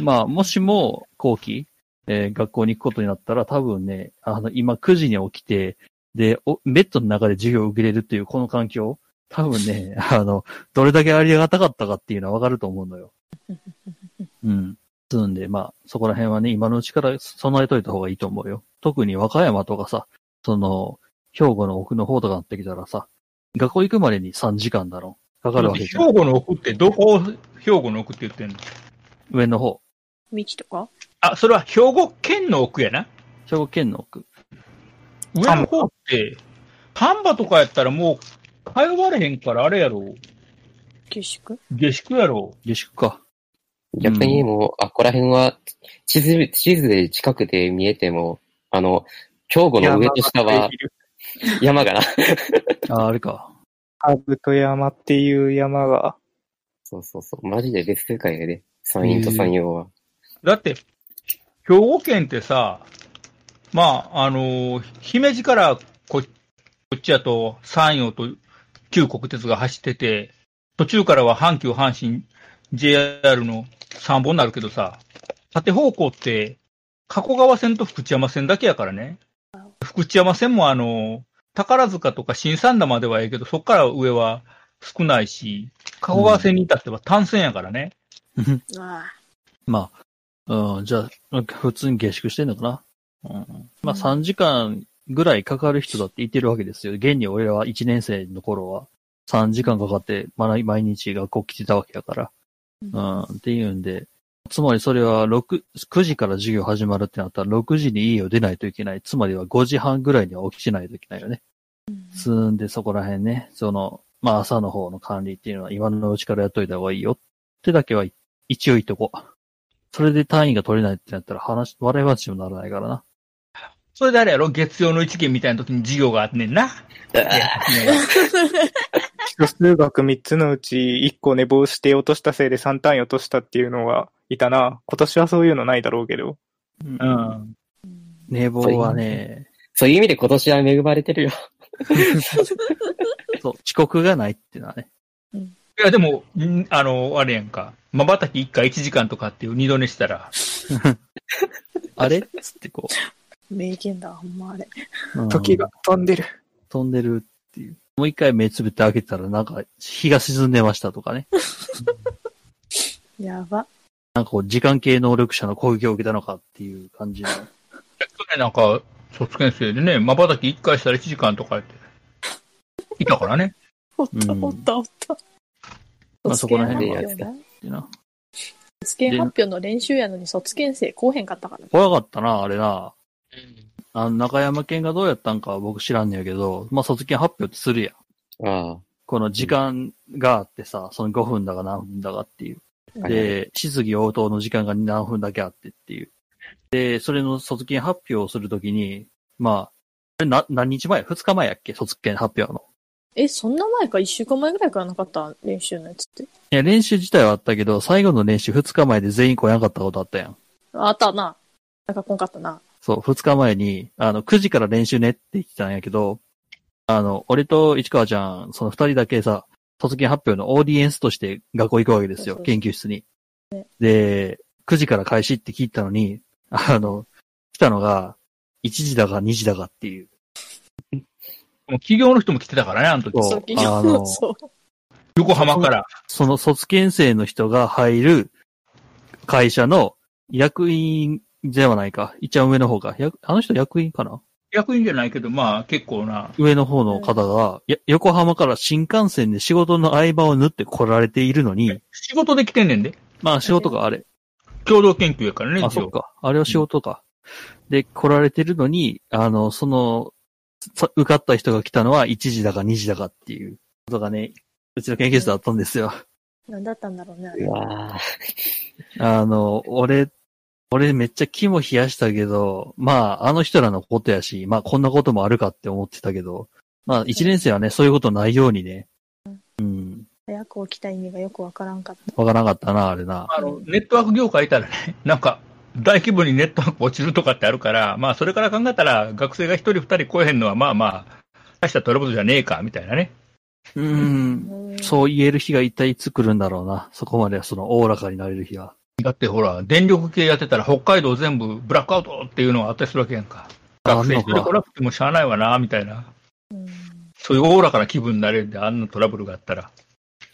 まあ、もしも後期、えー学校に行くことになったら多分ね、あの、今9時に起きて、で、おベッドの中で授業を受けれるっていうこの環境、多分ね、あの、どれだけありがたかったかっていうのはわかると思うのよ。うん。すんで、まあ、そこら辺はね、今のうちから備えといた方がいいと思うよ。特に和歌山とかさ、その、兵庫の奥の方とかなってきたらさ、学校行くまでに3時間だろ。かかるわけ兵じゃん。庫の奥って、どこを兵庫の奥って言ってんの上の方。道とかあ、それは兵庫県の奥やな。兵庫県の奥。上の方って、丹波とかやったらもう、通われへんから、あれやろ。九宿下宿やろ。下宿か。逆にもう、あ、ここら辺は、地図、地図で近くで見えても、あの、兵庫の上と下は山がな。 あ、あれか。ハブと山っていう山が、そうそうそう。マジで別世界やで。山陰と山陽は。だって、兵庫県ってさ、まあ、あのー姫路からここっちやと山陽と旧国鉄が走ってて、途中からは阪急、阪神、JR の3本になるけどさ、縦方向って、加古川線と福知山線だけやからね。福知山線もあのー宝塚とか新三田まではええけど、そっから上は少ないし、加古川線に至っては単線やからね。ああ。まあ、うん、じゃあ、普通に下宿してんのかな。うん、まあ、3時間ぐらいかかる人だっていてるわけですよ。現に俺らは1年生の頃は3時間かかって、まあ毎日学校来てたわけだから。うん、っていうんで、つまりそれは6、9時から授業始まるってなったら6時に家を出ないといけない。つまりは5時半ぐらいには起きてないといけないよね。すんで、そこら辺ね、その、まあ朝の方の管理っていうのは今のうちからやっといた方がいいよってだけは一応言っとこう。それで単位が取れないってなったら話、笑い話にもならないからな。それであれやろ月曜の一限みたいな時に授業があってん な。数学3つのうち1個寝坊して落としたせいで3単位落としたっていうのはいたな。今年はそういうのないだろうけど。うん。寝坊はね、そういう意味で今年は恵まれてるよ。 そう、遅刻がないっていうのはね。いや、でも、んあの、あれやんか。瞬き1回1時間とかっていう二度寝したら、あれっつってこ名言だ、ほんまあれ。う、うん時が飛んでる。飛んでるっていう。もう一回目つぶって開けたらなんか日が沈んでましたとかね。やば。なんかこう時間系能力者の攻撃を受けたのかっていう感じの。去年なんか、卒検生でね、瞬き1回したら1時間とかって、いたからね。おった、おった、おった。まあそこら辺は卒検発表なてな。卒検発表の練習やのに卒検生来おへんかったからね。怖かったな、あれな。あの、中山県がどうやったんかは僕知らんねやけど、まあ、卒検発表ってするやん。あこの時間があってさ、その5分だか何分だかっていう。あ。で、質疑応答の時間が何分だけあってっていう。で、それの卒検発表をするときに、まあ、あれな、何日前 ?2 日前やっけ卒検発表の。え、そんな前か一週間前ぐらいからなかった練習のやつって。いや、練習自体はあったけど、最後の練習2日前で全員来なかったことあったやん。ああったな。なんか来んかったな。そう、2日前に、あの、9時から練習ねって言ってたんやけど、あの、俺と市川ちゃん、その2人だけさ、卒業発表のオーディエンスとして学校行くわけですよ、そうそうそう研究室に。で、9時から開始って聞いたのに、あの、来たのが、1時だか2時だかっていう。もう企業の人も来てたからね、あの時。そうそう、企あ業の そう。横浜から。その卒検生の人が入る会社の役員ではないか。一番上の方か。役あの人役員かな役員じゃないけど、まあ結構な。上の方の方が、や横浜から新幹線で仕事の合間を縫って来られているのに、仕事で来てんねんで。まあ仕事があれ。共同研究やからね、あ、一そ応っか。あれは仕事か。で、来られてるのに、あの、その、さ受かった人が来たのは1時だか2時だかっていうことがね、うちの研究室だったんですよ。なんだったんだろうね。あうれわあ。あの、俺、俺めっちゃ肝冷やしたけど、まあ、あの人らのことやし、まあ、こんなこともあるかって思ってたけど、まあ、一年生はね、そういうことないようにね、うん、早く起きた意味がよくわからんかった。わからなかったな、あれな。あの、ネットワーク業界いたらね、 なんか、大規模にネットワーク落ちるとかってあるから、まあ、それから考えたら、学生が一人二人来えへんのは、まあまあ、大したトラブルじゃねえか、みたいなね。うん、うんそう言える日が一体いつ来るんだろうな。そこまではその、おおらかになれる日は。だってほら、電力系やってたら、北海道全部ブラックアウトっていうのがあったりするわけやんか。ああ学ん生の一人来か。なくてもしゃあないわな、みたいな。うんそういうおおらかな気分になれるんで、あんなトラブルがあったら。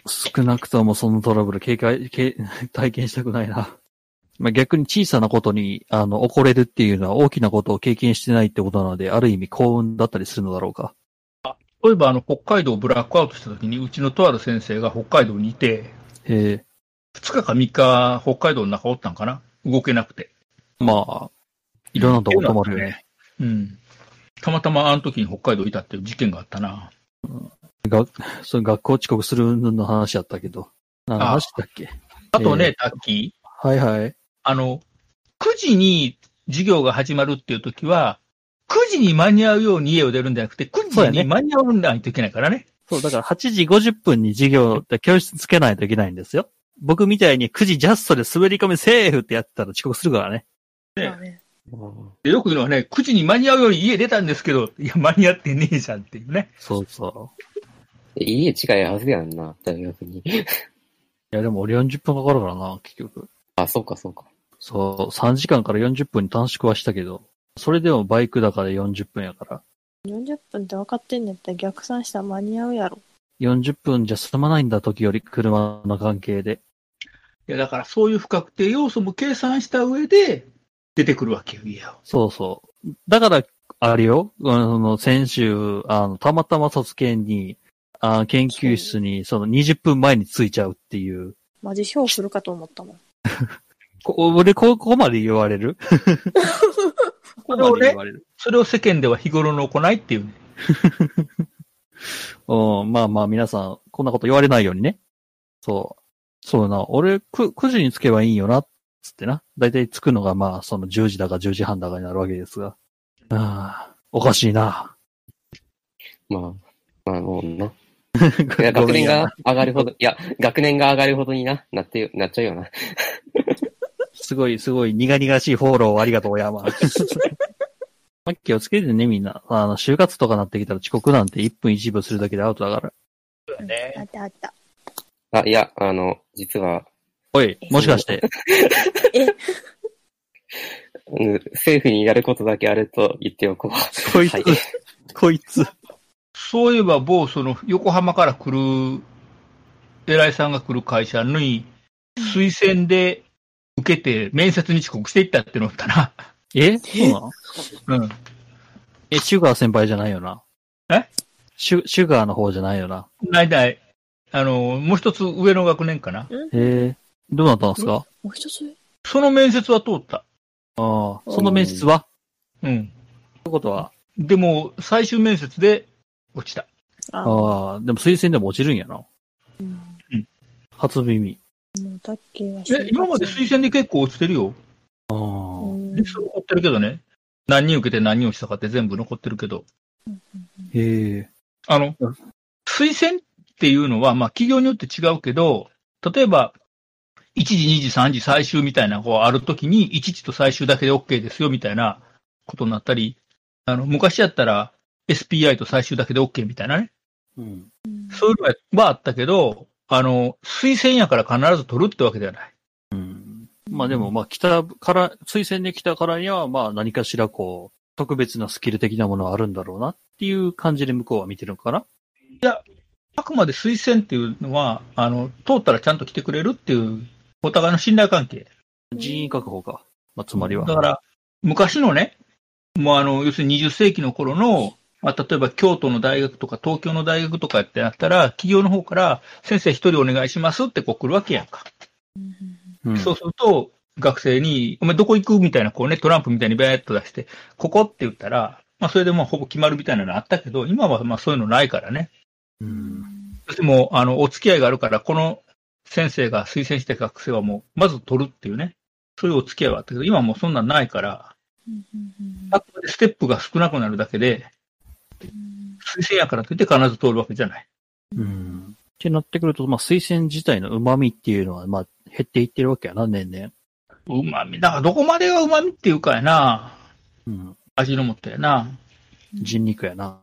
少なくともそのトラブル警戒、警体験したくないな。まあ、逆に小さなことに、あの、怒れるっていうのは大きなことを経験してないってことなので、ある意味幸運だったりするのだろうか。例えば、あの、北海道ブラックアウトした時に、うちのとある先生が北海道にいて、ええ2日か3日、北海道の中おったんかな動けなくて。まあ、いろんなとこ止まるよね。うん。たまたまあの時に北海道いたっていう事件があったな。その学校遅刻するの話やったけど。何のあ話だっけあとね、ええタッキー、はいはい。あの、9時に授業が始まるっていう時は、9時に間に合うように家を出るんじゃなくて、9そうや時ねに間に合わないといけないからね。そう、だから8時50分に授業って教室つけないといけないんですよ。僕みたいに9時ジャストで滑り込みセーフってやってたら遅刻するからね。ねまあねでよく言うのはね、9時に間に合うように家出たんですけど、いや、間に合ってねえじゃんっていうね。そうそう。家近いはずやんな、大学に。 いや、でも俺40分かかるからな、結局。あ、そうか、そうか。そう、3時間から40分に短縮はしたけど、それでもバイクだから40分やから。 40分って分かってんねんって逆算したら間に合うやろ。 40分じゃ済まないんだ時より車の関係で。いや、だからそういう不確定要素も計算した上で、出てくるわけよ、家を。そうそう。だから、あれよ、あの、先週、あの、たまたま卒検に、あ研究室に、その20分前に着いちゃうっていう。マジ表するかと思ったもん。こ俺、ここまで言われるここまで言われる。それを世間では日頃の行いっていうね。うん、まあまあ、皆さん、こんなこと言われないようにね。そう。そうな、俺、く9時に着けばいいよな、つってな。だいたい着くのが、まあ、その10時だか10時半だかになるわけですが。ああ、おかしいな。まあ、まあもうな。い学や、学年が上がるほど、いや、学年が上がるほどにな、なってよ、なっちゃうよな。すごい、すごい、苦々しいフォローをありがとう、山。 まあ気をつけてね、みんな。あの、就活とかなってきたら遅刻なんて1分1秒するだけでアウトだから。あったあ った。あ、いや、あの、実は、おい、もしかして。うん、政府にやることだけあると言っておこう。こいつはい、こいつ。そういえば某その横浜から来る偉いさんが来る会社に推薦で受けて面接に遅刻していったってのあったな。えそうなのうん。え、シュガー先輩じゃないよな。えシュ、シュガーの方じゃないよな。ないない。あの、もう一つ上の学年かな。へえ。どうなったんですかもう一つその面接は通った。ああ、その面接はうん。ということは、でも、最終面接で落ちた。あもああ、でも推薦でも落ちるんやな。うん初耳。うタッキーは就活え、今まで推薦で結構落ちてるよ。ああ、うんリスト残ってるけどね。何人受けて何人落ちたかって全部残ってるけど。へえ。あのうん、推薦っていうのは、まあ企業によって違うけど、例えば、1時、2時、3時、最終みたいな、こう、あるときに、1時と最終だけで OK ですよ、みたいなことになったり、あの、昔やったら、SPI と最終だけで OK みたいなね。うん。そういうのはあったけど、あの、推薦やから必ず取るってわけではない。うん。まあでも、まあ来たから、推薦で来たからには、まあ何かしらこう、特別なスキル的なものはあるんだろうなっていう感じで向こうは見てるのかなあくまで推薦っていうのは、あの、通ったらちゃんと来てくれるっていう、お互いの信頼関係。人員確保か。まあつまりは。だから、昔のね、もうあの、要するに20世紀の頃の、まあ、例えば京都の大学とか東京の大学とかってなったら、企業の方から、先生一人お願いしますってこう来るわけやんか。うん、そうすると、学生に、お前どこ行くみたいな、こうね、トランプみたいにベーっと出して、ここって言ったら、まあそれでまあほぼ決まるみたいなのあったけど、今はまあそういうのないからね。うん。でも、あの、お付き合いがあるから、この先生が推薦した学生はもう、まず取るっていうね。そういうお付き合いはあったけど、今はもうそんなんないから、うんうんうんあくまでステップが少なくなるだけで、推薦やからといって必ず通るわけじゃない。うん。ってなってくると、まあ推薦自体の旨味っていうのは、まあ減っていってるわけやな、年々。うまみ、だからどこまでがうまみっていうかやな、うん。味の素やな、人肉やな。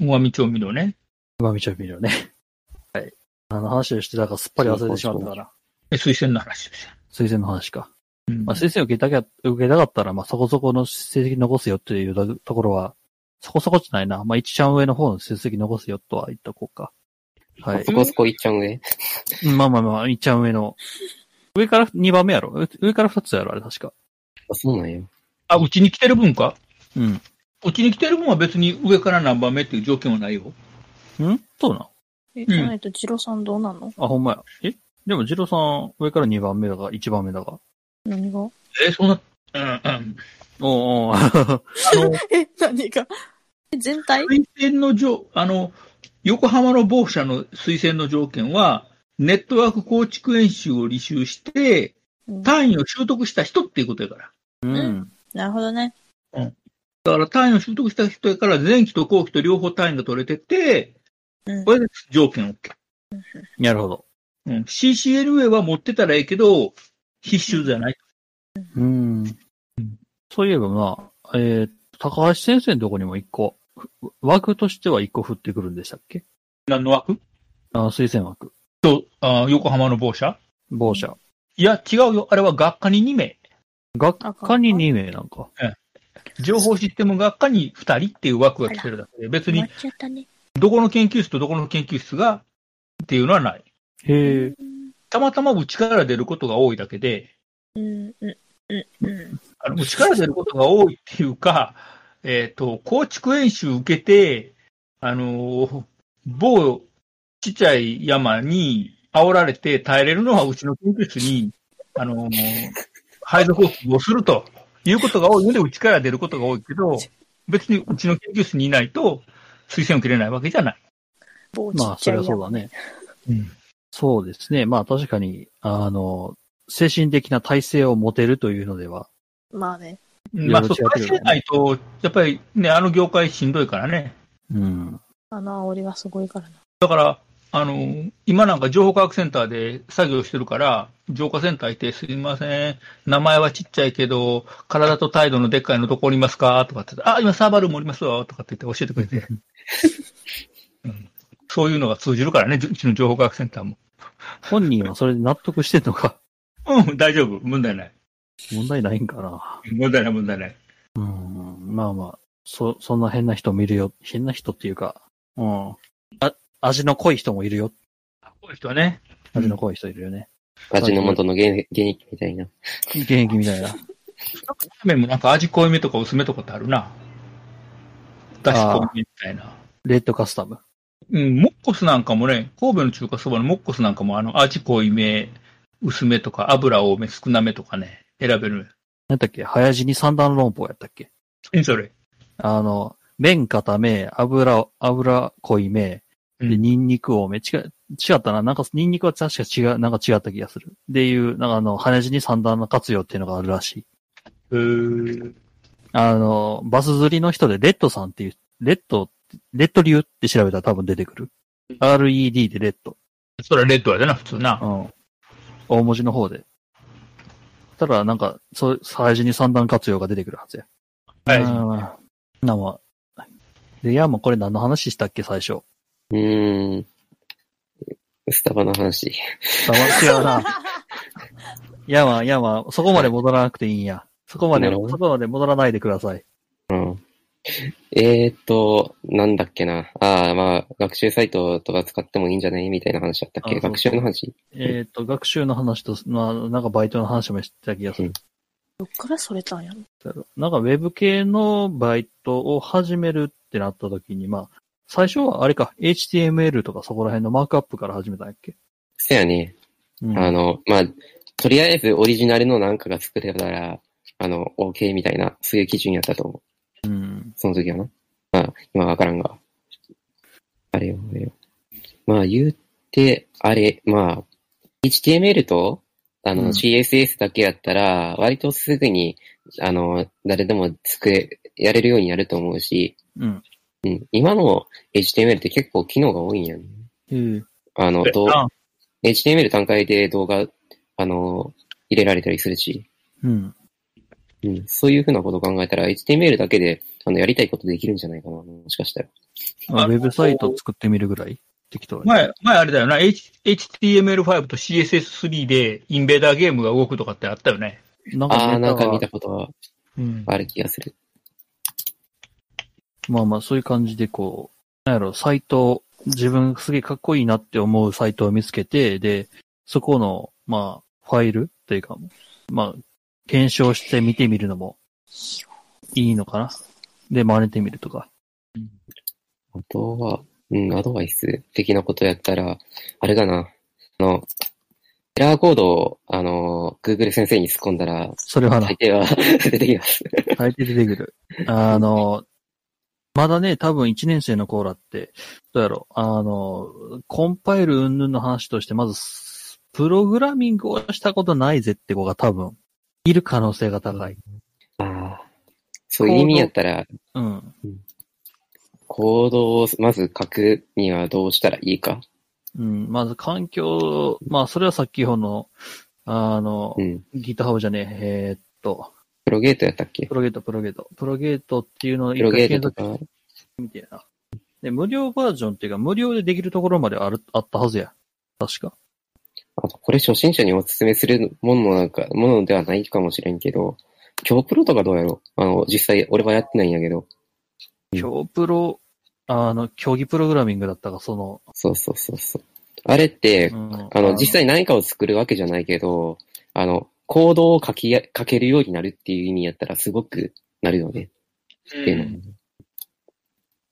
うまみ調味料ね。うまみ調味料ね。 はい。あの話をしてたからすっぱり忘れてしまったから。え推薦の話ですよ。推薦の話か。うんまあ、推薦を受けたきゃ、受けたかったら、まあ、そこそこの成績残すよっていうとところは、そこそこじゃないな。まあ、一ちゃん上の方の成績残すよとは言っとこうか。はい。そこそこいっちゃうね。うんまあまあまあ、一ちゃん上の。上から2番目やろう上から2つやろあれ確か。あ、そうなんよ。あ、うちに来てる分かうん。うちに来てる分は別に上から何番目っていう条件はないよ。んそうなのえ、じゃないと、ジロさんどうなのあ、ほんまや。えでも、ジロさん、上から2番目だが、1番目だが。何がえそんな、うんうん。おうおうえ、何がえ全体推薦の条、あの、横浜の某社の推薦の条件は、ネットワーク構築演習を履修して、うん単位を習得した人っていうことやから。 うん。なるほどね。だから単位を習得した人やから、前期と後期と両方単位が取れてて、うんこれで条件 OK。なるほど。うん。CCLA は持ってたらええけど、必修じゃない。うん。そういえばまあ、えー、高橋先生のとこにも一個、ふ枠としては一個降ってくるんでしたっけ何の枠あ推薦枠。とあ横浜の某社某社。いや、違うよ。あれは学科に2名。学科に2名なんか。情報システム学科に2人っていう枠が来てるだけで、別終わにっちゃったね。どこの研究室とどこの研究室がっていうのはない。へえ。たまたまうちから出ることが多いだけで、うん、うん、うん、うん。あの、うちから出ることが多いっていうか、えっ、と、構築演習受けて、あのー某ちっちゃい山に煽られて耐えれるのはうちの研究室に、あのー配属をするということが多いので、うちから出ることが多いけど、別にうちの研究室にいないと推薦を受けれないわけじゃない。某ちまっあ、ちそゃりいゃやそうだね。うんそうですね。まあ確かに、あの、精神的な体制を持てるというのでは。まあね。まあ、いそろいろ違こかってらくるせないと、やっぱりね、あの業界しんどいからね。うん。あの煽りがすごいからな。だから、あの、今なんか情報科学センターで作業してるから、浄化センター行って、すいません、名前はちっちゃいけど、体と態度のでっかいのどこおりますかとかって言って、あ、今サーバルームおりますわ、とかって言って教えてくれて。うんそういうのが通じるからね、じゅうちの情報科学センターも。本人はそれで納得してんのか。うん、大丈夫。問題ない。問題ないんかな。問題ない、問題ない。うん。まあまあ、そ、そんな変な人もいるよ。変な人っていうか、うん。あ、味の濃い人もいるよ。こういう人はね。味の濃い人いるよね。味の素の現現役みたいな。現役みたいな。ラーメンもなんか味濃いめとか薄めとかってあるな。だし濃いめみたいな。レッドカスタム。うん、モッコスなんかもね、神戸の中華そばのモッコスなんかも、あの、味濃いめ、薄めとか、油多め、少なめとかね、選べるなんだっけ早死に三段論法やったっけのよ。それ。あの、麺固め、油、油濃いめ、うで、んニンニク多め。違う、違ったな。なんか、ニンニクは確か違う、なんか違った気がする。でいう、なんかあの、羽地に三段の活用っていうのがあるらしい。へーあの、バス釣りの人で、レッドさんっていう、レッド、レッド流って調べたら多分出てくる。RED でレッド。それレッドやでな、普通な。うん。大文字の方で。ただ、なんか、そう、最初に三段活用が出てくるはずや。はい。うん。なんも、で、いや、もうこれ何の話したっけ、最初。うーん。スタバの話。違うな。いやまあ、いやまあ、そこまで戻らなくていいんや。そこまで、なるそほどこまで戻らないでください。えーっと、なんだっけな。ああ、まあ、学習サイトとか使ってもいいんじゃないみたいな話だったっあけそう学習の話えっ、と、学習の話と、まあ、なんかバイトの話もした気がする。どっからそれたんやろなんかウェブ系のバイトを始めるってなった時に、まあ、最初はあれか、HTML とかそこら辺のマークアップから始めたんやっけせやね。うんあの、まあ、とりあえずオリジナルのなんかが作れたら、あの、OK みたいな、そういう基準やったと思う。うん。その時はな。まあ、今はわからんが。あれよ、あれよ。まあ、言って、あれ、まあ、HTML と、あうんの、CSS だけやったら、割とすぐに、あの、誰でも作れ、やれるようになると思うし、うん。うん、今の HTML って結構機能が多いんやね。えーあの、どうあ HTML 単体で動画、あの、入れられたりするし、うん。うん、そういうふうなことを考えたら、HTML だけで、あの、やりたいことできるんじゃないかな、もしかしたら。まああウのェブサイト作ってみるぐらい適当に。前、前あれだよな、H、HTML5 と CSS3 でインベーダーゲームが動くとかってあったよね。なんああネー、なタんか見がたことはうん。ある気がする。まあまあ、そういう感じでこう、なんやろ、サイト、自分すげえかっこいいなって思うサイトを見つけて、で、そこの、まあ、ファイルというか、まあ、検証して見てみるのもいいのかな。で、真似てみるとか。あとは、うん、アドバイス的なことやったら、あれだな、あの、エラーコードを、あの、Google 先生に突っ込んだら、それはな大、抵は 出てきます。大抵出てくる。あの、まだね、多分1年生のコーラって、どうやろう、あの、コンパイル云々の話として、まず、プログラミングをしたことないぜって子が多分、いる可能性が高い。ああ、そういう意味やったら、うん。行動をまず書くにはどうしたらいいか。うん、まず環境、まあ、それはさっきほの、あのう、ん。 GitHub じゃねえ、えーっと、プロゲートやったっけプロゲート、プロゲート。プロゲートっていうのをプ一ロゲ回ー検ト索とか、みたいな。で、無料バージョンっていうか、無料でできるところまである、あったはずや。確か。あとこれ初心者にお勧めするものなんか、ものではないかもしれんけど、今日プロとかどうやろうあの、実際俺はやってないんやけど。うん強プロ、あの、競技プログラミングだったか、その、そうそうそうそう。あれって、うんあの、実際何かを作るわけじゃないけど、あの、行動を書きや、書けるようになるっていう意味やったらすごくなるよね。っていうのは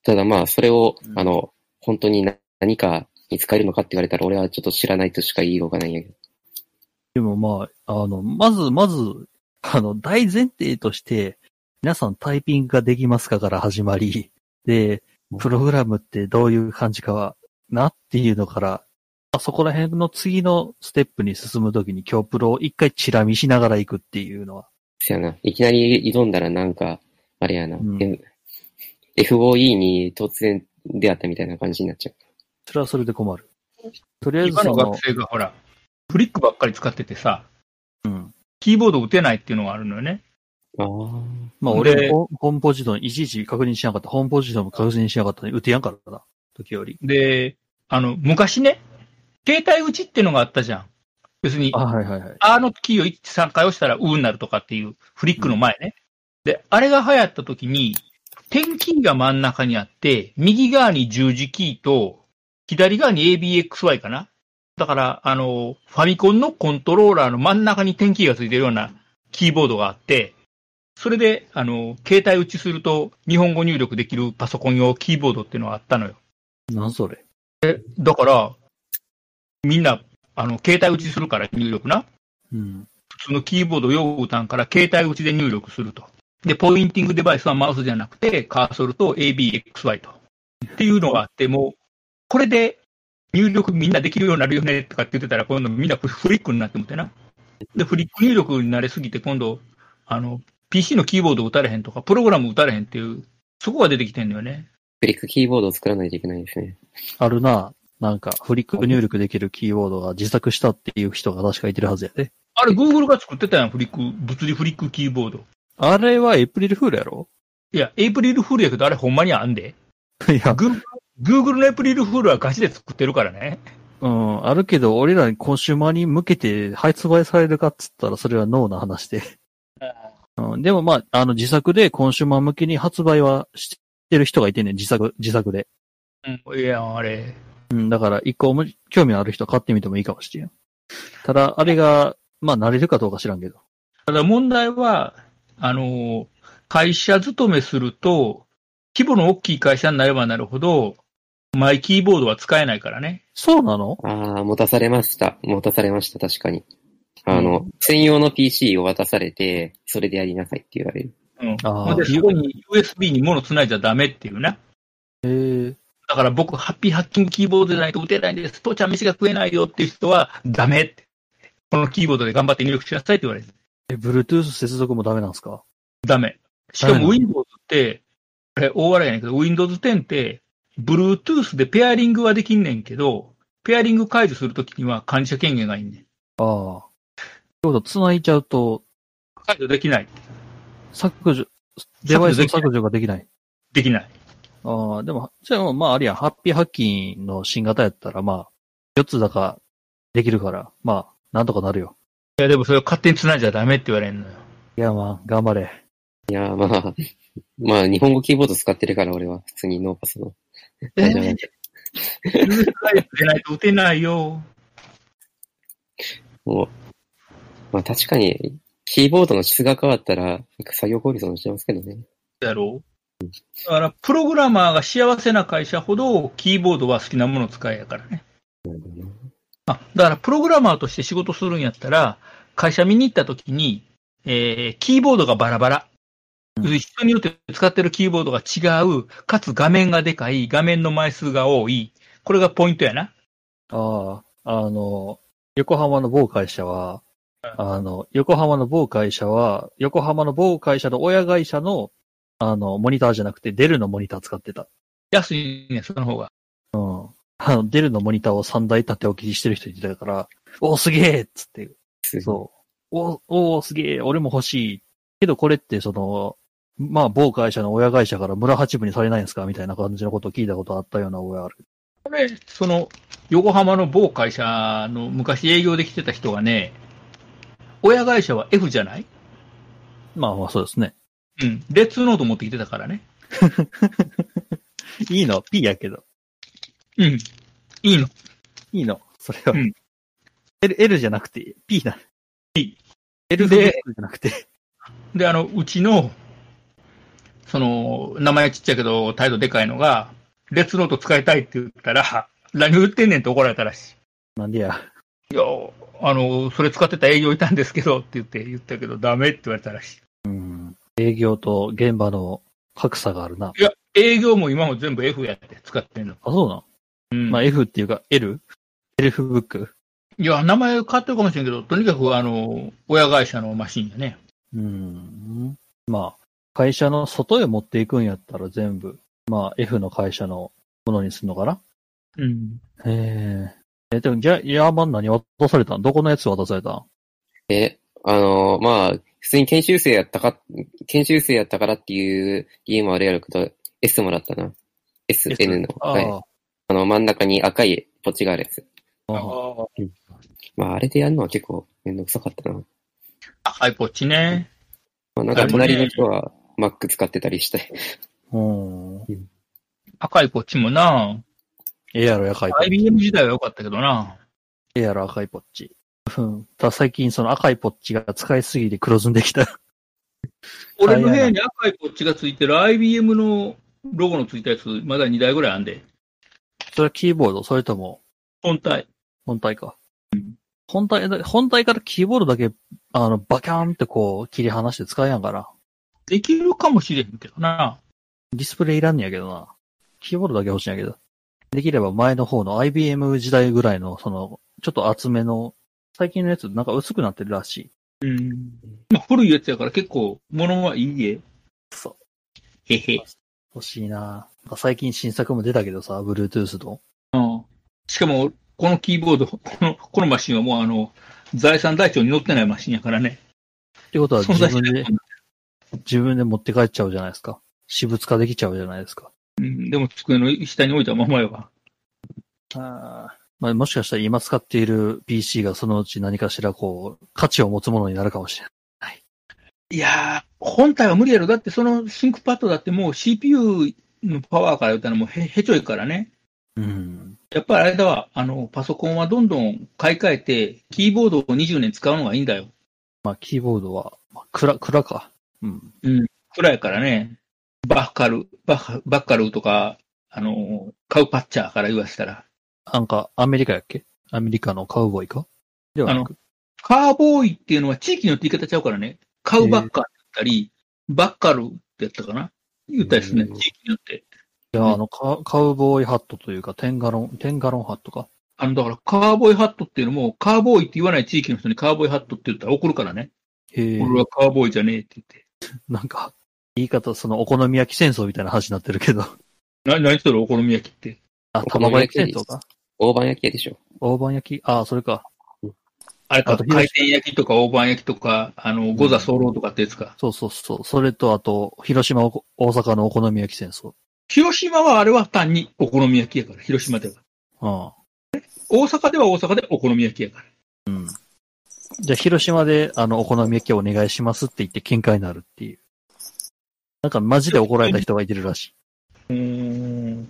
ただまあ、それをう、んあの、本当にな何かに使えるのかって言われたら、俺はちょっと知らないとしか言いようがないんやけど。でもまあ、あの、まず、まず、あの、大前提として、皆さんタイピングができますかから始まり、で、プログラムってどういう感じかは、なっていうのから、まあそこら辺の次のステップに進むときに、今日プロを一回チラ見しながら行くっていうのは、せやな。いきなり挑んだらなんか、あれやな。うん M- FOE に突然出会ったみたいな感じになっちゃそれはそれで困る。とりあえず今そのの、学生がほら、フリックばっかり使っててさ、うん。キーボード打てないっていうのがあるのよね。う。ああ。まあで俺もホホームポジションいちいち確認しなかった。ホームポジションも確認しなかったのに打てやんからな、時より。で、あの、昔ね、携帯打ちっていうのがあったじゃん。別に、あ、はいはいはい。あのキーを1、3回押したら、うになるとかっていう、フリックの前ね。で、あれが流行った時に、点キーが真ん中にあって、右側に十字キーと、左側に ABXY かな。だから、あの、ファミコンのコントローラーの真ん中に点キーがついてるようなキーボードがあって、それで、あの、携帯打ちすると、日本語入力できるパソコン用キーボードっていうのがあったのよ。なんそれ。だから、みんな、あの、携帯打ちするから入力な。うん。普通のキーボード用端から携帯打ちで入力すると。で、ポインティングデバイスはマウスじゃなくて、カーソルと ABXY と。っていうのがあって、もう、これで入力みんなできるようになるよねとかって言ってたら、今度みんなフフリックになってもてな。で、フリック入力になれすぎて、今度、あの、PC のキーボード打たれへんとか、プログラム打たれへんっていう、そこが出てきてんだよね。クリックキーボードを作らないといけないですね。あるな。なんか、フリック入力できるキーボードが自作したっていう人が確かいてるはずやで。あれ、Google が作ってたやん、フリック、物理フリックキーボード。あれはエイプリルフールやろいや、エイプリルフールやけど、あれほんまにあんで。 いや、 Google, Google のエイプリルフールはガチで作ってるからね。うん、あるけど、俺らにコンシューマーに向けて発売されるかっつったら、それはノーな話で。うん、でもまあ、あの、自作でコンシューマー向けに発売はしてる人がいてんねん、自作、自作で。うん、いや、あれ。うん、だから、一個おも興味のある人は買ってみてもいいかもしれん。ただ、あれが、まあ、慣れるかどうか知らんけど。ただ問題は、あの、会社勤めすると、規模の大きい会社になればなるほど、マイキーボードは使えないからね。そうなのああ、持たされました。持たされました、確かに。あの、専用の PC を渡されて、それでやりなさいって言われる。うん。あーほんで、そこに USB に物つないじゃダメっていうな。へえ。だから僕、ハッピーハッキングキーボードじゃないと打てないんです。父ちゃん飯が食えないよっていう人は、ダメって。このキーボードで頑張って入力しなさいって言われる。え、Bluetooth 接続もダメなんすかダメ。しかダメなもの Windows って、あれ、大笑いやねんけど、Windows 10って、Bluetooth でペアリングはできんねんけど、ペアリング解除するときには管理者権限がいんねん。ああ。ってことは、繋いちゃうと、解除できない。削除、デバイスの削除ができない。できない。ああ、でも、じゃあまあ、あれや、ハッピーハッキーの新型やったら、まあ、4つだか、できるから、まあ、なんとかなるよ。いや、でもそれを勝手に繋いじゃダメって言われるのよ。いや、まあ、頑張れ。いやー、まあ、 まあ、日本語キーボード使ってるから、俺は。普通にノーパスの。え大丈 夫なんででないと打てないよ。もう、まあ確かに、キーボードの質が変わったら、なんか作業効率もしてますけどね。だろう。だから、プログラマーが幸せな会社ほど、キーボードは好きなものを使えやからね。あだから、プログラマーとして仕事するんやったら、会社見に行った時に、えー、キーボードがバラバラ。人によって使ってるキーボードが違う、かつ画面がでかい、画面の枚数が多い。これがポイントやな。ああ、あの、横浜の某会社は、あの、横浜の某会社は、横浜の某会社の親会社の、あの、モニターじゃなくて、デルのモニター使ってた。安いね、その方が。うん。あの、デルのモニターを3台立て置きにしてる人いてたから、おーすげえっつって、すごいそう。おー、おーすげえ俺も欲しい。けどこれって、その、まあ、某会社の親会社から村八部にされないんですかみたいな感じのことを聞いたことあったような覚えある。これ、その、横浜の某会社の昔営業で来てた人がね、親会社は F じゃないまあまあ、そうですね。うん。レッツノート持ってきてたからね。いいの ?P やけど。うん。いいの。いいの、それは。うん L, L じゃなくて P な。 P。 L でで、じゃなくて。で、あの、うちの、その、名前はちっちゃいけど、態度でかいのが、レッツノート使いたいって言ったら、 何を言ってんねんって怒られたらしなんでや。い。いや、あの、それ使ってた営業いたんですけどって言って、言ったけど、ダメって言われたらしうん。営業と現場の格差があるな。い。いや、営業も今も全部 F やって使ってんの。あ、そうなん。うん。まあ F っていうか L? エルフブック。いや、名前変わってるかもしれんけど、とにかく、あの、親会社のマシンやね。うん。まあ、会社の外へ持っていくんやったら全部、まあ F の会社のものにするのかなうん。へえ。え、でも、じゃあ、ヤーマン何渡されたんどこのやつ渡されたんえ、あのーまあ、普通に研修生やったか、研修生やったからっていう理由もあるやろうけど、S もらったな。SN の。ああ、はい。あの、真ん中に赤いポチがあるやつ。ああまあ、あれでやるのは結構めんどくさかったな。ま赤いポッチね。あ、なんか隣の人は Mac 使ってたりして。うん。赤いポッチもな、ええやろ、赤いポッチ。 IBM 時代は良かったけどな。ええやろ、赤いポッチ。うん。ただ最近その赤いポッチが使いすぎて黒ずんできた。 俺の部屋に赤いポッチがついてる IBM のロゴのついたやつ、まだ2台ぐらいあんで。それはキーボードそれとも、本体。本体か。本体だ、本体からキーボードだけ、あの、バキャーンってこう、切り離して使えやんから。できるかもしれへんけどな。ディスプレイいらんねやけどな。キーボードだけ欲しいんやけど。できれば前の方の IBM 時代ぐらいの、その、ちょっと厚めの、最近のやつなんか薄くなってるらしうい。ん。まあ、古いやつやから結構、物はいいで。そへへ。欲しいななんか最近新作も出たけどさ、Bluetooth の。うん。しかも、このキーボード、 この、このマシンはもうあの、財産台帳に載ってないマシンやからね。ってことは存自在し分なでい、。自分で持って帰っちゃうじゃないですか。私物化できちゃうじゃないですか。うんでも机の下に置いたままやわ。あまあ、もしかしたら今使っている PC がそのうち何かしらこう、価値を持つものになるかもしれない。いやー、本体は無理やろ。だってそのシンクパッドだってもう CPU のパワーから言ったらもうへへちょいからね。うん。やっぱりあれだわ、あの、パソコンはどんどん買い替えて、キーボードを20年使うのがいいんだよ。まあ、キーボードは、まあ、暗、暗か。うん。くらいからね、バッカル、バッカバッカルとか、あの、カウパッチャーから言わせたら、なんか、アメリカやっけアメリカのカウボーイかではなく、カーボーイっていうのは地域によって言い方ちゃうからね、カウバッカーって言ったり、バッカルってやったかな言ったりするうね、ん地域によって。いや、あのカ、カウボーイハットというか、テンガロン、テンガロンハットか。あの、だから、カーボーイハットっていうのも、カーボーイって言わない地域の人にカーボーイハットって言ったら怒るからね。へえ。俺はカーボーイじゃねえって言って。なんか、言い方、その、お好み焼き戦争みたいな話になってるけど。な、何それお好み焼きって。あ、お好み卵焼焼きき戦争か。大判焼き屋でしょ。大判焼き、あ、それか。あれか、あと広島回転焼きとか大判焼きとか、あの、ゴザソロとかってやつか。そうそうそう。それと、あと、広島、お大阪のお好み焼き戦争。広島はあれは単にお好み焼きやから、広島では。うん。大阪では大阪でお好み焼きやから。うん。じゃあ、広島で、あの、お好み焼きをお願いしますって言って喧嘩になるっていう。なんか、マジで怒られた人がいてるらしうい。ーん。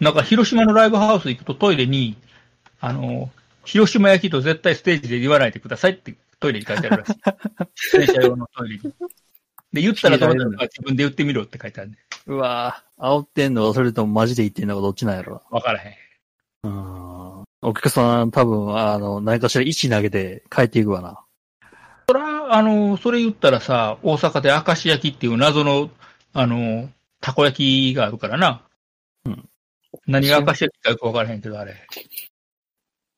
なんか広島のライブハウス行くとトイレに、あの、広島焼きと絶対ステージで言わないでくださいってトイレに書いてあるらしい。 自転車用のトイレに。で、言ったらどうなるのか自分で言ってみろって書いてあるね。うわぁ、煽ってんのはそれともマジで言ってんのかどっちなんやろわからへん。な。うん。お客さん、多分、あの、何かしら石投げて帰っていくわな。そら、あの、それ言ったらさ、大阪で明石焼きっていう謎の、あの、たこ焼きがあるからな。うん。何が明石焼きかよくわからへんけど、あれ。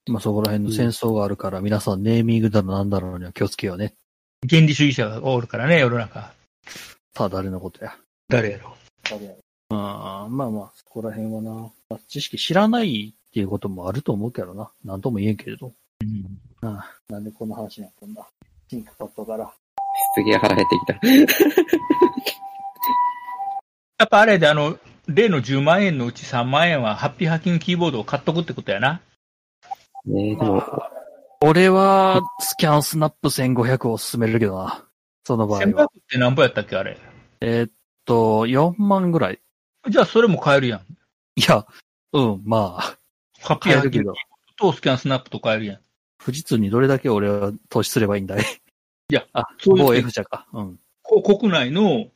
まあ、そこら辺の戦争があるから、皆さんネーミングだのなんだろうには気をつけようね。原理主義者がおるからね、世の中。さあ、誰のことや。誰やろ。うん、まあまあ、そこら辺はな、まあ知識知らないっていうこともあると思うけどな。なんとも言えんけれど。ああなんでこの話になったんだ。シンクパッドから。すげえ腹減ってきた。やっぱあれで、あの、例の10万円のうち3万円は、ハッピーハッキングキーボードを買っとくってことやな。ねえ、でも、俺は、スキャンスナップ1500を勧めるけどな。その場合1500っは。てなんぼやったっけ、あれ。えーっと、4万ぐらい。じゃあ、それも買えるやん。いや、うん、まあ、ハッピー買えハッるキけングど、とスキャンスナップと買えるやん。富士通にどれだけ俺は投資すればいいんだい。いや、あ、そういう某 F 社か。うん。こ国内の、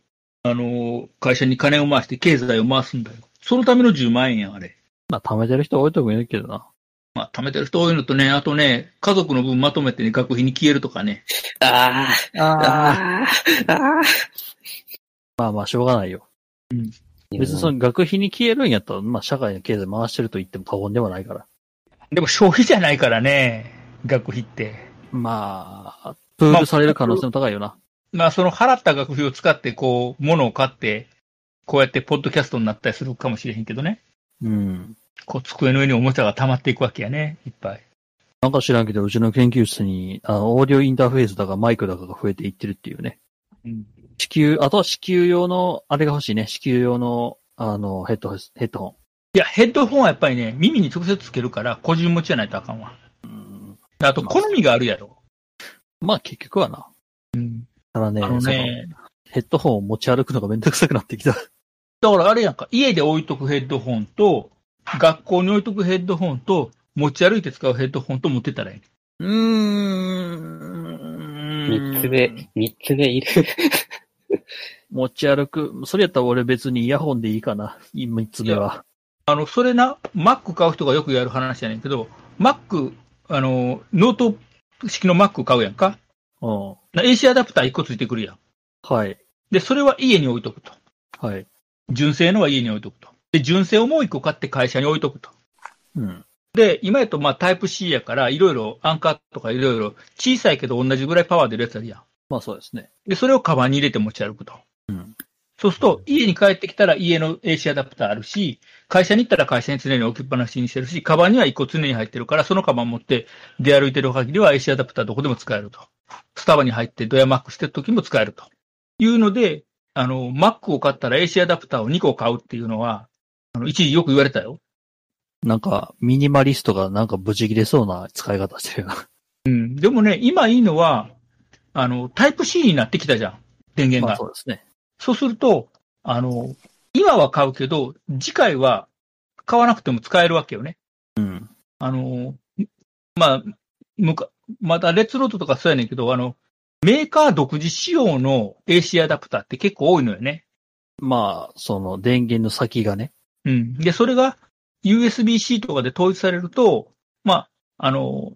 あの、会社に金を回して経済を回すんだよ。そのための10万円やん、あれ。まあ、貯めてる人多いと思うけどな。まあ、貯めてる人多いのとね、あとね、家族の分まとめてね、学費に消えるとかね。ああ、ああ。ああ、ああ。まあまあ、しょうがないよ。別にその学費に消えるんやったら、まあ、社会の経済回してると言っても過言ではないから。でも消費じゃないからね、学費って。まあ、プールされる可能性も高いよな。まあ、その払った学費を使って、こう、物を買って、こうやってポッドキャストになったりするかもしれへんけどね。うん。こう、机の上におもちゃが溜まっていくわけやね、いっぱい。なんか知らんけど、うちの研究室に、あの、オーディオインターフェースだかマイクだかが増えていってるっていうね。うん。支給、あとは支給用の、あれが欲しいね。支給用の、あの、ヘッドホン、ヘッドホいや、ヘッドホンはやっぱりね、耳に直接つけるから、個人持ちじゃないとあかんわ。ン。うん。あと、好みがあるやろ。まあ、結局はな。うん。ただね、あのそのね、ヘッドホンを持ち歩くのがめんどくさくなってきた。だからあれやんか、家で置いとくヘッドホンと、学校に置いとくヘッドホンと、持ち歩いて使うヘッドホンと持ってたらいい。 うーん三つ目、三つ目いる。 持ち歩く。それやったら俺別にイヤホンでいいかな。3つ目は。あの、それな、Mac 買う人がよくやる話やねんけど、Mac、あの、ノート式の Mac 買うやんか。うん。な AC アダプター1個ついてくるやん。はい。で、それは家に置いとくと。はい。純正のは家に置いとくと。で、純正をもう1個買って会社に置いとくと。うん。で、今やとまあタイプ C やから、いろいろアンカーとかいろいろ小さいけど同じぐらいパワー出るやつあるやん。まあそうですね。で、それをカバンに入れて持ち歩くと。うんそうすると、家に帰ってきたら家の AC アダプターあるし、会社に行ったら会社に常に置きっぱなしにしてるし、カバンには一個常に入ってるから、そのカバン持って出歩いてる限りは AC アダプターどこでも使えると。スタバに入ってドヤマックしてる時も使えると。いうので、あの、Mac を買ったら AC アダプターを2個買うっていうのは、あの、一時よく言われたよ。なんか、ミニマリストがなんかブチ切れそうな使い方してるな。うん。でもね、今いいのは、あの、タイプ C になってきたじゃん。電源がまあ。そうですね。そうすると、あの、今は買うけど、次回は買わなくても使えるわけよね。うん。あの、まあ、むか、またレッツロードとかそうやねんけど、あの、メーカー独自仕様の AC アダプターって結構多いのよね。まあ、その電源の先がね。うん。で、それが USB-C とかで統一されると、まあ、あの、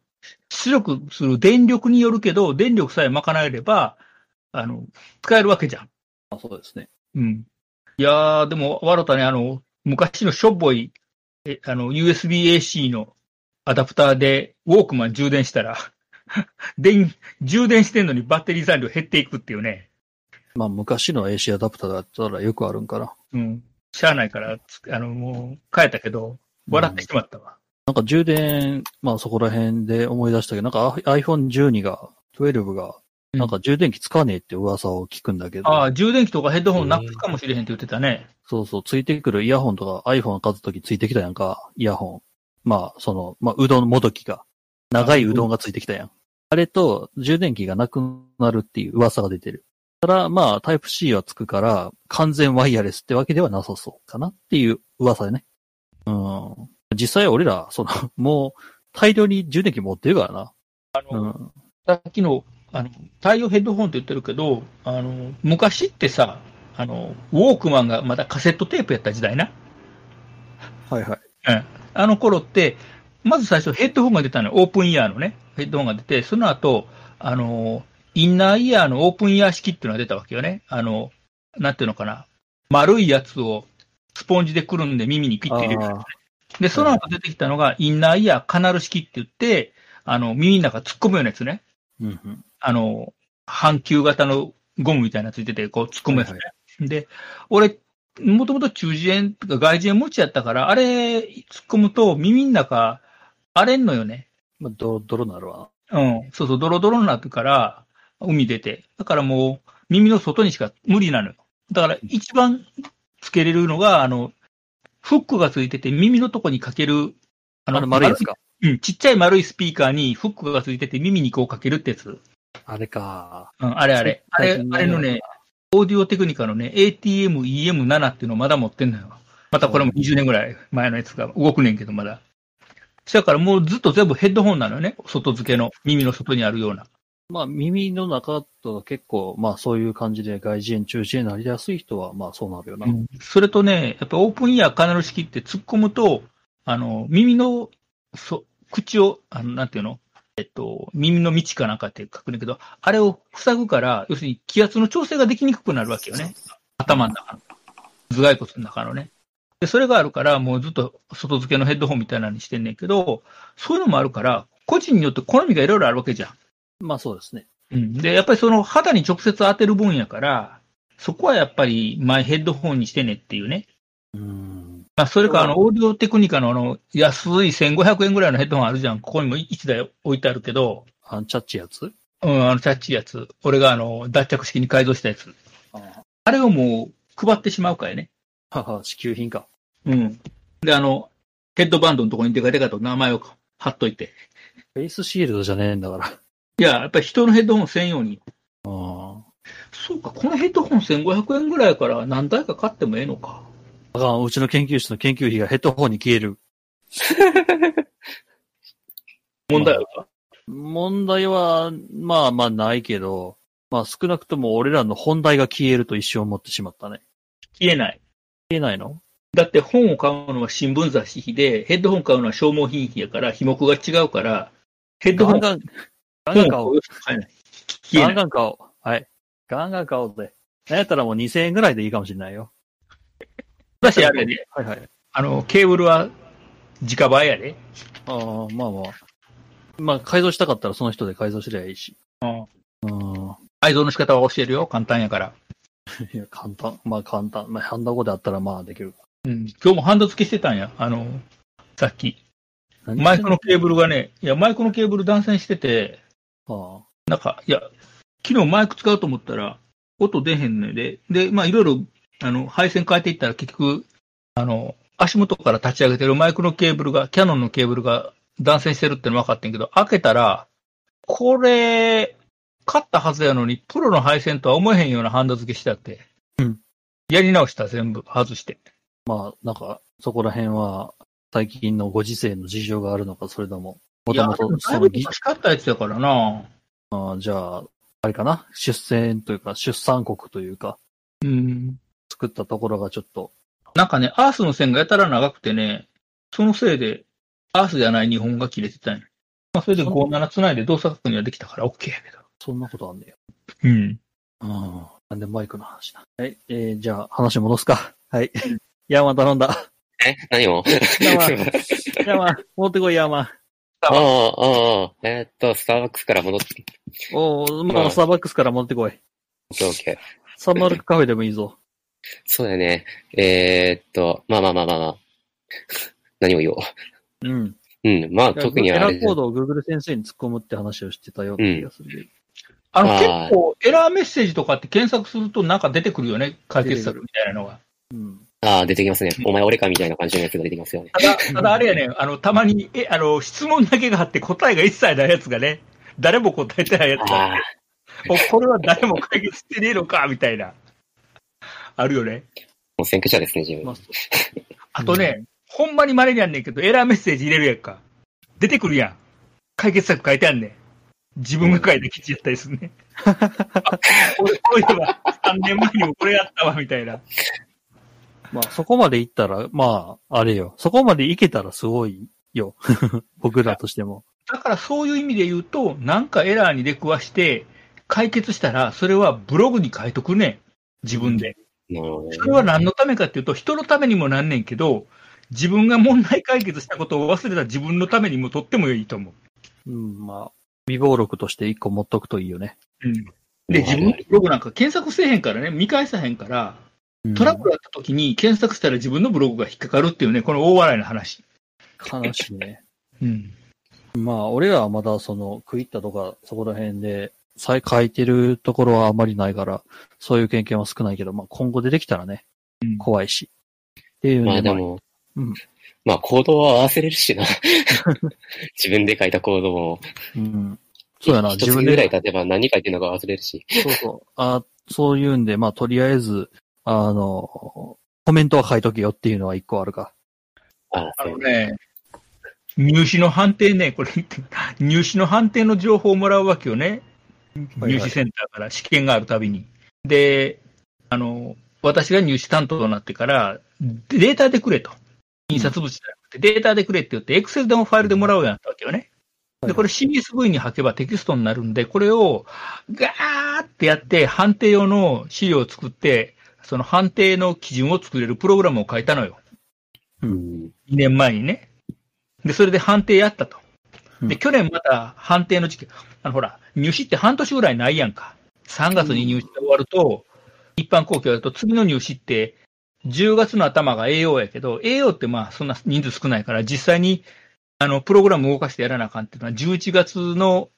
出力する電力によるけど、電力さえ賄えれば、あの、使えるわけじゃん。まあそうですね。うん。いやー、でも、わろたね、あの、昔のしょぼい、え、あの、USB-AC のアダプターで、ウォークマン充電したら、 電、充電してんのにバッテリー残量減っていくっていうね。まあ昔の AC アダプターだったらよくあるんかな。うん。しゃあないから、つあの、もう、変えたけど、笑ってしまったわ。なんか充電、まあそこら辺で思い出したけど、なんか iPhone12 が、12が、うんなんか充電器つかねえって噂を聞くんだけど、ああ、充電器とかヘッドホンなくすかもしれへんって言ってたね。そうそう、ついてくるイヤホンとか iPhone 買った時ついてきたやんか、イヤホン。まあその、まあうどんもどきが、長いうどんがついてきたやん。あれと充電器がなくなるっていう噂が出てる。ただまあタイプ C はつくから、完全ワイヤレスってわけではなさそうかなっていう噂でね。うん。実際俺ら、その、もう大量に充電器持ってるからな。うん。さっきの、あの、太陽ヘッドホンって言ってるけど、あの、昔ってさ、あの、ウォークマンがまだカセットテープやった時代な。はいはい。あの頃って、まず最初ヘッドホンが出たのよ。オープンイヤーのね、ヘッドホンが出て、その後、あの、インナーイヤーのオープンイヤー式っていうのが出たわけよね。あの、なんていうのかな。丸いやつをスポンジでくるんで耳にピッて入れる。ああで、その後出てきたのが、インナーイヤーカナル式って言って、あの、耳の中突っ込むようなやつね。うんうん。あの、半球型のゴムみたいなのついてて、こう突っ込むやつね。で、俺、もともと中耳炎とか外耳炎持ちやったから、あれ突っ込むと耳の中荒れんのよね。まあ、ドロドロなるわ。うん。そうそう、ドロドロになってから、海出て。だからもう、耳の外にしか無理なのよ。だから一番つけれるのが、あの、フックがついてて耳のとこにかける、ああの、丸いですかうん、ちっちゃい丸いスピーカーにフックがついてて耳にこうかけるってやつ。あれか。うん、あれあれ。あ最れ近、あれのね、オーディオテクニカのね、ATM、EM7 っていうのまだ持ってんのよ。またこれも20年ぐらい前のやつが動くねんけど、まだ。そやからもうずっと全部ヘッドホンなのよね。外付けの、耳の外にあるような。まあ、耳の中と結構、まあ、そういう感じで外耳炎、中耳炎になりやすい人は、まあ、そうなるよな。それとね、やっぱオープンイヤーカナル式って突っ込むと、あの、耳の、そ、口を、あの、なんていうのえっと、耳の道かなんかって書くねんだけど、あれを塞ぐから、要するに気圧の調整ができにくくなるわけよね。頭の中の。頭蓋骨の中のね。で、それがあるから、もうずっと外付けのヘッドホンみたいなのにしてんねんけど、そういうのもあるから、個人によって好みがいろいろあるわけじゃん。まあ、そうですね。うんで、やっぱりその肌に直接当てる分やから、そこはやっぱりマイヘッドホンにしてねっていうね。うん。まあ、それか、あの、オーディオテクニカのあの、安い1500円ぐらいのヘッドホンあるじゃん。ここにも1台置いてあるけど、アンチャッチやつ うん、あの、チャッチいやつ。俺があの、脱着式に改造したやつ。ああれをもう、配ってしまうかやね。あはは、支給品か。うん。で、あの、ヘッドバンドのところにデカデカと名前を貼っといて。フェイスシールドじゃねえんだから。いや、やっぱり人のヘッドホン専用に。あそうか、このヘッドホン1500円ぐらいから何台か買ってもええのか。あ。あかん、うちの研究室の研究費がヘッドホンに消える。問題あるか問題は、まあまあないけど、まあ少なくとも俺らの本題が消えると一瞬思ってしまったね。消えない。消えないのだって本を買うのは新聞雑誌費で、ヘッドホン買うのは消耗品費やから、費目が違うから、ヘッドホガンンガン、ガンガン買本おを買。うう人買えない。消ガえない。ンガン買おう。はい。ガンガン買おうぜ。なんやったらもう2000円ぐらいでいいかもしれないよ。だしあれやで、はいはい。あの、ケーブルは直売やで。ああ、まあまあ。まあ改造したかったらその人で改造すりゃいいし。うんうん。改造の仕方は教えるよ。簡単やから。いや、簡単。まあ簡単。まあハンダ語であったらまあできる。うん。今日もハンド付けしてたんや。あの、さっき。何マイクのケーブルがね、いや、マイクのケーブル断線してて、ああなんか、いや、昨日マイク使うと思ったら、音出へんので、で、まあ、いろいろ、あの、配線変えていったら結局、あの、足元から立ち上げてるマイクのケーブルが、キャノンのケーブルが断線してるっての分かってんけど、開けたら、これ、買ったはずやのに、プロの配線とは思えへんようなハンダ付けしてあって。うんやり直した、全部外して。まあなんか、そこら辺は最近のご時世の事情があるのか、それとも、もいや、とでももとだいそぶの技昔買ったやつやからな。あじゃあ、あれかな出船というか、出産国というか、うん。作ったところがちょっと、なんかね、アースの線がやたら長くてね、そのせいで、アースじゃない日本が切れてたんや。まあ、それで57つないで動作確認はできたから OK やけど。そんなことあんねや。うん。うん。なんでマイクの話だ。はい。えー、じゃあ、話戻すか。 はい。ヤーマン頼ん だ。え何をヤー マン、ヤーマン、持ってこい、ヤーマン。ああ、ああ、えーっと、スターバックスから戻って、おー、もうスターバックスから持ってこい。オッケーオッケー。サンマルクカフェでもいいぞ。そうだね。えーっと、まあまあまあまあま あ。何を言おう。うん。うん、まあ特にエあラれーコードを Google 先生に突っ込むって話をしてたような気がする。あの、あ結ー構、エラーメッセージとかって検索するとなんか出てくるよね。解決策みたいなのが。うん。ああ、出てきますね。お前俺かみたいな感じのやつが出てきますよね。ただ、ただあれやね、あの、たまに、え、あの、質問だけがあって答えが一切ないやつがね、誰も答えてないやつが、ああ、おこれは誰も解決してねえのか、みたいな。あるよね。もう先駆者ですね、自分。まあ、あとね、ほんまに稀にあんねんけど、エラーメッセージ入れるやんか。出てくるやん。解決策書いてあんねん。自分が書いた記事やったりすんねん。あ俺、そういえば、3年前にもこれやったわ、みたいな。まあ、そこまで行ったら、まあ、あれよ。そこまで行けたらすごいよ。 僕らとしても。だからそういう意味で言うと、なんかエラーに出くわして、解決したら、それはブログに書いとくねん。自分で。なるほどねそれは何のためかっていうと、人のためにもなんねんけど、自分が問題解決したことを忘れた自分のためにもとってもいいと思う。うん、まあ、微暴録として一個持っとくといいよね。で、まあ自分のブログなんか検索せえへんからね、見返さへんから、うんトラブルあった時に検索したら自分のブログが引っかかるっていうね、この大笑いの話。悲しいね。うん。まあ、俺らはまだその、クイッタとか、そこら辺で、さ書いてるところはあまりないから、そういう経験は少ないけど、まあ、今後出てきたらね、うん怖いし。っていうまあのでで、も、うんまあ行動は合わせれるしな。自分で書いた行動も、うん。そうやな、一自月分ぐでらい経てば何書いてるのか忘れるし。そうそう。あそういうんで、まあ、とりあえず、あの、コメントは書いとけよっていうのは一個あるか。ああ、あそのうね、入試の判定ね、これ言って、入試の判定の情報をもらうわけよね。はい入試センターから試験があるたびに。で、あの、私が入試担当になってから、データでくれと。印刷物じゃなくて、データでくれって言って、エクセルでもファイルでもらおうやんったわけよね。はいで、これ CSV に吐けばテキストになるんで、これをガーってやって、判定用の資料を作って、その判定の基準を作れるプログラムを書いたのよ。うん。 2年前にね。で、それで判定やったと。うで、去年また判定の時期、あの、ほら、入試って半年ぐらいないやんか。3月に入試が終わると、一般公共だと次の入試って、10月の頭が AO やけど、AO ってまあそんな人数少ないから、実際に、あの、プログラム動かしてやらなあかんっていうのは、11月の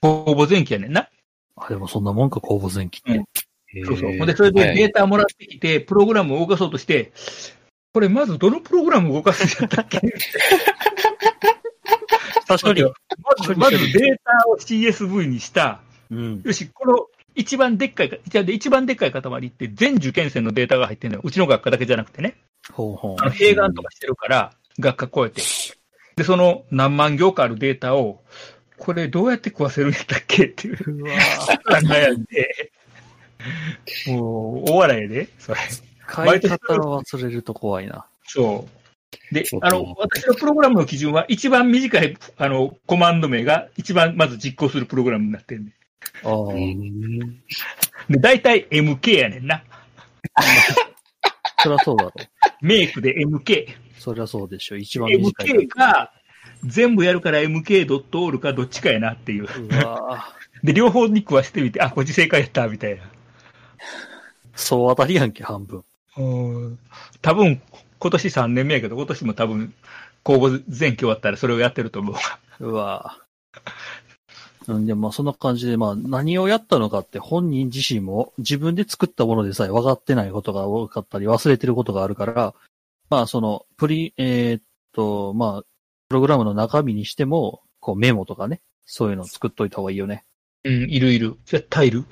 公募前期やねんな。あ、でもそんなもんか、公募前期って。そうそう。へえほんで、それではいデータもらってきて、プログラムを動かそうとして、これまずどのプログラムを動かすんやったっけ 確かに。まず、まずデータを CSV にした。うん。よし、この一番でっかいか、一番で一番でっかい塊って全受験生のデータが入ってるのよ。うちの学科だけじゃなくてね。ほうほあの、併願とかしてるから、学科超えて。で、その何万行かあるデータを、これどうやって食わせるんやったっけっていう。うわ悩んで。 もう、大笑いやで、それ。買い方を忘れると怖いな。そう。で、あの、私のプログラムの基準は、一番短い、あの、コマンド名が、一番まず実行するプログラムになってんねああ。で、大体 MK やねんな。そりゃそうだろ。メイクで MK。そりゃそうでしょ。一番短い。MK が、全部やるから MK.all かどっちかやなっていう。うわで、両方に食わしてみて、あ、こっち正解やった、みたいな。そう当たりやんけ、半分。うん。多分、今年3年目やけど、今年も多分、公募前期終わったらそれをやってると思う。うわうん、でまあそんな感じで、まあ何をやったのかって本人自身も自分で作ったものでさえ分かってないことが多かったり忘れてることがあるから、まあそのプリ、えー、っと、まあプログラムの中身にしても、こうメモとかね、そういうのを作っといた方がいいよね。うん、いるいる。絶対いる。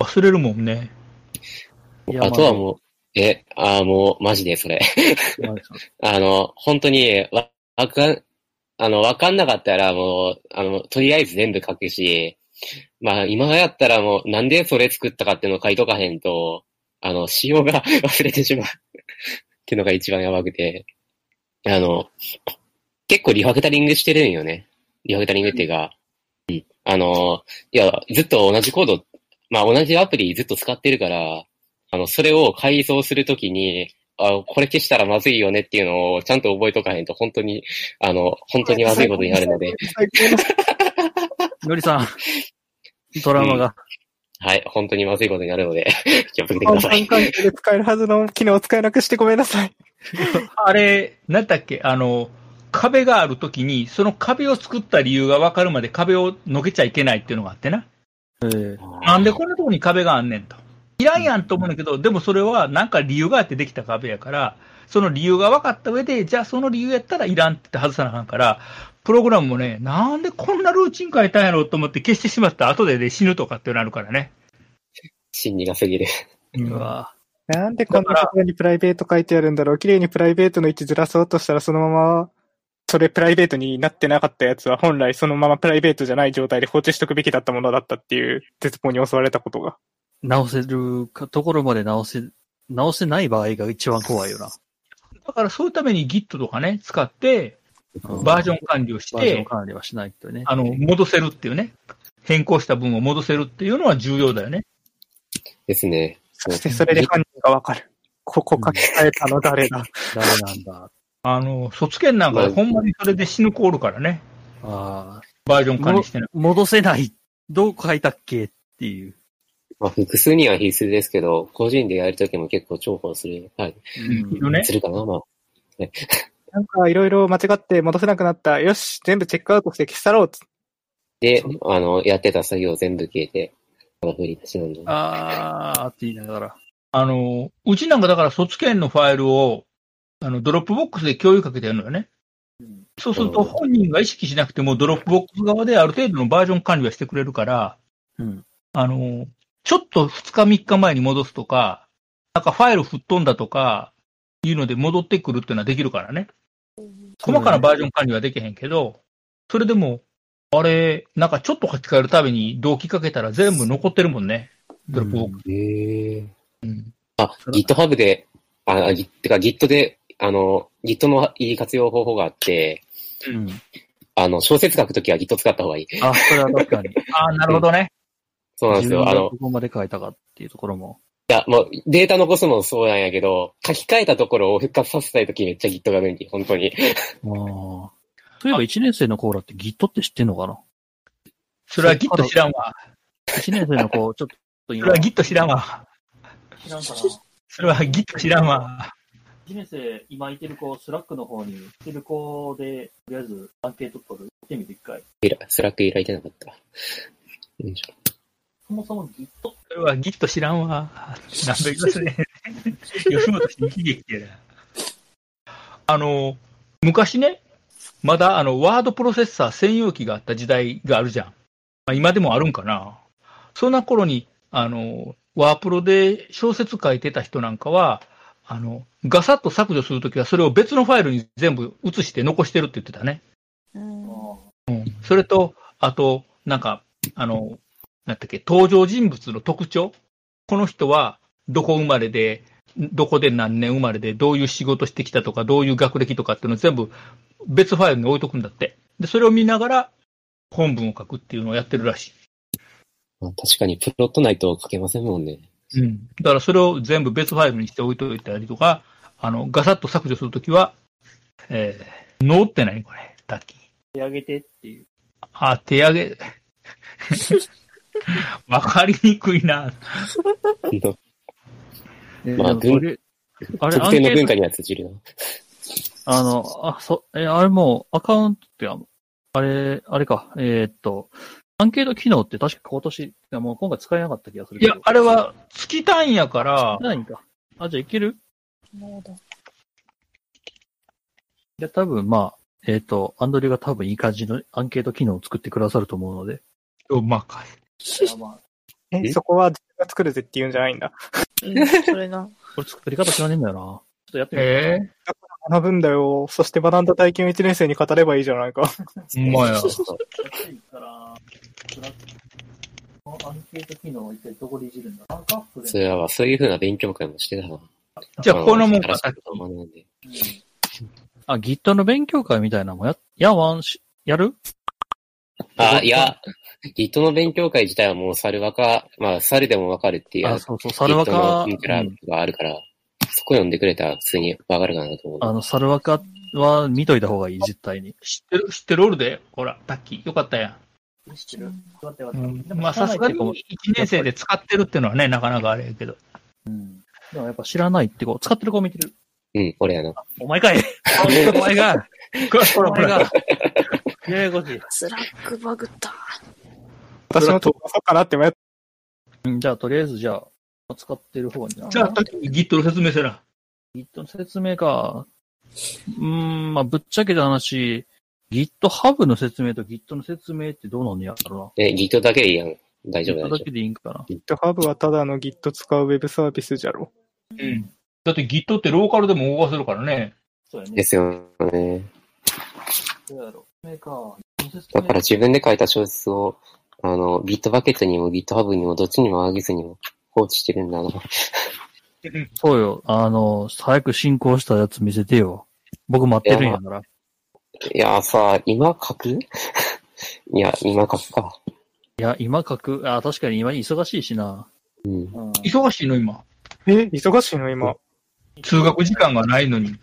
忘れるもんね。あとはもう、え、ああ、もう、マジでそれ。あの、本当に、わ、わかん、あの、わかんなかったらもう、あの、とりあえず全部書くし、まあ、今やったらもう、なんでそれ作ったかっていうのを書いとかへんと、あの、仕様が 忘れてしまうっていうのが一番やばくて、あの、結構リファクタリングしてるんよね。リファクタリングっていうか、うん。あの、いや、ずっと同じコード、まあ同じアプリずっと使ってるから、あの、それを改造するときに、あこれ消したらまずいよねっていうのをちゃんと覚えとかへんと、本当に、あの、本当にまずいことになるので。のりさん、トラウ マが、うん。はい、本当にまずいことになるので、 気をつけてください。関係で使えるはずの機能を使えなくしてごめんなさい。 あれ、なんだっけ、あの、壁があるときに、その壁を作った理由がわかるまで壁をのけちゃいけないっていうのがあってな。えー、なんでこんなとこに壁があんねんと。いらんやんと思うんだけど、でもそれはなんか理由があってできた壁やから、その理由が分かった上で、じゃあその理由やったらいらんって外さなあかんから、プログラムもね、なんでこんなルーチン変えたんやろうと思って消してしまった後で、ね、死ぬとかってなるからね。心理がすぎる。うわなんでこんなところにプライベート書いてあるんだろう。綺麗にプライベートの位置ずらそうとしたら、そのまま、それプライベートになってなかったやつは、本来そのままプライベートじゃない状態で放置しとくべきだったものだったっていう絶望に襲われたことが。直せるところまで直せ、直せない場合が一番怖いよな。だからそういうために Git とかね、使って、バージョン管理をして、うん、バージョン管理はしないとね。あの、戻せるっていうね。変更した分を戻せるっていうのは重要だよね。ですね。そしてそれで犯人がわかる。ここ書き換えたの誰だ。誰なんだ。あの、卒検なんかほんまにそれで死ぬ子おるからね。ああ。バージョン管理してない。戻せない。どう書いたっけっていう。まあ、複数には必須ですけど、個人でやるときも結構重宝する。はい。 うん、ね。するかな、まあ。ね、なんか、いろいろ間違って戻せなくなった。よし、全部チェックアウトして消し去ろうで、あの、やってた作業全部消えて、ま振り出しなんで。あーって言いながら。あの、うちなんかだから卒検のファイルを、あの、ドロップボックスで共有かけてやるのよね。うん、そうすると本人が意識しなくても、ドロップボックス側である程度のバージョン管理はしてくれるから、うん、あの、ちょっと2日3日前に戻すとか、なんかファイル吹っ飛んだとか、いうので戻ってくるっていうのはできるからね。細かなバージョン管理はできへんけど、それでも、あれ、なんかちょっと書き換えるたびに動機かけたら全部残ってるもんね。ドロップボックス。へ、えうん、あ、GitHub で、あ、ぎてか Git で、あの、Git のいい活用方法があって、うん、あの、小説書くときは Git 使った方がいい。あ、それは確かに。あ、なるほどね。 そうなんですよ。あの、どこまで変えたかっていうところも。いや、もうデータ残すのもそうなんやけど、書き換えたところを復活させたいときめっちゃ Git が便利、本 当に。ああ。そういえば1年生の子らって Git って知ってんのかなそれは Git 知らんわ。 1年生の子、ちょっと今。それは Git 知らんわ。知らんかな。それは Git 知らんわ。 1年生、今いてる子、スラックの方にいてる子で、とりあえずアンケート取る。行ってみて一回。スラック依頼いてなかった。よいしょ。そもそも Git。それは Git 知らんわ。なんで言いますね。吉本新喜劇やな。あの、昔ね、まだあの、ワードプロセッサー専用機があった時代があるじゃん。まあ、今でもあるんかな。そんな頃に、あの、ワープロで小説書いてた人なんかは、あの、ガサッと削除するときはそれを別のファイルに全部移して残してるって言ってたね。うん。うん、それと、あと、なんか、あの、なんだっけ、登場人物の特徴この人は、どこ生まれで、どこで何年生まれで、どういう仕事してきたとか、どういう学歴とかっていうのを全部別ファイルに置いとくんだって。で、それを見ながら本文を書くっていうのをやってるらしまあ確かにプロットないと書けませんもんね。い。うん。だからそれを全部別ファイルにして置いといたりとか、あの、ガサッと削除するときは、えー、ノーって何これ、タッキー。手上げてっていう。あ、手上げ。 わかりにくいな。えまあでもそれあれ、ア特ン定ケの文ー化ト、には通じるな。あの、あ、そ、え、あれもう、アカウントって、ああれ、あれか、えーっと、アンケート機能って確か今年、いやもう今回使えなかった気がするいけど。や、あれは月単位やから、ないんか。あ、じゃあいけるなるほど。いや、多分まあ、えーっと、アンドリューが多分いい感じのアンケート機能を作ってくださると思うので。まかい。いやまあ、え、えそこは自分が作るぜっていうんじゃないんだ。うん、それな。これ作り方知らねえんだよな。ちょっとやってみる。え学ぶんだよ。そして学んだ体験を1年生に語ればいいじゃないか。えほんまや。 安いから、スラックこのアンケート機能を一体どこでいじるんだランクアップそで。れは、そういう風な勉強会もしてたな。じゃあ、このもんか、新しさいっことを学んでうんあ、Git の勉強会みたいなのもや、やわんし、やるあ、いや、Git の勉強会自体はもう猿若、まあ猿でもわかるっていう、あ、そうそう、サルワカ、 Git のクラうんブがあるから、そこ読んでくれたら普通にわかるかなと思う。あの、サルワカは見といた方がいい、絶対に。知ってる、知ってるおるで。ほら、タッキー、よかったや知ってる待って待ん。って。でもまあ、さすがに1年生で使ってるってのはね、なかなかあれやけど。うん。でもやっぱ知らないってこう、使ってる子見てる。うん、俺やな。お前かい お前がこれ、これ、こお前れ。がややこしい。スラックバグった。私も飛ばそうかなって迷っうんじゃあ、とりあえず、じゃあ、使ってる方にな。じゃあ、タッキー、Git の説明せな。 Git の説明か。うーん、まあ、ぶっちゃけた話、GitHub の説明と Git の説明ってどうなんのやろえ、Git だけでいいやん。大丈うな。夫 Git だ大丈けでいいんかな。た。GitHub はただの Git 使うウェブサービスじゃろ。うん。だって Git ってローカルでも動かせるからね。そうや夫。ねで。すよね。どうやろう。メーカー、だから自分で書いた小説を、あの、Bitbucket にも GitHub にもどっちにも上げずにも放置してるんだな。そうよ。あの、早く進行したやつ見せてよ。僕待ってるんやから。いや、さ、今書く いや、今書くか。いや、今書く。あ、確かに今忙しいしな。うん。うん忙しいの、今。え、忙しいの今。通学時間がないのに。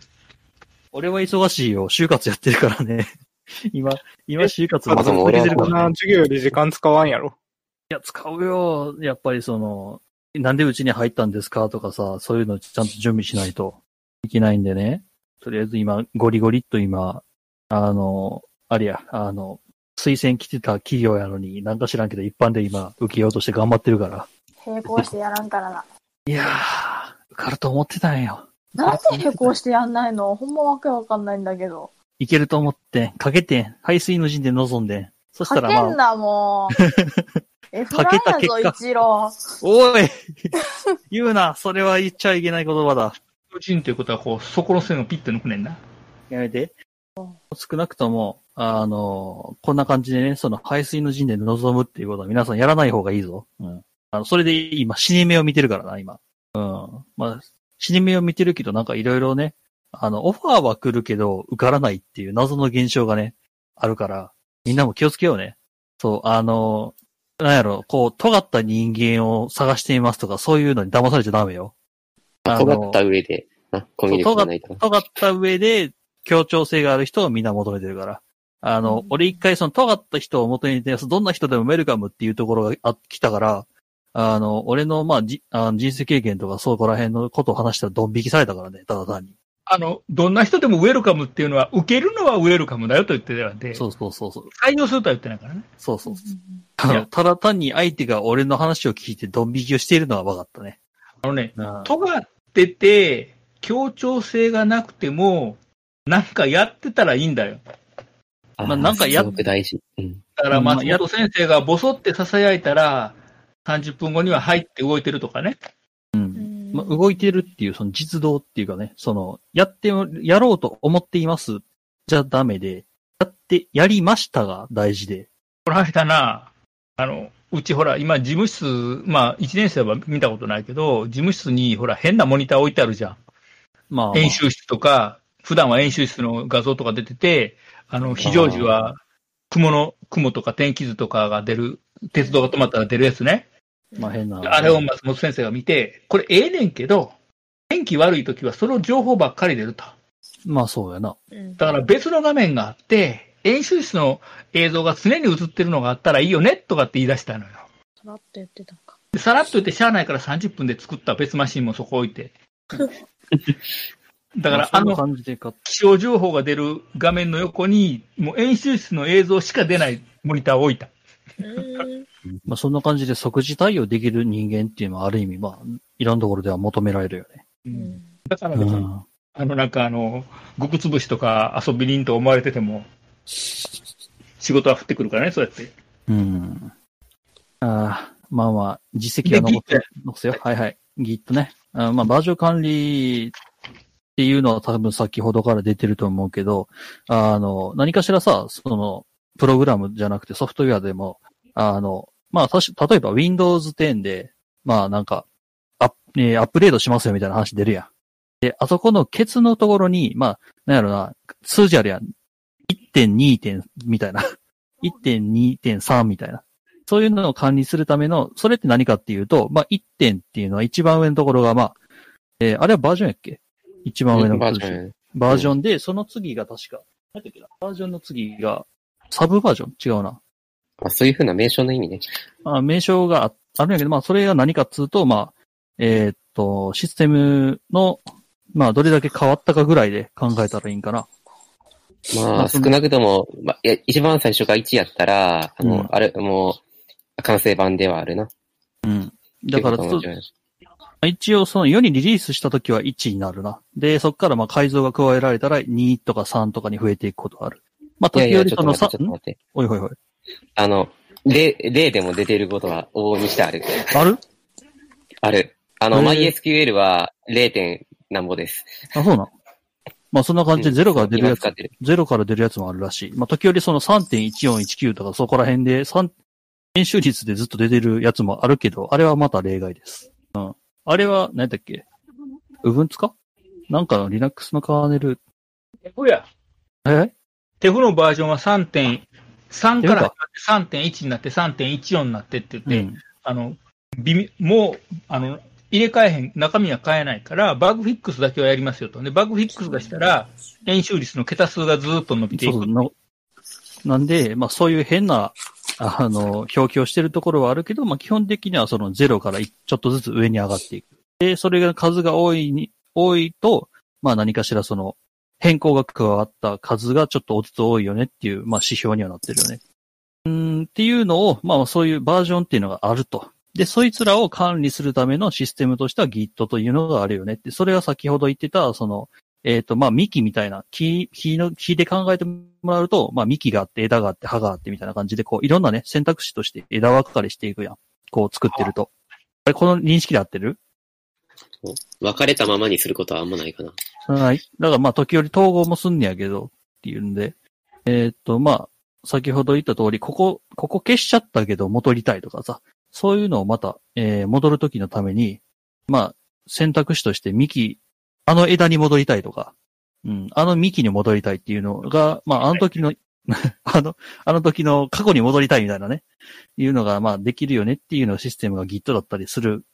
俺は忙しいよ。就活やってるからね。 今、今就活あまでともめ俺てはるかこんら。ない授業より時間使わんやろ。や、使うよ。やっぱりその、なんでうちに入ったんですかとかさ、そういうのちゃんと準備しないといけないんでね。とりあえず今、ゴリゴリっと今、あの、あれや、あの、推薦来てた企業やのに、なんか知らんけど一般で今、受けようとして頑張ってるから。並行してやらんからな。いやー、受かると思ってたんよ。なんで並行してやんないのほんまわけわかんないんだけど。いけると思って、かけてん、排水の陣で臨んでん。そしかけたらまあん、な、もう。 え、フランやかぞ、けた結一郎。おい 言うなそれは言っちゃいけない言葉だ。個人ということは、こう、そこの線をピッて抜くねんな。やめて。少なくとも、あの、こんな感じでね、その排水の陣で臨むっていうことは皆さんやらない方がいいぞ。うん。あの、それで今死に目を見てるからな、今。うん。まあ、死に目を見てるけどなんかいろいろね、あの、オファーは来るけど受からないっていう謎の現象がね、あるから、みんなも気をつけようね。そう、あの、なんやろ、こう、尖った人間を探していますとか、そういうのに騙されちゃダメよ。あの尖った上で、あ、コミュニティがないと。尖った上で、協調性がある人をみんな求めてるから。あの、うん俺一回その尖った人を元にて、どんな人でもウェルカムっていうところがあ来たから、あの、俺の、まあ、じあの人生経験とかそこら辺のことを話したらドン引きされたからね、ただ単に。あの、どんな人でもウェルカムっていうのは、受けるのはウェルカムだよと言ってたんで、そうそうそうそう。採用するとは言ってないからね。そうそうそううんあのただ単に相手が俺の話を聞いてドン引きをしているのは分かったね。あのね、うん尖ってて、協調性がなくても、なんかやってたらいいんだよ。あまあなんかやっすごく大事。うん。だから松本先生がボソって囁いたら、30分後には入って動いてるとかね。うんまあ、動いてるっていう、その実動っていうかね、その、やっても、やろうと思っていますじゃダメで、やって、やりましたが大事で、この間な、あの、うちほら、今事務室、まあ、1年生は見たことないけど、事務室にほら、変なモニター置いてあるじゃん。まあ、まあ演習室とか、普段は演習室の画像とか出てて、あの、非常時は雲の、雲とか天気図とかが出る、鉄道が止まったら出るやつね。まあ変な。あれを松本先生が見て、これええねんけど、天気悪い時はその情報ばっかり出ると。まあそうやな。うんだから別の画面があって、演習室の映像が常に映ってるのがあったらいいよねとかって言い出したのよ。さらっと言ってたんか。でさらっと言って、しゃあないから30分で作った別マシンもそこ置いて。だから、まあそんなの、感じでか。気象情報が出る画面の横に、もう演習室の映像しか出ないモニターを置いた。うん。まあそんな感じで即時対応できる人間っていうのはある意味、まあ、いろんなところでは求められるよね。うんだから、うん。あの、なんかあの、極つぶしとか遊び人と思われてても、仕事は降ってくるからね、そうやって。うん。ああ、まあまあ、実績は残ってでますよ。はいはい。Git ね。あーまあ、バージョン管理っていうのは多分先ほどから出てると思うけど、あの、何かしらさ、その、プログラムじゃなくてソフトウェアでも、あの、まあ、たし例えば Windows 10で、まあなんか、アップ、えーアップデートしますよみたいな話出るやん。で、あそこのケツのところに、まあ、なんやろな、数字あるやん。1.2. 点み たいな。1.2.3みたいな。そういうのを管理するための、それって何かっていうと、まあ、1点っていうのは一番上のところが、まあ、えーあれはバージョンやっけ一番上のバー数ジ字。ョン。バージョンで、その次が確か、何だっけなバージョンの次が、サブバージョン違うな。あそういうふうな名称の意味ね。まあ、名称がああるんやけど、まあ、それが何かっつうと、まあ、えーっと、システムの、まあ、どれだけ変わったかぐらいで考えたらいいんかな。ままああ、そ少のなくとも、まあ、いや一番最初が1やったら、あの、うんあれ、もう、完成版ではあるな。うん。だから、っつてことじゃない一応その世にリリースした時は1になるな。で、そこからまあ改造が加えられたら2とか3とかに増えていくことがある。まあ、いやい時や、折ちょそっのさと待って、ちょっと待って。んおいおいおい。あの、例、例でも出てることは往々にしてある。あるある。あの、えー MySQL は 0. 点なんぼです。あ、そうなの。まあ、そんな感じでうん0から出るやつ今使ってるゼロから出るやつもあるらしい。まあ、時折その3.1419とかそこら辺で、三編集率でずっと出てるやつもあるけど、あれはまた例外です。うん。あれは、何だっけ部分つかなんかの Linux のカーネル、テフや。えテフのバージョンは3.3から出るか始まって3.1になって3.14になってって言って、うん。あの、微妙もう、あの、入れ替えへん、中身は変えないから、バグフィックスだけはやりますよと。で、バグフィックスがしたら、演習率の桁数がずーっと伸びていそうく。そうな。なんで、まあそういう変な、あの、表記をしてるところはあるけど、まあ基本的にはその0からいちょっとずつ上に上がっていく。で、それが数が多いに、多いと、まあ何かしらその変更が加わった数がちょっとずつ多いよねっていう、まあ指標にはなってるよね。うん、っていうのを、まあそういうバージョンっていうのがあると。で、そいつらを管理するためのシステムとしては Git というのがあるよねって、それが先ほど言ってた、その、えっ、と、まあ、幹みたいな、木、木の、木で考えてもらうと、まあ、幹があって、枝があって、葉があって、みたいな感じで、こう、いろんなね、選択肢として枝分かれしていくやん。こう、作ってると。あれ、この認識で合ってる別れたままにすることはあんまないかな。はい。だから、まあ、時折統合もすんねやけど、っていうんで。えっ、と、まあ、先ほど言った通り、ここ、ここ消しちゃったけど、戻りたいとかさ、そういうのをまた、えー戻るときのために、まあ、選択肢として幹、あの枝に戻りたいとか、うん、あの幹に戻りたいっていうのが、まあ、あの時の、 あの、あの時の過去に戻りたいみたいなね、いうのが、まあ、できるよねっていうのをシステムが Git だったりする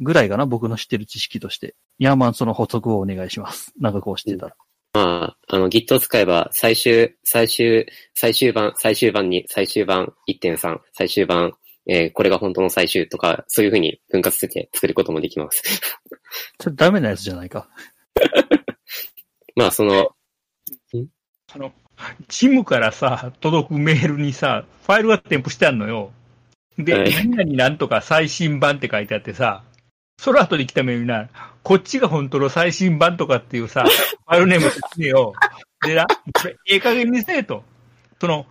ぐらいかな、僕の知ってる知識として。ヤーマンその補足をお願いします。なんかこうしてたら。まあ、あの、Git を使えば、最終、最終、最終版、最終版に、最終版1.3、最終版、えーこれが本当の最終とか、そういうふうに分割して作ることもできます。 それダメなやつじゃないか。まあ、その、あの、ジムからさ、届くメールにさ、ファイルが添付してあるのよ。で、はい何々なんとか最新版って書いてあってさ、その後に来たメールにな、こっちが本当の最新版とかっていう さ、ファイルネーム説明を。でな、これ、ええ加減にせえと。その、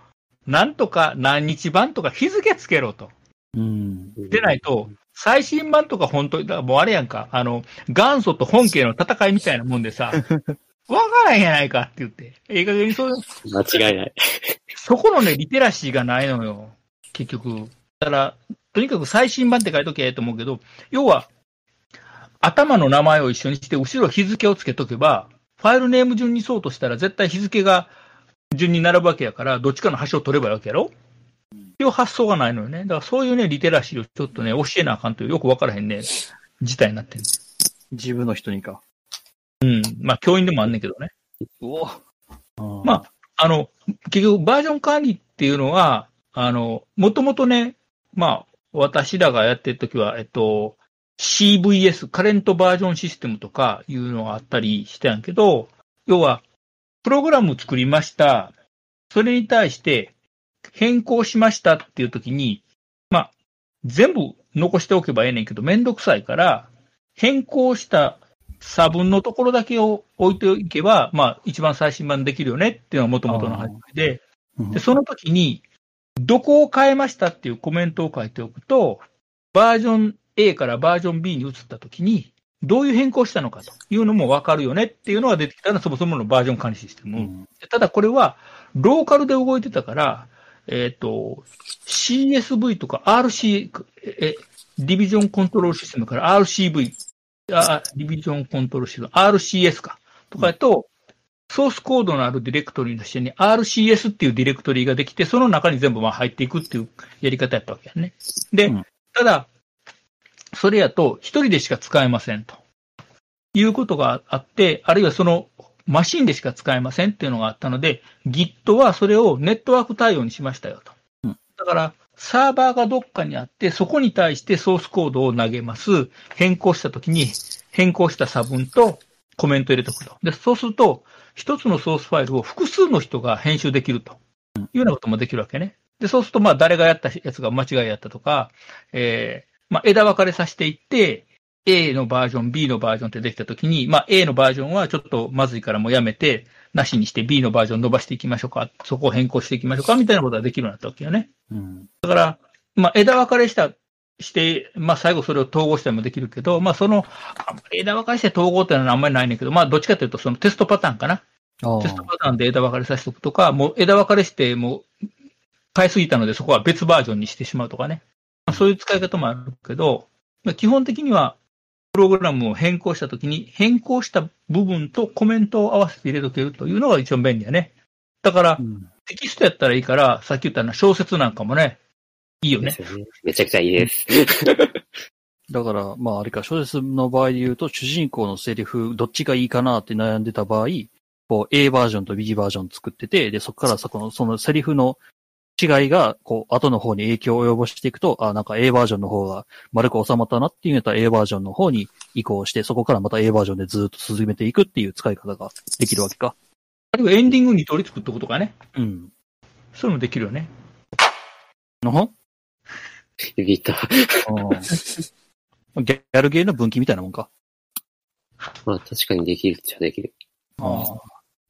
なんとか何日版とか日付つけろと。うん。でないと、最新版とか本当に、だからもうあれやんか、あの、元祖と本家の戦いみたいなもんでさ、わからんやないかって言って、ええ加減にそういう間違いない。そこのね、リテラシーがないのよ。結局。だから、とにかく最新版って書いとけと思うけど、要は、頭の名前を一緒にして、後ろ日付をつけとけば、ファイルネーム順にそうとしたら、絶対日付が順に並ぶわけやから、どっちかの端を取ればいいわけやろっていう発想がないのよね。だからそういうね、リテラシーをちょっとね、教えなあかんという、よくわからへんね、事態になってる。自分の人にか。うん。まあ、教員でもあんねんけどね。おまああの、結局、バージョン管理っていうのは、あの、もともとね、まあ、私らがやってるときは、えっと、CVS、カレントバージョンシステムとかいうのがあったりしたんやけど、要は、プログラム作りました。それに対して、変更しましたっていうときに、まあ、全部残しておけばええねんけど、めんどくさいから、変更した差分のところだけを置いていけば、まあ、一番最新版できるよねっていうのはもともとの話で、うんで、その時に、どこを変えましたっていうコメントを書いておくと、バージョン A からバージョン B に移った時に、どういう変更したのかというのもわかるよねっていうのが出てきたのがそもそものバージョン管理システム。うんただこれは、ローカルで動いてたから、えっ、と、CSV とか RC、え、ディビジョンコントロールシステムから RCV、あディビジョンコントロールシステム、RCS か、とかやと、ソースコードのあるディレクトリの下に RCS っていうディレクトリができて、その中に全部まあ入っていくっていうやり方やったわけやね。でうん、ただ、それやと一人でしか使えませんと。いうことがあって、あるいはそのマシンでしか使えませんっていうのがあったので、Git はそれをネットワーク対応にしましたよと。うんだから、サーバーがどっかにあって、そこに対してソースコードを投げます。変更したときに、変更した差分とコメントを入れておくと。で、そうすると、一つのソースファイルを複数の人が編集できるというようなこともできるわけね。で、そうすると、まあ、誰がやったやつが間違いやったとか、えーまあ、枝分かれさせていって、A のバージョン、B のバージョンってできたときに、まあ、A のバージョンはちょっとまずいからもうやめて、なしにして B のバージョン伸ばしていきましょうか、そこを変更していきましょうか、みたいなことができるようになったわけよね。うん。まあ、枝分かれした、して、まあ、最後それを統合したりもできるけど、まあ、その、あんまり枝分かれして統合っていうのはあんまりないねんだけど、まあ、どっちかというと、そのテストパターンかな。ああテストパターンで枝分かれさせておくとか、もう枝分かれして、もう、買いすぎたので、そこは別バージョンにしてしまうとかね。まあ、そういう使い方もあるけど、まあ、基本的には、プログラムを変更したときに、変更した部分とコメントを合わせて入れとけるというのが一番便利やね。だからう、んテキストやったらいいから、さっき言ったような小説なんかもね、いいよでね。すよね。めちゃくちゃいい です。だから、まあ、あれか、小説の場合で言うと、主人公のセリフ、どっちがいいかなって悩んでた場合、こう、A バージョンと B バージョン作ってて、で、そこからそこの、そのセリフの違いが、こう、後の方に影響を及ぼしていくと、あ、なんか A バージョンの方が丸く収まったなっていうんやったら A バージョンの方に移行して、そこからまた A バージョンでずっと進めていくっていう使い方ができるわけか。あるいはエンディングに取り付くってことかね。うん。そういうのもできるよね。のほんビート。うん ギャギャルゲーの分岐みたいなもんか。まあ確かにできるっちゃできる。ああ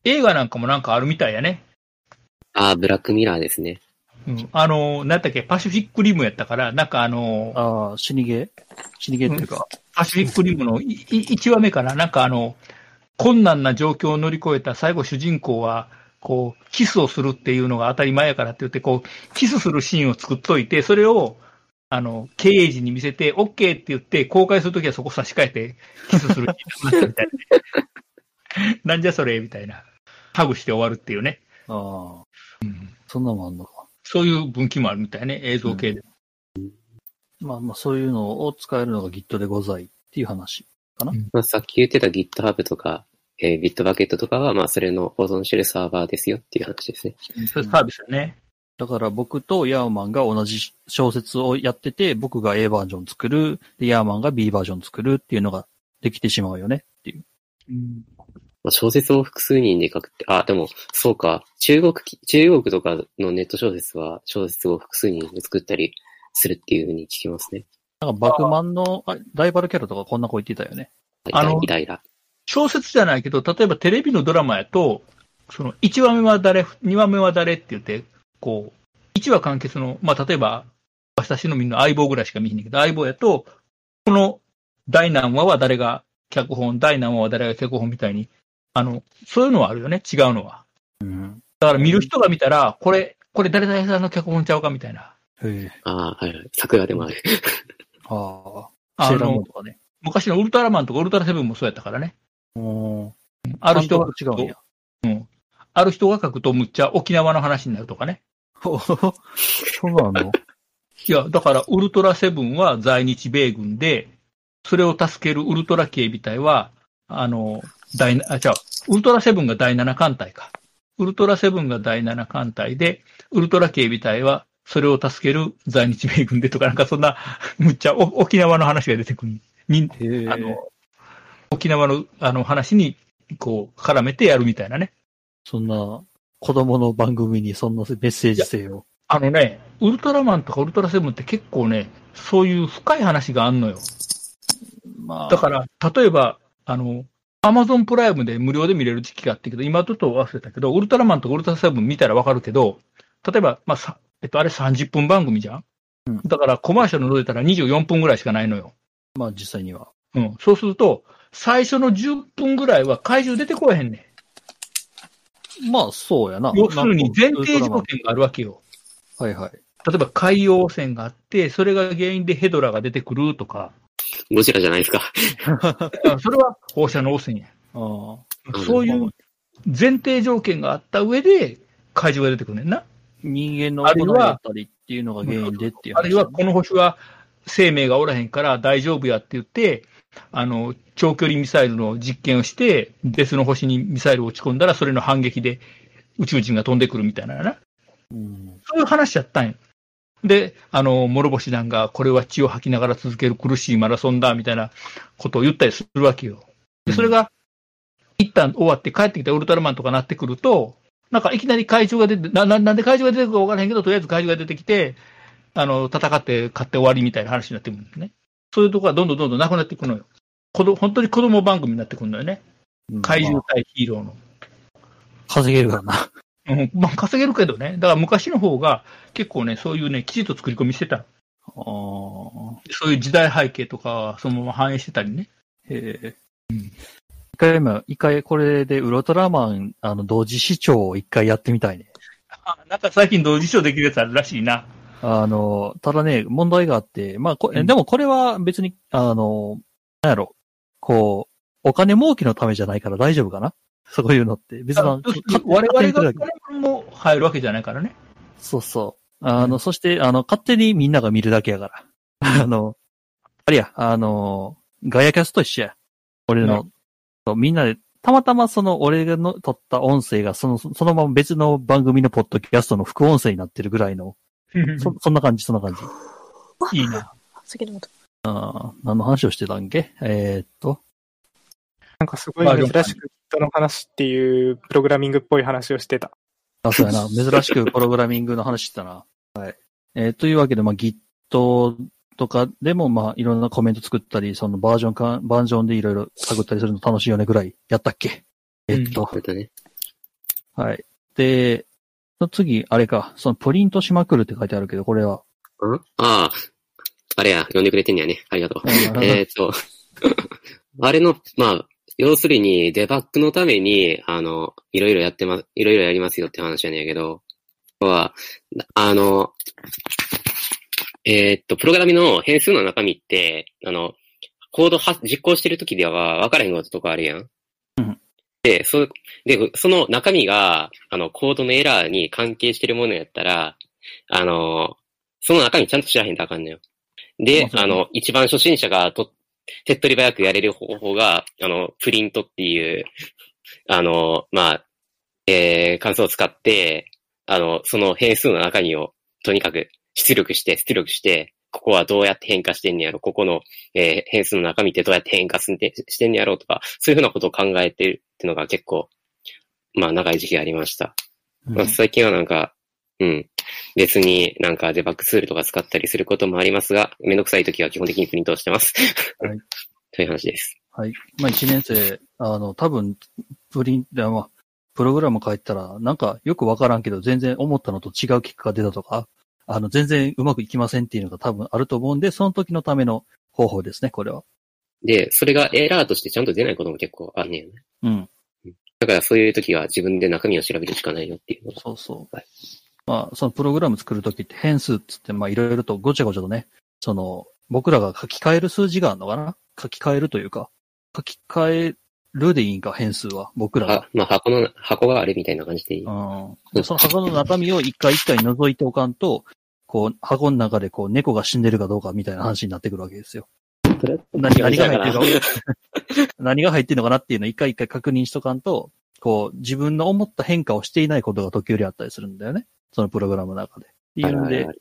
映画なんかもなんかあるみたいやね。ああ、ブラックミラーですね。うん。あの、なんだっけ、パシフィックリムやったから、なんかあの、ああ、死にゲー死にゲーっていうか、パシフィックリムの1話目から、なんかあの、困難な状況を乗り越えた最後主人公は、こう、キスをするっていうのが当たり前やからって言って、こう、キスするシーンを作っといて、それを、あの、経営陣に見せて、OK って言って、公開するときはそこ差し替えて、キスするシーンになったみたいな。なんじゃそれみたいな。ハグして終わるっていうね。ああ。そんなもんあんのか。そういう分岐もあるみたいね、映像系で。まあまあ、そういうのを使えるのが Git でございっていう話。まあさっき言ってた GitHub とか、えー、Bitbucket とかは、まあそれの保存してるサーバーですよっていう話ですね。そういうサービスよね。だから僕とヤーマンが同じ小説をやってて、僕が A バージョン作る、で、ヤーマンが B バージョン作るっていうのができてしまうよねっていう。まあ、小説も複数人で書くって、あ、でも、そうか。中国き、中国とかのネット小説は、小説を複数人で作ったりするっていうふうに聞きますね。なんかバクマンのあライバルキャラとかこんな子言ってたよね。あのイライラ。小説じゃないけど、例えばテレビのドラマやと、その1話目は誰、2話目は誰って言って、こう、1話完結の、まあ、例えば、私のみんな相棒ぐらいしか見ひんねんけど、相棒やと、この第何話は誰が脚本、第何話は誰が脚本みたいに、あの、そういうのはあるよね、違うのは。うん。だから見る人が見たら、これ、これ誰々さんの脚本ちゃうかみたいな。へえ。ああ、はいはい。桜でもあ る。ああ。あセーラームーンの、とかね。昔のウルトラマンとかウルトラセブンもそうやったからね。おーある人が感、覚 違うんや。ある人が書くとむっちゃ沖縄の話になるとかね。おーそうなのいや、だから、ウルトラセブンは在日米軍で、それを助けるウルトラ警備隊は、あの、第な、あ、じゃウルトラセブンが第7艦隊か。ウルトラセブンが第7艦隊で、ウルトラ警備隊は、それを助ける在日米軍でとか、なんかそんな、むっちゃお沖縄の話が出てくる。にへえ。あの、沖縄の、あの話に、こう、絡めてやるみたいなね。そんな、子供の番組にそんなメッセージ性を。あのね、ウルトラマンとかウルトラセブンって結構ね、そういう深い話があんのよ。まだから、例えば、あの、アマゾンプライムで無料で見れる時期があったけど、今ちょっと忘れたけど、ウルトラマンとかウルトラセブン見たらわかるけど、例えば、まあ、さ、えっと、あれ30分番組じゃん、うんだからコマーシャルの出たら24分ぐらいしかないのよ。まあ実際には。うん。そうすると、最初の10分ぐらいは怪獣出てこえへんねまあそうやな。ん。要するに前提条なんか件があるわけよ。はいはい。例えば海洋汚染があって、それが原因でヘドラが出てくるとか、ゴジラじゃないですか。あそれは放射能汚染や。ああ。うんそういう前提条件があった上で、怪獣が出てくるねんな。人間の行いだったりっていうのが原因でっていうあるいは話この星は生命がおらへんから大丈夫やって言って、あの、長距離ミサイルの実験をして、別の星にミサイルを落ち込んだら、それの反撃で宇宙人が飛んでくるみたいなな。うんそういう話やったんよ。で、あの、諸星団がこれは血を吐きながら続ける苦しいマラソンだ、みたいなことを言ったりするわけよ。で、それが、一旦終わって帰ってきたウルトラマンとかなってくると、なんかいきなり怪獣が出て、な、ななんで怪獣が出てくるか分からへんけど、とりあえず怪獣が出てきて、あの、戦って勝って終わりみたいな話になってくるんですね。そういうとこがどんどんどんどんなくなっていくのよ。子供、本当に子供番組になってくるのよね。うん怪ま獣あ対ヒーローの。稼げるからな。うん、まあ稼げるけどね。だから昔の方が結構ね、そういうね、きちっと作り込みしてた。ああ。そういう時代背景とかはそのまま反映してたりね。へえ。一回今、一回これでウルトラマン、あの、同時視聴を一回やってみたいね。あなんか最近同時視聴できるやつあるらしいな。あの、ただね、問題があって、まあこ、うんでもこれは別に、あの、なんやろ、こう、お金儲けのためじゃないから大丈夫かなそういうのって。別に、我勝手に々勝手にやがってるだけも入るわけじゃないからね。そうそう。あの、そして、あの、勝手にみんなが見るだけやから。あ の、あれや、あの、ガヤキャスと一緒や。俺の、そうみんなで、たまたまその俺の撮った音声がその、そのまま別の番組のポッドキャストの副音声になってるぐらいの、そそんな感じ、そんな感 じ。いいな。先ほどあー何の話をしてたんけえーっと、なんかすごい珍しく Git の話っていうプログラミングっぽい話をしてた。あ、そうやな、珍しくプログラミングの話してたな。はい。えーというわけで、まあ、Git とかでも、まあ、いろんなコメント作ったり、そのバージョンか、バージョンでいろいろ探ったりするの楽しいよねぐらいやったっけえーっとそ、れとね。はい。で、その次、あれか、そのプリントしまくるって書いてあるけど、これは。んああ、あれや、呼んでくれてんねやね。ありがとう。 えーっと、あれの、まあ、要するに、デバッグのために、あの、いろいろやってます、いろいろやりますよって話やねんやけど、は、あの、えーっと、プログラミの変数の中身って、あの、コードは実行してるときでは分からへんこととかあるやん。うんで、そ、で、その中身が、あの、コードのエラーに関係してるものやったら、あの、その中身ちゃんと知らへんとあかんのよ。で、まああの、一番初心者がと、手っ取り早くやれる方法が、あの、プリントっていう、あの、まあ、えー、関数を使って、あの、その変数の中身を、とにかく出力して、出力して、ここはどうやって変化してんねやろ、ここの、えー変数の中身ってどうやって変化すんでしてんねやろうとか、そういうふうなことを考えてるっていうのが結構、まあ、長い時期ありました。まあ、最近はなんか、うん。別になんかデバッグツールとか使ったりすることもありますが、めんどくさい時は基本的にプリントをしてます。 はいという話です。はい。まあ、一年生、あの、多分、プリン、いやまあ、プログラム書いたら、なんかよくわからんけど、全然思ったのと違う結果が出たとか、あの、全然うまくいきませんっていうのが多分あると思うんで、その時のための方法ですね、これは。で、それがエラーとしてちゃんと出ないことも結構あんねんよね。うん。だからそういう時は自分で中身を調べるしかないよっていうのが。そうそう。まあ、そのプログラム作るときって変数っつって、まあ、いろいろとごちゃごちゃとね、その、僕らが書き換える数字があるのかな書き換えるというか、書き換えるでいいんか、変数は、僕らがあ。、まあ箱の、箱があるみたいな感じでいい。うん。その箱の中身を一回一回覗いておかんと、こう、箱の中でこう、猫が死んでるかどうかみたいな話になってくるわけですよ。それ何何が入ってるのだから 何が入ってるのかなっていうのを一回一回確認しとかんと、こう、自分の思った変化をしていないことが時折あったりするんだよね。そのプログラムの中で。っていうのはいはいでは、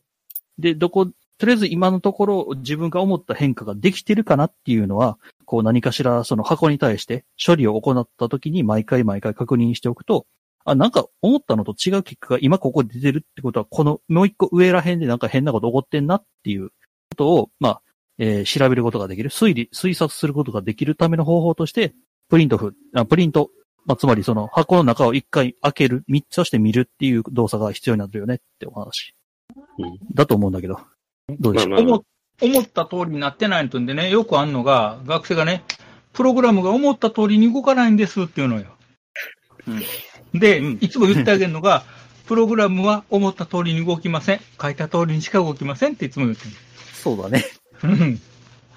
で、どこ、とりあえず今のところ自分が思った変化ができてるかなっていうのは、こう何かしらその箱に対して処理を行った時に毎回毎回確認しておくと、あ、なんか思ったのと違う結果が今ここで出てるってことは、このもう一個上ら辺でなんか変なこと起こってんなっていうことを、まあ、えー調べることができる、推理、推察することができるための方法として、プリントフ、あプリント、まあ、つまりその箱の中を一回開ける、密着して見るっていう動作が必要になるよねってお話。うんだと思うんだけど。どうでしょう、まあまあまあ思思った通りになってないのとでね、よくあんのが、学生がね、プログラムが思った通りに動かないんですっていうのよ。で、うんいつも言ってあげるのが、プログラムは思った通りに動きません。書いた通りにしか動きませんっていつも言ってそうだね。る。うん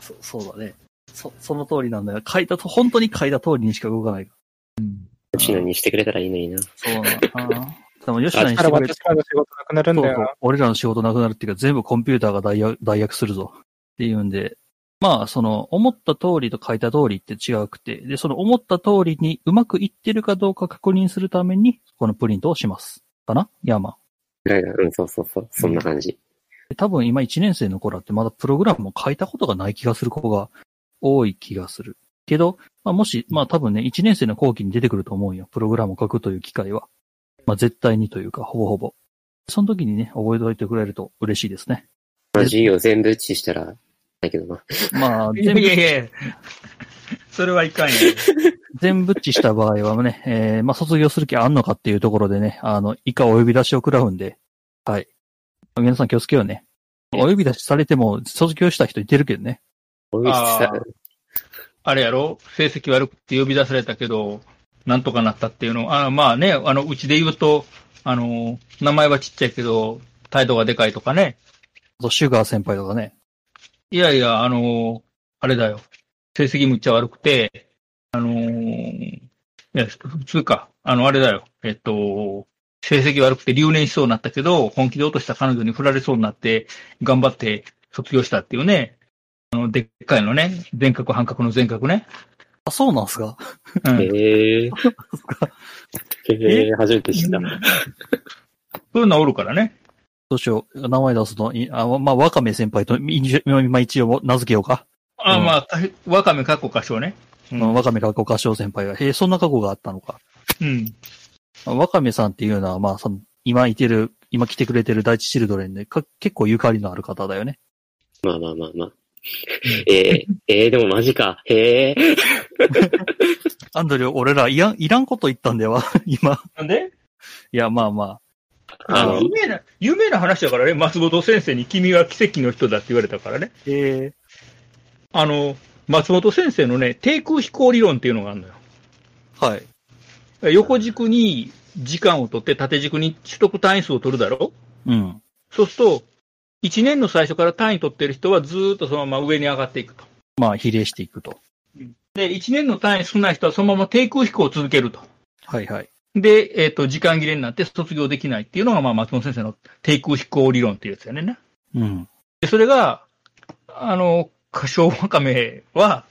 そそうだね。そ、その通りなんだよ。書いたと、本当に書いた通りにしか動かない。吉野にしてくれたらいいのにな。そうなんだな。でも、吉あ田にだしてからくれ私らの仕事なくなるんだよそうなそう。俺らの仕事なくなるっていうか、全部コンピューターが代役代役するぞ。っていうんで、まあ、その、思った通りと書いた通りって違くて、で、その思った通りにうまくいってるかどうか確認するために、このプリントをします。かなヤーマン。うん、そうそうそう。そんな感じ。で多分今1年生の子らってまだプログラムを書いたことがない気がする子が多い気がする。けど、まあ、もし、まあ多分ね、1年生の後期に出てくると思うよ。プログラムを書くという機会は。まあ絶対にというか、ほぼほぼ。その時にね、覚えておいてくれると嬉しいですね。まあ授業全部打ちしたら、だけど な。ま あ、いや全い部、やいや、それはいかんや。全部っちした場合はね、えー、まあ卒業する気あんのかっていうところでね、あの、以下お呼び出しを食らうんで、はい。皆さん気をつけようね。お呼び出しされても、卒業した人いてるけどね。おいしさあ、あれやろ成績悪くて呼び出されたけど、なんとかなったっていうの。あまあね、あの、うちで言うと、あの、名前はちっちゃいけど、態度がでかいとかね。あと、シュガー先輩とかね。いやいや、あのあれだよ。成績むっちゃ悪くて、あのいや、普通か。あの、あれだよ。えっと、成績悪くて留年しそうになったけど、本気で落とした彼女に振られそうになって、頑張って卒業したっていうね。あの、でっかいのね。全角半角の全角ね。あ、そうなんすかうん へえー。へえー、初めて知った。そういうのはおるからね。どうしよう。名前出すと、いあまあ、ワカメ先輩と、いまあ、一応名付けようか。あ、うんまあ、たわかめかっこかしょうね。ううん、ワカメ過去歌唱先輩が、へえ、そんな過去があったのか。うん。まあワカメさんっていうのは、まあ、その、今いてる、今来てくれてる第一チルドレンで、か結構ゆかりのある方だよね。まあまあまあまあ。えー、えー、でもマジか。へえー。アンドリュー、俺らいらん、いらんこと言ったんだよ、 今。なんでいや、まあまあの、有名な、有名な話だからね、松本先生に君は奇跡の人だって言われたからね。えーあの、松本先生のね、低空飛行理論っていうのがあるのよ。あ。はい。横軸に時間を取って縦軸に取得単位数を取るだろうん。そうすると、1年の最初から単位取ってる人はずーっとそのまま上に上がっていくと。まあ、比例していくと。で、1年の単位少ない人はそのまま低空飛行を続けると。はいはい。で、えっ、と、時間切れになって卒業できないっていうのが、まあ、松本先生の低空飛行理論っていうやつやねんな。うん。で、それが、あの、歌唱わかめは、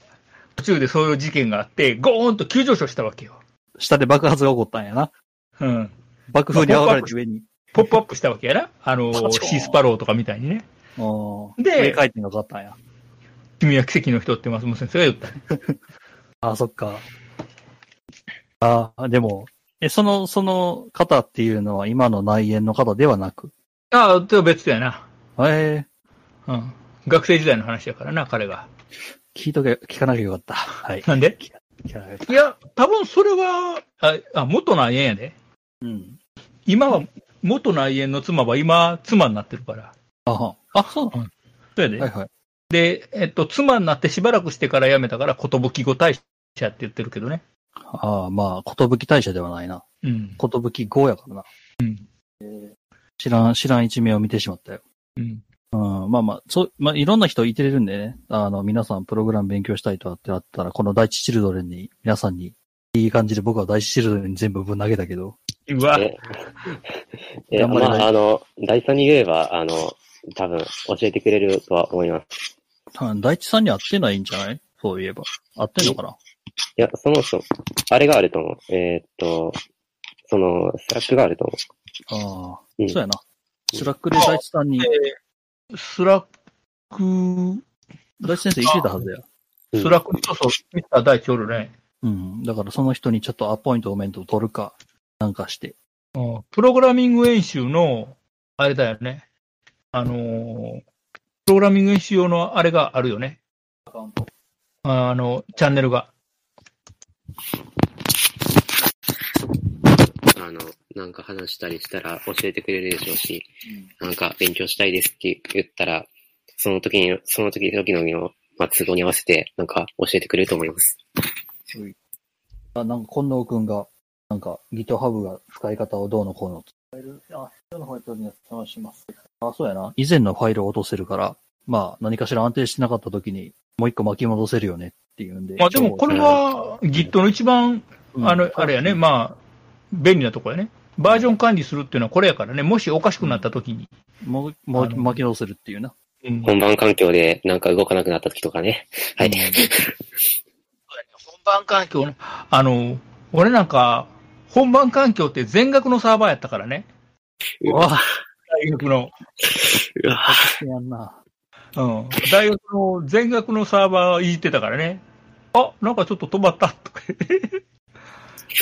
途中でそういう事件があって、ゴーンと急上昇したわけよ。下で爆発が起こったんやな。うん。爆風にあおられて上に。ポップアップしたわけやな。あのパチ、コーンシースパローとかみたいにね。あーで上回転がかかったんや。君は奇跡の人って松本先生が言った。あ、そっか。ああ、でも、え、その、その方っていうのは今の内縁の方ではなく。ああ、では別だよな。ええうん。学生時代の話やからな、彼が。聞いとけ、聞かなきゃよかった。 はい。なんで聞かなきゃよかっいや、多分それは、あ、あ元の愛縁やで。たうん。今は、元の愛縁の妻は今、妻になってるから。あは。あ、そうなそうやで。のはいはい。で、えっと、妻になってしばらくしてから辞めたから、ことぶきご大社って言ってるけどね。ああ、まあ、ことぶき大社ではないな。うん。ことぶき号やからな。知らん、知らん一面を見てしまったよ。うん。うん、まあまあ、そう、まあいろんな人いてるんでね、あの、皆さんプログラム勉強したいとあってあったら、この第一チルドレンに、皆さんに、いい感じで僕は第一チルドレンに全部ぶん投げたけど、うわ、え、え、頑ま張れないあ、あの、第三に言えば、あの、多分、教えてくれるとは思います。あ第一さんに合ってないんじゃないそういえば。合ってんのかないや、そもそも、あれがあると思う。えーっと、その、スラックがあると思ああ、うんそうやな。スラックで大地さんに、スラック、大地先生言ってたはずや。う。スラック、そうそう、見た大地おるね。うん。だからその人にちょっとアポイントメントを取るか、なんかして。うんプログラミング演習の、あれだよね。あのープログラミング演習用のあれがあるよね。アカウント。あの、チャンネルが。あの、なんか話したりしたら教えてくれるでしょうし、なんか勉強したいですって言ったら、その時に、その時々の、まあ、都合に合わせて、なんか教えてくれると思います。あなんか、近藤くんが、なんか、GitHub が使い方をどうのこうの。ファイル、あ、今日の方に取るの楽します。あ、そうやな。以前のファイルを落とせるから、まあ、何かしら安定してなかった時に、もう一個巻き戻せるよねっていうんで。まあでもこれは Git の一番、うんあの、あれやね、まあ、便利なとこやね。バージョン管理するっていうのはこれやからね、もしおかしくなった時に。もう、もあうの巻き戻せるっていうな。うん本番環境でなんか動かなくなった時とかね。はい。うん本番環境ね。あの、俺なんか、本番環境って全額のサーバーやったからね。うわ大学の。うわやんな。うん。大学の全額のサーバーいじってたからね。あ、なんかちょっと止まったとか言 って。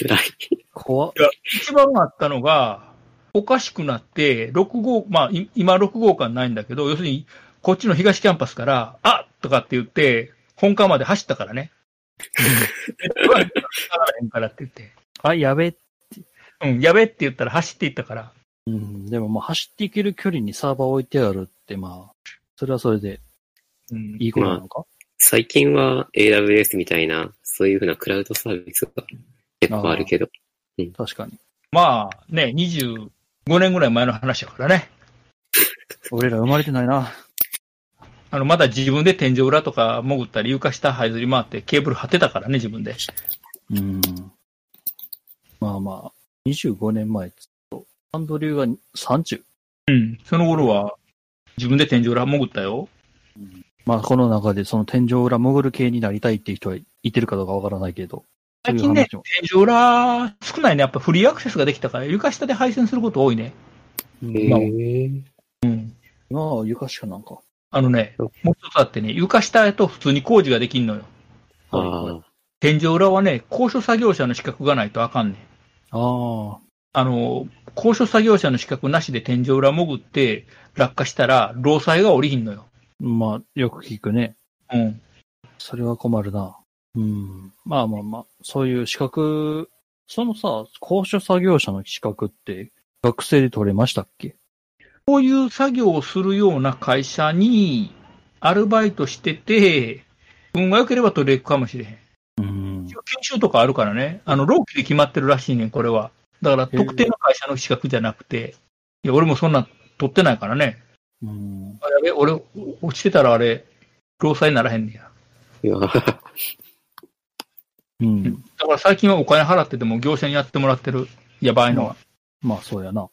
辛い。怖っ。一番あったのが、おかしくなって、6号、まあ、い今6号館ないんだけど、要するに、こっちの東キャンパスから、あっとかって言って、本館まで走ったからね。 うんあらへんからって言って。あ、やべえ。うん、やべって言ったら走っていったから。うん。でもまあ、走っていける距離にサーバーを置いてあるって、まあ、それはそれでうんいいことなのか、最近は AWS みたいな、そういうふうなクラウドサービスが結構あるけど、確かに。まあね、25年ぐらい前の話だからね。俺ら生まれてないな。あの、まだ自分で天井裏とか潜ったり床下這いずり回ってケーブル張ってたからね、自分で。うん。まあまあ、25年前っつうと、アンドリューが30。うん。その頃は、自分で天井裏潜ったよ。まあ、この中でその天井裏潜る系になりたいっていう人はいてるかどうかわからないけど。そ最ういう近ね話、も。天井裏少ないね。やっぱフリーアクセスができたから、床下で配線すること多いね。うんまあ、うん。まあ、床しかなんか。あのね、もう一つあってね、床下へと普通に工事ができんのよ。あはいあ、天井裏はね、高所作業者の資格がないとあかんねん。ああ。あの、高所作業者の資格なしで天井裏潜って落下したら、労災が降りひんのよ。まあ、よく聞くね。うん。それは困るな。うん。まあまあまあ、そういう資格、そのさ、高所作業者の資格って、学生で取れましたっけこういう作業をするような会社に、アルバイトしてて、運が良ければ取れるかもしれへん。うん研。修とかあるからね、あの、労基で決まってるらしいねん、これは。だから、特定の会社の資格じゃなくて、いや、俺もそんなん取ってないからね。うん。あやべ、俺、落ちてたらあれ、労災にならへんねや。うわうん。だから最近はお金払ってても業者にやってもらってる。やばいのは。まあそうやな。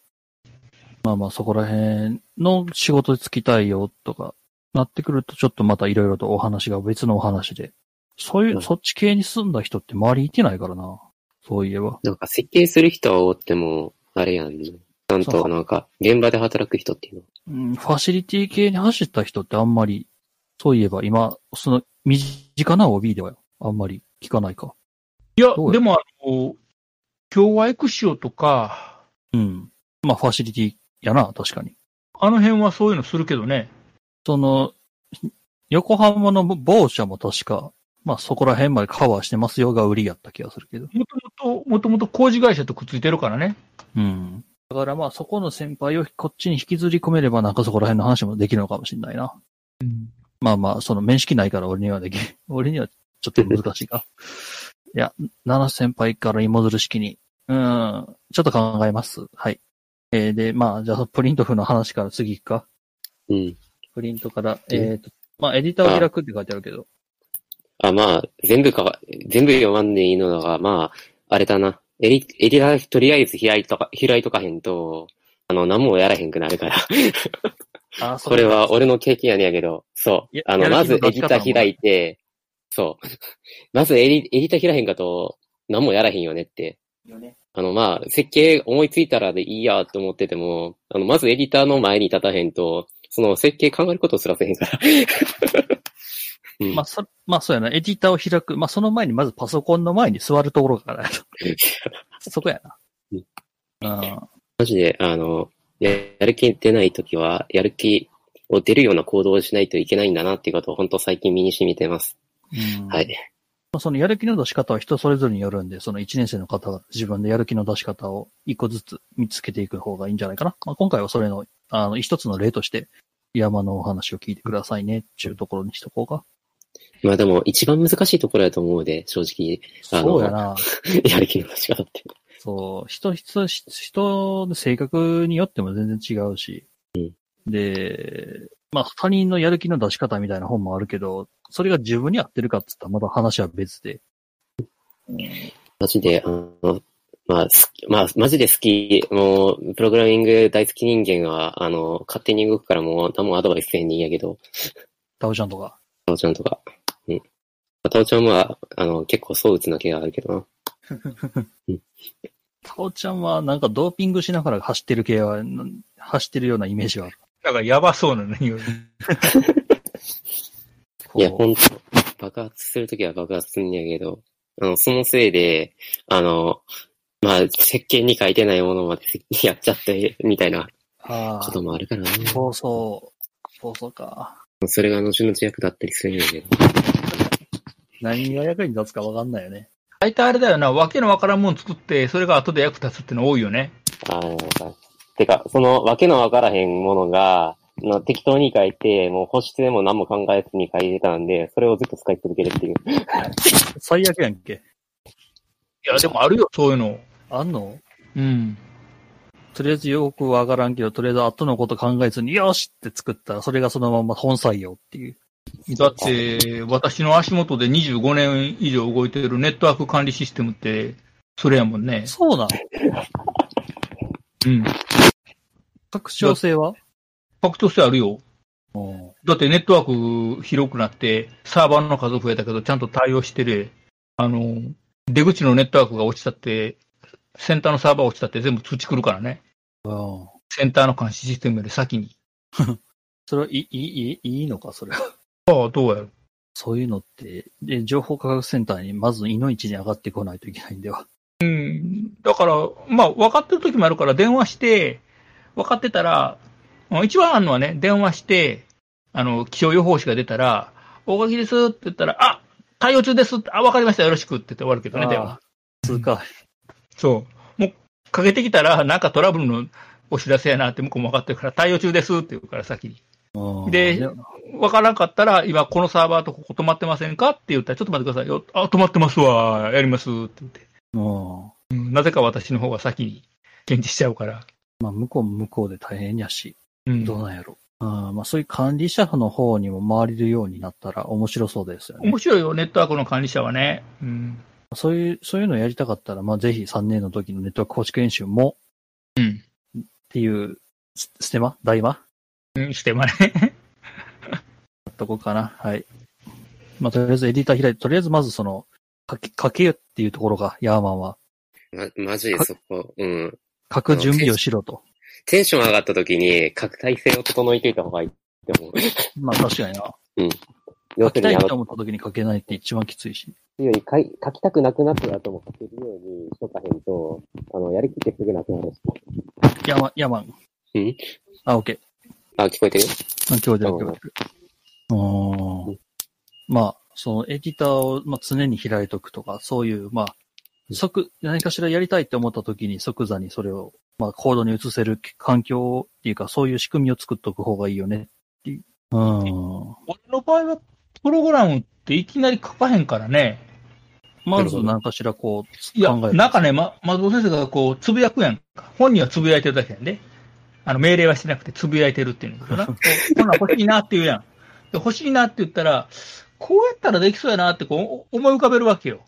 まあまあそこら辺の仕事に就きたいよとかなってくるとちょっとまたいろいろとお話が別のお話で。そういう、うんそっち系に住んだ人って周りいてないからな。そういえば。なんか設計する人はおっても、あれやん、ね。ちゃんとなんか、現場で働く人っていうの。うん、ファシリティ系に走った人ってあんまり、そういえば今、その身近な OB ではあんまり聞かないか。いやどう、やでも、あの、共和エクシオとか、うん。まあファシリティやな、確かに。あの辺はそういうのするけどね。その、横浜の某社も確か、まあそこら辺までカバーしてますよが売りやった気がするけど。もともと、もともと工事会社とくっついてるからね。うん。だからまあそこの先輩をこっちに引きずり込めればなんかそこら辺の話もできるのかもしれないな。まあまあ、その面識ない から俺にはでき、俺にはちょっと難しいか。いや、七瀬先輩から芋づる式に、うーん、ちょっと考えます。はい。えーで、まあ、じゃあ、プリントフの話から次行くか。うん。プリントから、うんえっ、と、まあ、エディターを開くって書いてあるけど、あ、まあ、全部かわ、全部読まんでいいのが、まあ、あれだな。エリ、エリがとりあえず開いとか、開いとかへんと、あの、何もやらへんく なるから。あ、それは俺の経験やねんやけど、そうや。あの、やまる気ずのエディター開いて、そう。 まずエディエディター開へんかと、何もやらへんよねって。よね。あの、まあ、設計思いついたらでいいやと思ってても、あの、まずエディターの前に立たへんと、その設計考えることすらせへんから。うんまあ、そ、まあ、そうやな。エディターを開く。まあ、その前に、まずパソコンの前に座るところからやなそこやな。うん。マジで、あの、ややる気出ないときは、やる気を出るような行動をしないといけないんだなっていうことを本当最近身に染みてます。うんはい。まあそのやる気の出し方は人それぞれによるんで、その1年生の方は自分でやる気の出し方を一個ずつ見つけていく方がいいんじゃないかな。まあ、今回はそれの、あの、一つの例として、山のお話を聞いてくださいね、っていうところにしとこうか。まあでも、一番難しいところだと思うで、正直、あのそうやな。やる気の出し方って。そう、人、人、人の性格によっても全然違うし。で、まあ、他人のやる気の出し方みたいな本もあるけど、それが自分に合ってるかって言ったらまた話は別で。マジで、あの、まあ、好きまあ、マジで好き、もう、プログラミング大好き人間は、あの、勝手に動くからもう、何もアドバイスせんにいいやけど、タオちゃんとか。タオちゃんとか。うん。タオちゃんは、あの、結構そう打つな気があるけどな。タオちゃんはなんかドーピングしながら走ってる系は、なん走ってるようなイメージがある。なんかやばそうな匂い。いや、こうほんと、爆発するときは爆発するんやけど、あの、そのせいで、あの、まあ、石鹸に書いてないものまで やっちゃって、みたいなあことあ、もあるからね。そうそう。そうそうか。それが後々役だったりするんやけど。何が役に立つかわかんないよね。大体あれだよな、わけのわからんもん作って、それが後で役立つっての多いよね。ああ、なんか。てか、その、わけのわからへんものが、な適当に書いて、もう保湿でも何も考えずに書いてたんで、それをずっと使い続けるっていう。最悪やんけ。いや、でもあるよ、そういうの。あんのうん。とりあえずよくわからんけど、とりあえず後のこと考えずに、よしって作ったら、それがそのまま本採用っていう。だって、私の足元で25年以上動いてるネットワーク管理システムって、それやもんね。そうなのうん。拡張性は拡張性あるよ。うん。だってネットワーク広くなって、サーバーの数増えたけど、ちゃんと対応してる。あの、出口のネットワークが落ちたって、センターのサーバー落ちたって全部通知来るからね。うん。センターの監視システムより先に。それはいい、いい、いいのか、それは。ああ、どうやろそういうのって、で、情報科学センターにまず命に上がってこないといけないんでは。だから、まあ、分かってる時もあるから、電話して、分かってたら、うん一番あるのはね、電話して、あの、気象予報士が出たら、大垣ですって言ったら、あ対応中ですって、あ、分かりました、よろしくって言って終わるけどね、電話あ。あ通過。そう。もう、かけてきたら、なんかトラブルのお知らせやなって、向こうも分かってるから、対応中ですって言うから、先に。うんでいや分からんかったら、今、このサーバーとここ止まってませんかって言ったら、ちょっと待ってくださいよ。あ、止まってますわ。やりますって言って。うん。うんなぜか私の方が先に検知しちゃうから。まあ、向こうも向こうで大変やし、うんどうなんやろ。あーまあ、そういう管理者の方にも回れるようになったら面白そうですよね面。白いよ、ネットワークの管理者はね。うん。そういう、そういうのやりたかったら、まあ、ぜひ3年の時のネットワーク構築演習も、うんっていう、スステマ大マうん、してまね。やっとこうかな。はい。まあ、とりあえずエディター開いて、とりあえずまずその、かけ、かけよっていうところが、ヤーマンは、ま、マジでそこ、うん。書く準備をしろと。テンション上がった時に、拡大性を整えていた方がいいって 思う。まあ、確かにな。要書すきるたに、いあのと、思った時に書けないって一番きついし。より書い書きたくなくなった後も書けるようにしとかへんと、あの、やりきってすぐなくなるし。ヤーマン、ヤーマン。うんあ、オッケー。あ、聞こえてるあ聞こえてる、そう聞こえてる。うーん。まあ、そのエディターを、まあ、常に開いとくとか、そういう、まあ、即、何かしらやりたいって思った時に即座にそれを、まあ、コードに移せる環境っていうか、そういう仕組みを作っとく方がいいよねっていう。うーん。俺の場合は、プログラムっていきなり書かへんからね。まず何かしらこう、いや、考えるなんかね、ま、松本先生がこう、つぶやくやんか。本人はつぶやいてるだけやんで。あの、命令はしてなくて、つぶやいてるっていうんだけ どな。こうこんなん欲しいなって言うやん。で欲しいなって言ったら、こうやったらできそうやなってこう、思い浮かべるわけよ。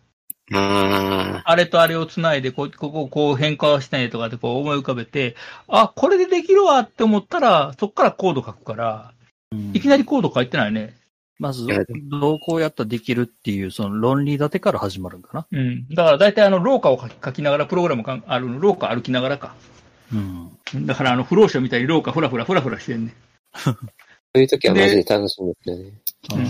ああれとあれをつないで、こうここをこう変化をしたいとかってこう思い浮かべて、あ、これでできるわって思ったら、そっからコード書くから、うんいきなりコード書いてないね。まず、どうこうやったらできるっていう、その論理立てから始まるんかな。うん。だから大体あの、廊下を書き書きながら、プログラムかんある、廊下歩きながらか。うん。だからあの、不老者みたいに廊下ふらふらふらふらしてんね。そういう時はマジで楽しみですよね。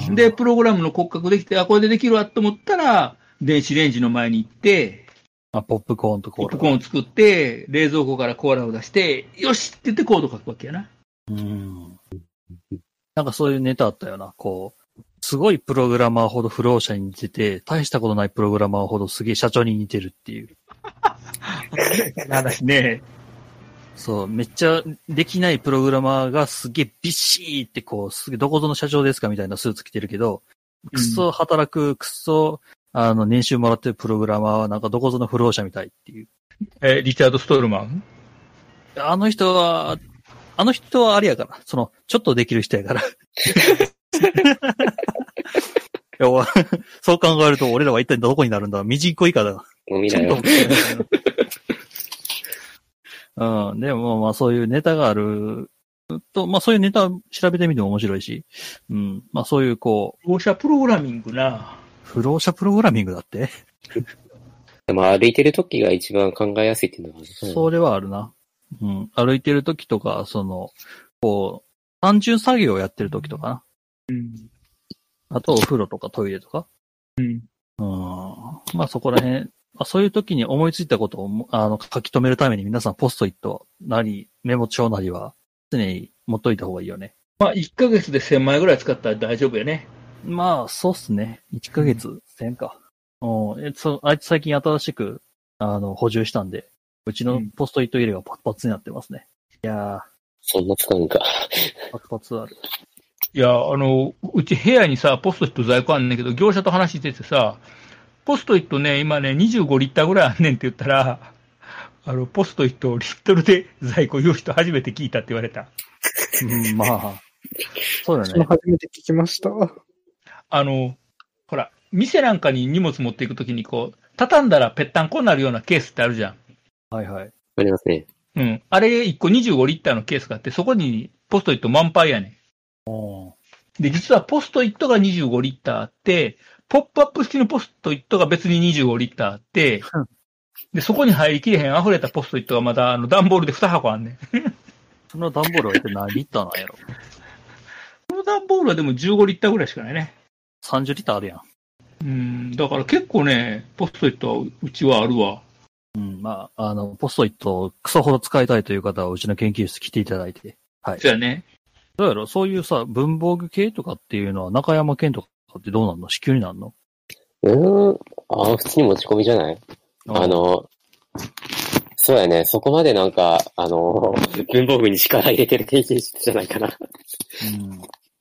うんで、プログラムの骨格できて、あ、これでできるわと思ったら、電子レンジの前に行って、あ、ポップコーンとコポップーコラ。ーン作って、冷蔵庫からコーラを出して、よしって言ってコード書くわけやな。うん。なんかそういうネタあったよな。こう、すごいプログラマーほど不老者に似てて、大したことないプログラマーほどすげえ社長に似てるっていう。話ね。そう、めっちゃできないプログラマーがすげえビシーってこう、すげえどこぞの社長ですかみたいなスーツ着てるけど、くっそ働く、くっそ、あの、年収もらってるプログラマーはなんかどこぞの不老者みたいっていう。え、リチャード・ストールマンあの人は、あの人はあれやから、その、ちょっとできる人やから。いやお そう考えると俺らは一体どこになるんだみじんこ以下だもう見ちょなっよ。と。うん。でも、まあ、そういうネタがあると、まあ、そういうネタ調べてみても面白いし、うん。まあ、そういう、こう、不老者プログラミングな。不老者プログラミングだって、でも歩いてる時が一番考えやすいっていうのは、それはあるな。うん。歩いてる時とか、その、こう、単純作業をやってる時とかな。うん。あと、お風呂とかトイレとか。うん。うん。まあ、そこら辺、まあ、そういう時に思いついたことをも、あの、書き留めるために皆さん、ポストイットなり、メモ帳なりは、常に持っといた方がいいよね。まあ、1ヶ月で1000枚ぐらい使ったら大丈夫やね。まあ、そうっすね。1ヶ月、1000か。うん。え、そう、あいつ最近新しく、あの、補充したんで、うちのポストイット入れがパツパツになってますね。いやそんな使うんか。ー、パツパツある。いや、あの、うち部屋にさ、ポストイット在庫あんねんけど、業者と話しててさ、ポストイットね、今ね、25リッターぐらいあんねんって言ったら、あの、ポストイットをリットルで在庫用意と初めて聞いたって言われた。うん、まあ、そうだそのね。初めて聞きました。あの、ほら、店なんかに荷物持っていくときに、こう、畳んだらぺったんこになるようなケースってあるじゃん。はいはい。ありますね。うん。あれ1個25リッターのケースがあって、そこにポストイット満杯やねおーん。で、実はポストイットが25リッターあって、ポップアップ式のポストイットが別に25リッターあってうん、で、そこに入りきれへん溢れたポストイットがまだ、あの、段ボールで2箱あんねん。その段ボールは一体何リッターなんやろこの段ボールはでも15リッターぐらいしかないね。 ?30 リッターあるやん。うん。だから結構ね、ポストイットはうちはあるわ。うん、まあ、あの、ポストイットをクソほど使いたいという方は、うちの研究室来ていただいて。はい。そうやね。どうやろうそういうさ、文房具系とかっていうのは、中山県とかってどうなんの支給になるのうーん。ああ、普通に持ち込みじゃないあ、の、そうやね。そこまでなんか、あの、文房具に力入れてる経験者じゃないかな。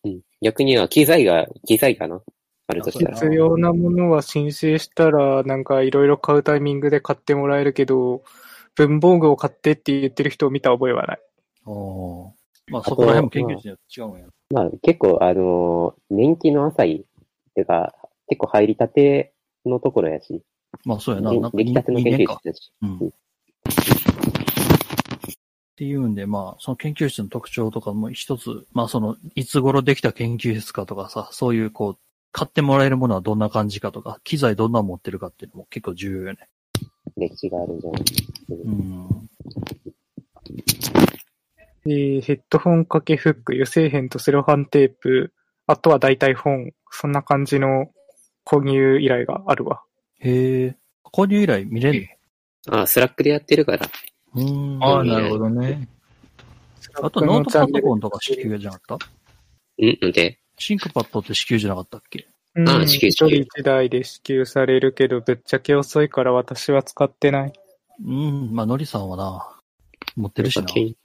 うん、うん。逆には、機材が、機材かなあるとしたら。必要なものは申請したら、なんかいろいろ買うタイミングで買ってもらえるけど、文房具を買ってって言ってる人を見た覚えはない。おーまあ、そこら辺も研究室によって違うんや。まあ、結構、あの、年季の浅い、っていうか、結構入りたてのところやし、まあ、そうやな。なんか出来たての人研間究か室。だし。うん。っていうんで、まあ、その研究室の特徴とかも一つ、まあ、その、いつ頃できた研究室かとかさ、そういう、こう、買ってもらえるものはどんな感じかとか、機材どんなの持ってるかっていうのも結構重要よね。歴史があるんじゃないうん。えーヘッドホン掛けフック、油性片とセロハンテープ、あとは大体本、そんな感じの購入依頼があるわ。へえ。購入以来見れるああ、スラックでやってるから。うーん。ああ、ーなるほどね。あと、ノートパソコンとか支給じゃなかったんなんでシンクパッドって支給じゃなかったっけうんあ支給一人一台で支給されるけど、ぶっちゃけ遅いから私は使ってない。うん。まあ、のりさんはな、持ってるしな。研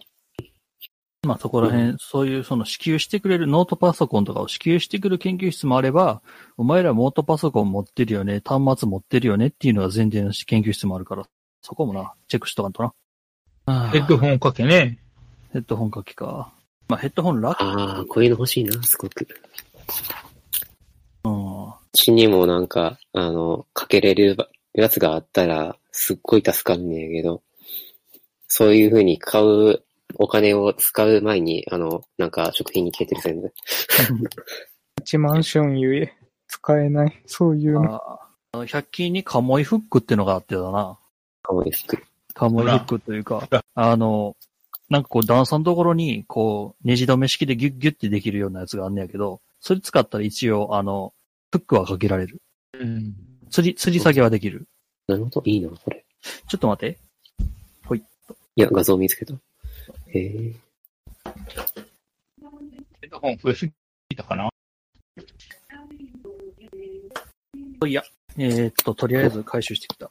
まあそこら辺、そういうその支給してくれるノートパソコンとかを支給してくる研究室もあれば、お前らノートパソコン持ってるよね、端末持ってるよねっていうのが前提の研究室もあるから、そこもな、チェックしとかんとな。ああヘッドホンかけね。ヘッドホン書きか。まあヘッドホン楽。ああ、こういうの欲しいな、すごく。うん。 あうちにもなんか、あの、かけれるやつがあったら、すっごい助かるんやけど、そういう風に買うお金を使う前に、あの、なんか食品に消えてる全部。一マンションゆえ、使えない。そういうの。ああの、100均にカモイフックってのがあってだな。かもですく。カモイフックというかほら、あの、なんかこう段差のところに、こう、ネジ止め式でギュッギュッってできるようなやつがあんねやけど、それ使ったら一応、あの、フックはかけられる。うん。釣り、釣り下げはできる。なるほど、いいな、これ。ちょっと待って。いや、画像見つけた。へえ。ヘッドホン増えすぎたかな。えー、っと、とりあえず回収してきた。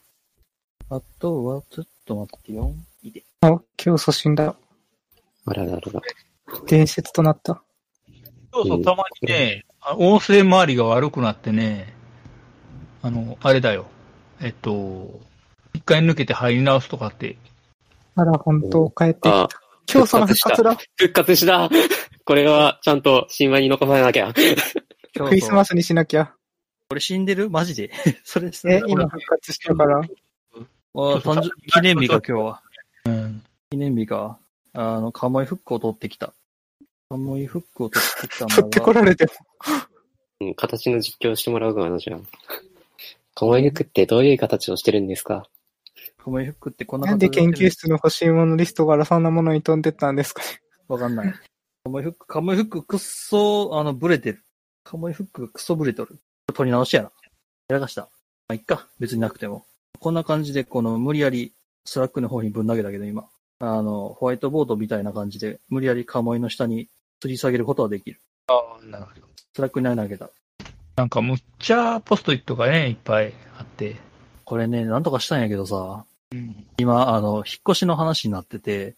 あとは、ちょっと待ってよ。あ、今日死んだ。あらららら。伝説となった。そうそう、たまにね、あ音声周りが悪くなってね、あの、あれだよ。えっと、一回抜けて入り直すとかって、あら、本当変えて。あ、今日さん復活だ。復活した これは、ちゃんと新米に残さなきゃ。 今クリスマスにしなきゃ。俺死んでるマジで それですね、。え今復活したから。あー誕生記念日か、今日は。うん。記念日か。あの、カモイフックを取ってきた。カモイフックを取ってき た取のってこが、られても。うん、形の実況してもらうからな、じゃあ。カモイフックってどういう形をしてるんですかカモイフックってこんなな感んじで研究室の欲しいものリストからそんなものに飛んでったんですかね。わかんない。カモイフック、カモイフックくっそ、あの、ブレてる。カモイフックがくそブレとる。取り直しやな。やらかした。まあ、いっか。別になくても。こんな感じで、この、無理やり、スラックの方にぶん投げたけど、今。あの、ホワイトボードみたいな感じで、無理やりカモイの下に吊り下げることはできる。ああ、なるほど。スラックに投げた。なんかむっちゃポストイットがね、いっぱいあって。これね、なんとかしたんやけどさ、うん。今、あの、引っ越しの話になってて、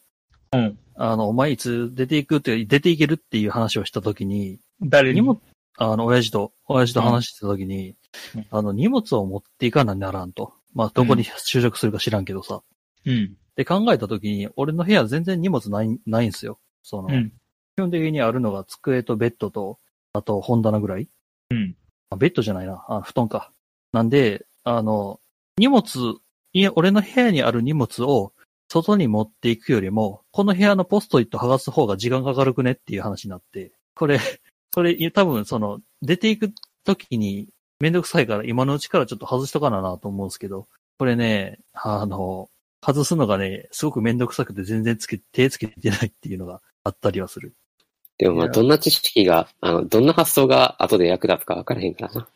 うんあの、お前いつ出ていくって、出ていけるっていう話をしたときに、誰に荷も物、あの、親父と、親父と話してたときに、うんあの、荷物を持っていかなならんと。まあ、どこに就職するか知らんけどさ。うん。で、考えたときに、俺の部屋全然荷物ない、ないんすよ。その、うん。基本的にあるのが机とベッドと、あと本棚ぐらい。うん。あベッドじゃないな。あ、布団か。なんで、あの、荷物、い俺の部屋にある荷物を外に持っていくよりも、この部屋のポストイット剥がす方が時間かかるくねっていう話になって、これ、これ、多分その、出ていく時にめんどくさいから今のうちからちょっと外しとかななと思うんですけど、これね、あの、外すのがね、すごくめんどくさくて全然つけ、手つけてないっていうのがあったりはする。でもまいあ、やどんな知識が、あの、どんな発想が後で役立つか分からへんからな。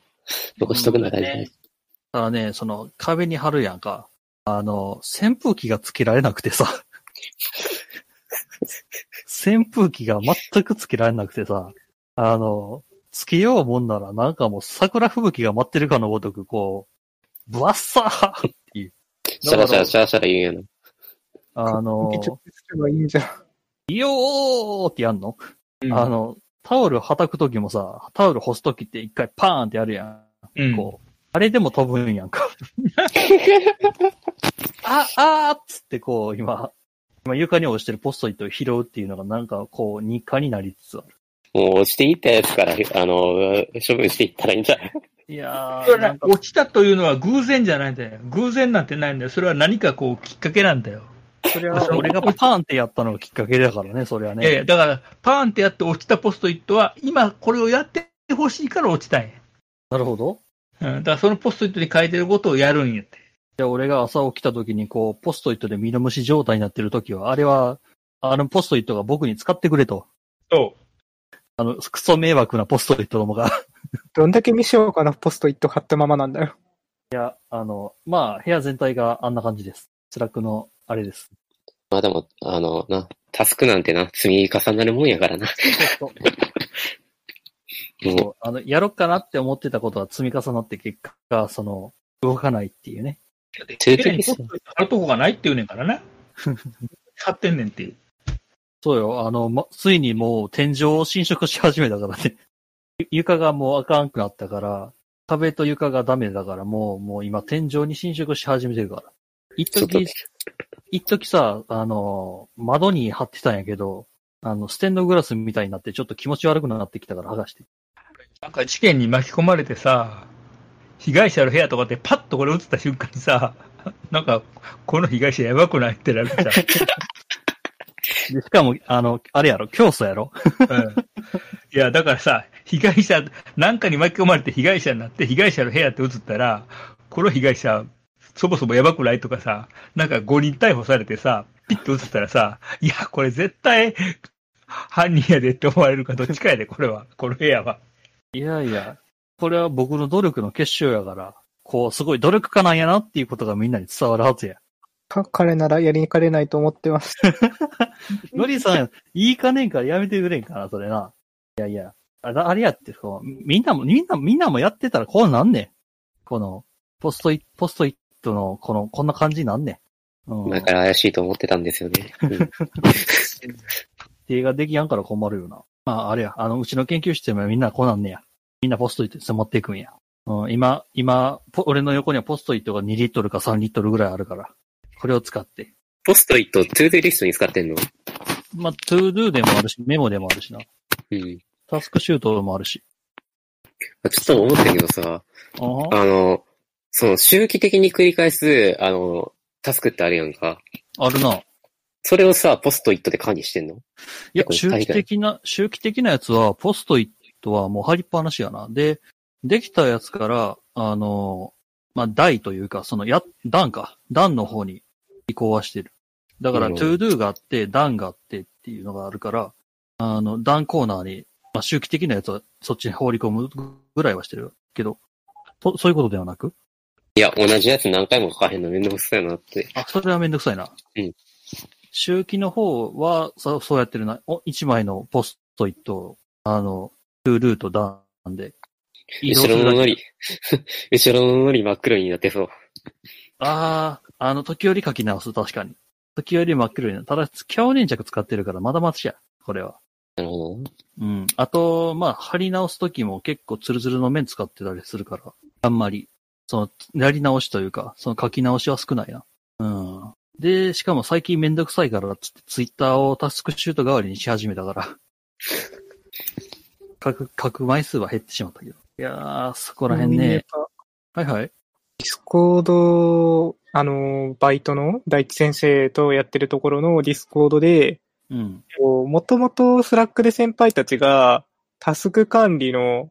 残しとくのは大事だね。ただね、その壁に貼るやんか。あの、扇風機がつけられなくてさ。扇風機が全くつけられなくてさ。あの、つけようもんならなんかもう桜吹雪が待ってるかのごとくこう、ブワッサーっていう。シャラシャラシャラシャラ言うんやな。あの、直接すればいいんじゃん。いよーってやんの、あの、タオルはたくときもさ、タオル干すときって一回パーンってやるやん。うん、こう、あれでも飛ぶんや んか。あ、あーっつってこう、今、今床に落ちてるポストイットを拾うっていうのがなんかこう、日課になりつつある。もう落ちていったやつから、あの、処分していったらいいんじゃないいやそー、れはなねんか落ちたというのは偶然じゃないんだよ。偶然なんてないんだよ。それは何かこうきっかけなんだよ。 それは俺がパーンってやったのがきっかけだからね、それはいやいや、ね。だから、パーンってやって落ちたポストイットは、今これをやってほしいから落ちたんや。なるほど。うん、だからそのポストイットに書いてることをやるんやって。じゃあ俺が朝起きた時にこう、ポストイットで身の虫状態になってる時は、あれは、あのポストイットが僕に使ってくれと。そあの、クソ迷惑なポストイットどもが。 どんだけ未消化のポストイット貼ったままなんだよ。あの、まあ、部屋全体があんな感じです。スラックの、あれです。まあでも、あの、な、タスクなんてな、積み重なるもんやからな。そうもあの、やろっかなって思ってたことは積み重なって結果、その、動かないっていうね。う。手続 ポきストイットあるとこがないって言うねんからな。買ってんねんっていう。そうよ、あの、ま、ついにもう天井を侵食し始めたからね。ゆ床がもうあかんくなったから、壁と床がダメだから、もう、もう今天井に侵食し始めてるから。一ちょっと時、一時さ、あの、窓に貼ってたんやけど、あの、ステンドグラスみたいになってちょっと気持ち悪くなってきたから剥がして。なんか事件に巻き込まれてさ、被害者の部屋とかってパッとこれ映った瞬間にさ、なんか、この被害者やばくないってなるじでしかも、あの、あれやろ、教祖やろゃん。うん、いや、だからさ、被害者、なんかに巻き込まれて被害者になって、被害者の部屋って映ったら、この被害者、そもそもやばくないとかさ、なんか5人逮捕されてさ、ピッと映ったらさ、いや、これ絶対、犯人やでって思われるか、どっちかやで、これは。この部屋は。いやいや、これは僕の努力の結晶やから、こう、すごい努力家なんやなっていうことがみんなに伝わるはずや。か彼ならやりにかれないと思ってます。のりさん、言いかねんからやめてくれんかな、それな。いやいや、あだあれやって、こう、みんなも、みんな、みんなもやってたらこうなんねん。この、ポストイット、ポストイットの、この、こんな感じになんねん。うん。だから怪しいと思ってたんですよ ね。うん手ができやんから困るよな。まあ、あれや、あの、うちの研究室でもみんなこうなんねや。みんなポストイットに持っていくんや。うん、今、今、ポ俺の横にはポストイットが2リットルか3リットルぐらいあるから、これを使って。ポストイット、トゥードゥーリストに使ってんのまあ、トゥードゥでもあるし、メモでもあるしな。うん。タスクシュートもあるし。ちょっと思ったけどさ、あはあの、その周期的に繰り返す、あの、タスクってあるやんか。あるな。それをさ、ポストイットで管理してんのいや、結周構期的な、周期的なやつは、ポストイットはもう貼りっぱなしやな。で、できたやつから、あの、まあ、台というか、その、や、段か。段の方に移行はしてる。だから、うん to do があって、段があってっていうのがあるから、あの、段コーナーに、まあ、周期的なやつはそっちに放り込むぐらいはしてるけど、そそういうことではなくいや、同じやつ何回も書かへんのめんどくさいなって。あ、それはめんどくさいな。うん周期の方は、そそうやってるな。お、一枚のポストイットを、あの、トゥールートダウンで。移動す後るろのだけのり、 後ろののり真っ黒になってそう。ああ、あの、時折書き直す、確かに。時折真っ黒になる。ただ、強粘着使ってるから、まだまだしや。これは。なるほど。うん。あと、まあ、貼り直すときも結構ツルツルの面使ってたりするから、あんまり、その、やり直しというか、その書き直しは少ないな。うん。で、しかも最近めんどくさいから、つってツイッターをタスクシュート代わりにし始めた から、書く、書く枚数は減ってしまったけど。いやー、そこら辺ね。。はいはい。ディスコード、あの、バイトの大地先生とやってるところのディスコードで、うん。もともとスラックで先輩たちがタスク管理の、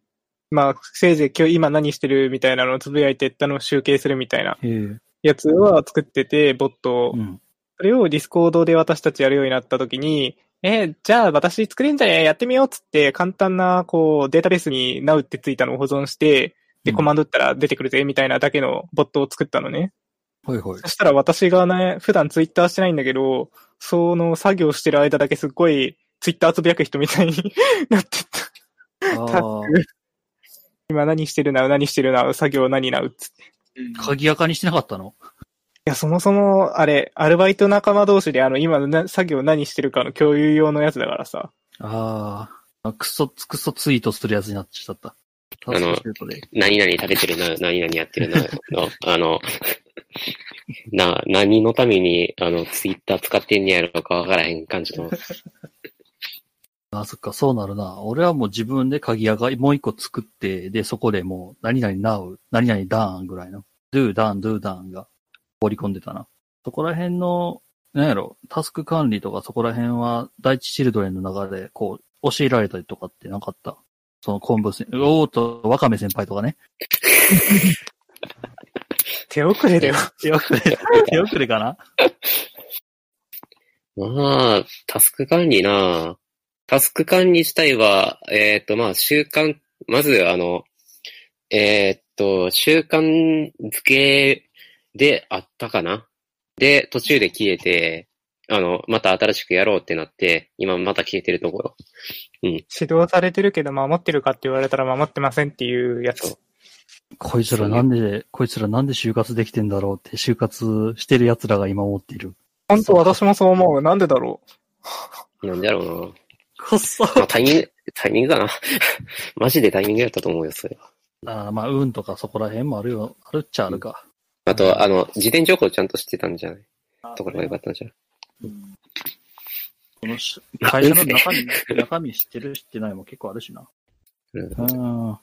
まあ、せいぜい今日今何してるみたいなのをつぶやいてったのを集計するみたいなへえ。やつは作ってて、ボットをうん。それをディスコードで私たちやるようになった時に、えーじゃあ私作れんじゃねえやってみようっつって、簡単な、こう、データベースに Now ってついたのを保存して、で、うんコマンド打ったら出てくるぜ、みたいなだけのボットを作ったのね。はいはいそ。したら私がね、普段ツイッターしてないんだけど、その作業してる間だけすっごいツイッターつぶやく人みたいに なってった。あター今何してるな、何してるな、作業何な、うっつって。い鍵垢にしてなかったのや、そもそも、あれ、アルバイト仲間同士であの、今のな作業何してるかの共有用のやつだからさ。あーあ。クソ、クソツイートするやつになっちゃった。タスクシュートで。何々食べてるな、何々やってるな、の、あの、な、何のために、あの、ツイッター使ってんねやろかわからへん感じの。あ、そっか、そうなるな。俺はもう自分で鍵屋がもう一個作って、で、そこでもう、何々 now、何々 done ぐらいの、do done, do done が放り込んでたな。そこら辺の、なんやろ、タスク管理とかそこら辺は、第一チルドレンの中で、こう、教えられたりとかってなかった。その昆布先、おーと、ワカメ先輩とかね。手遅れだよ。手遅れ、手遅れかなまあ、タスク管理なタスク管理自体は、えっ、と、まあ、習慣、まず、あの、えっ、と、習慣付けであったかなで、途中で消えて、あの、また新しくやろうってなって、今また消えてるところ。指導されてるけど守ってるかって言われたら守ってませんっていうやそうつ。こいつらなんで、こいつらなんで就活できてんだろうって、就活してる奴らが今思っている。本当私もそう思う。なんでだろう。なんでやろうな。こっそまあ、タイミング、タイミングだな。 マジでタイミングやったと思うよ、それは。あーまあ、運とかそこら辺もあるよ。あるっちゃあるか。あと、あの、事前情報ちゃんと知ってたんじゃないところが良かったんじゃないこのし会社の中身、中身知ってる知ってないも結構あるしな。うんうん。ま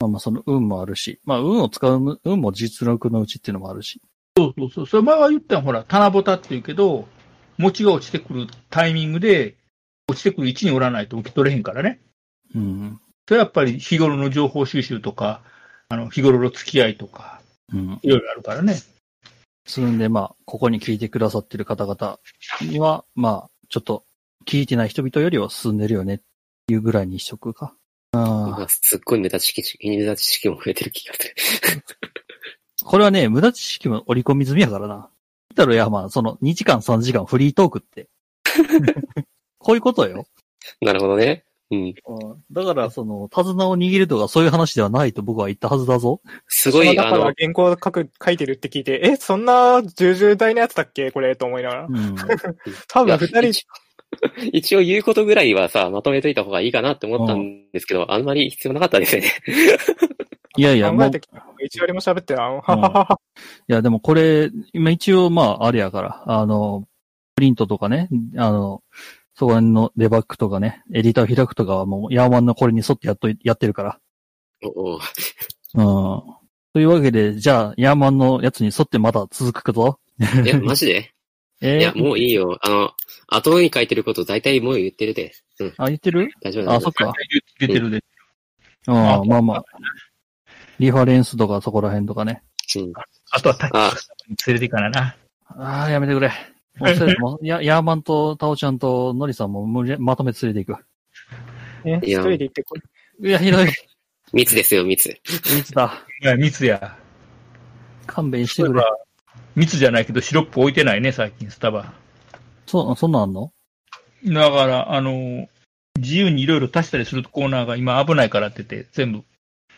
あまあ、その運もあるし。まあ、運を使う、運も実力のうちっていうのもあるし。そうそうそう。それ前は言ったのほら、七夕って言うけど、餅が落ちてくるタイミングで、落ちてくる位置におらないと受け取れへんからね。うん。それはやっぱり日頃の情報収集とか、あの、日頃の付き合いとか、うん。いろいろあるからね。するんで、まあ、ここに聞いてくださってる方々には、まあ、ちょっと、聞いてない人々よりは進んでるよね、っていうぐらいにしとくか。あまああ、すっごい無駄知識、無駄知識も増えてる気がする。 これはね、無駄知識も織り込み済みやからな。だろ、いや、まあ、その、2時間、3時間フリートークって。こういうことよ。なるほどね。うん。だから、その、手綱を握るとかそういう話ではないと僕は言ったはずだぞ。すごい、だあからの、原稿書く、書いてるって聞いて、え、そんな重々大なやつだっけこれと思いながら。うん。多いや分二人、一応 一応言うことぐらいはさ、まとめといた方がいいかなって思ったんですけど、あんまり必要なかったですよね。いやいや、考もえう、てきたのが一割も喋ってない。はははは。いや、でもこれ、今一応、まあ、あれやから、あの、プリントとかね、あの、そこら辺のデバッグとかね、エディターを開くとかはもう、ヤーマンのこれに沿ってやっとい、やってるから。おううん。というわけで、じゃあ、ヤーマンのやつに沿ってまだ続くかぞ。おういや、マジでえーいや、もういいよ。あの、後に書いてること大体もう言ってるで。うん、あ、言ってる大丈夫あ、大そ丈っか。出てるで。うん、あまあまあ。リファレンスとかそこら辺とかね。夫。うん。あとはタッチに連れていからな。ああ、やめてくれ。もうそれもうやヤーマンとタオちゃんとノリさんも無理やまとめて連れていく。え、い一や人で行ってこい。いや、ひどい。い密ですよ、密。つだ。いや、密や。勘弁して例えくれば。、密じゃないけど、シロップ置いてないね、最近、スタバ。そ、そんなんあんのだから、あの、自由にいろいろ足したりするコーナーが今危ないからって言って、全部。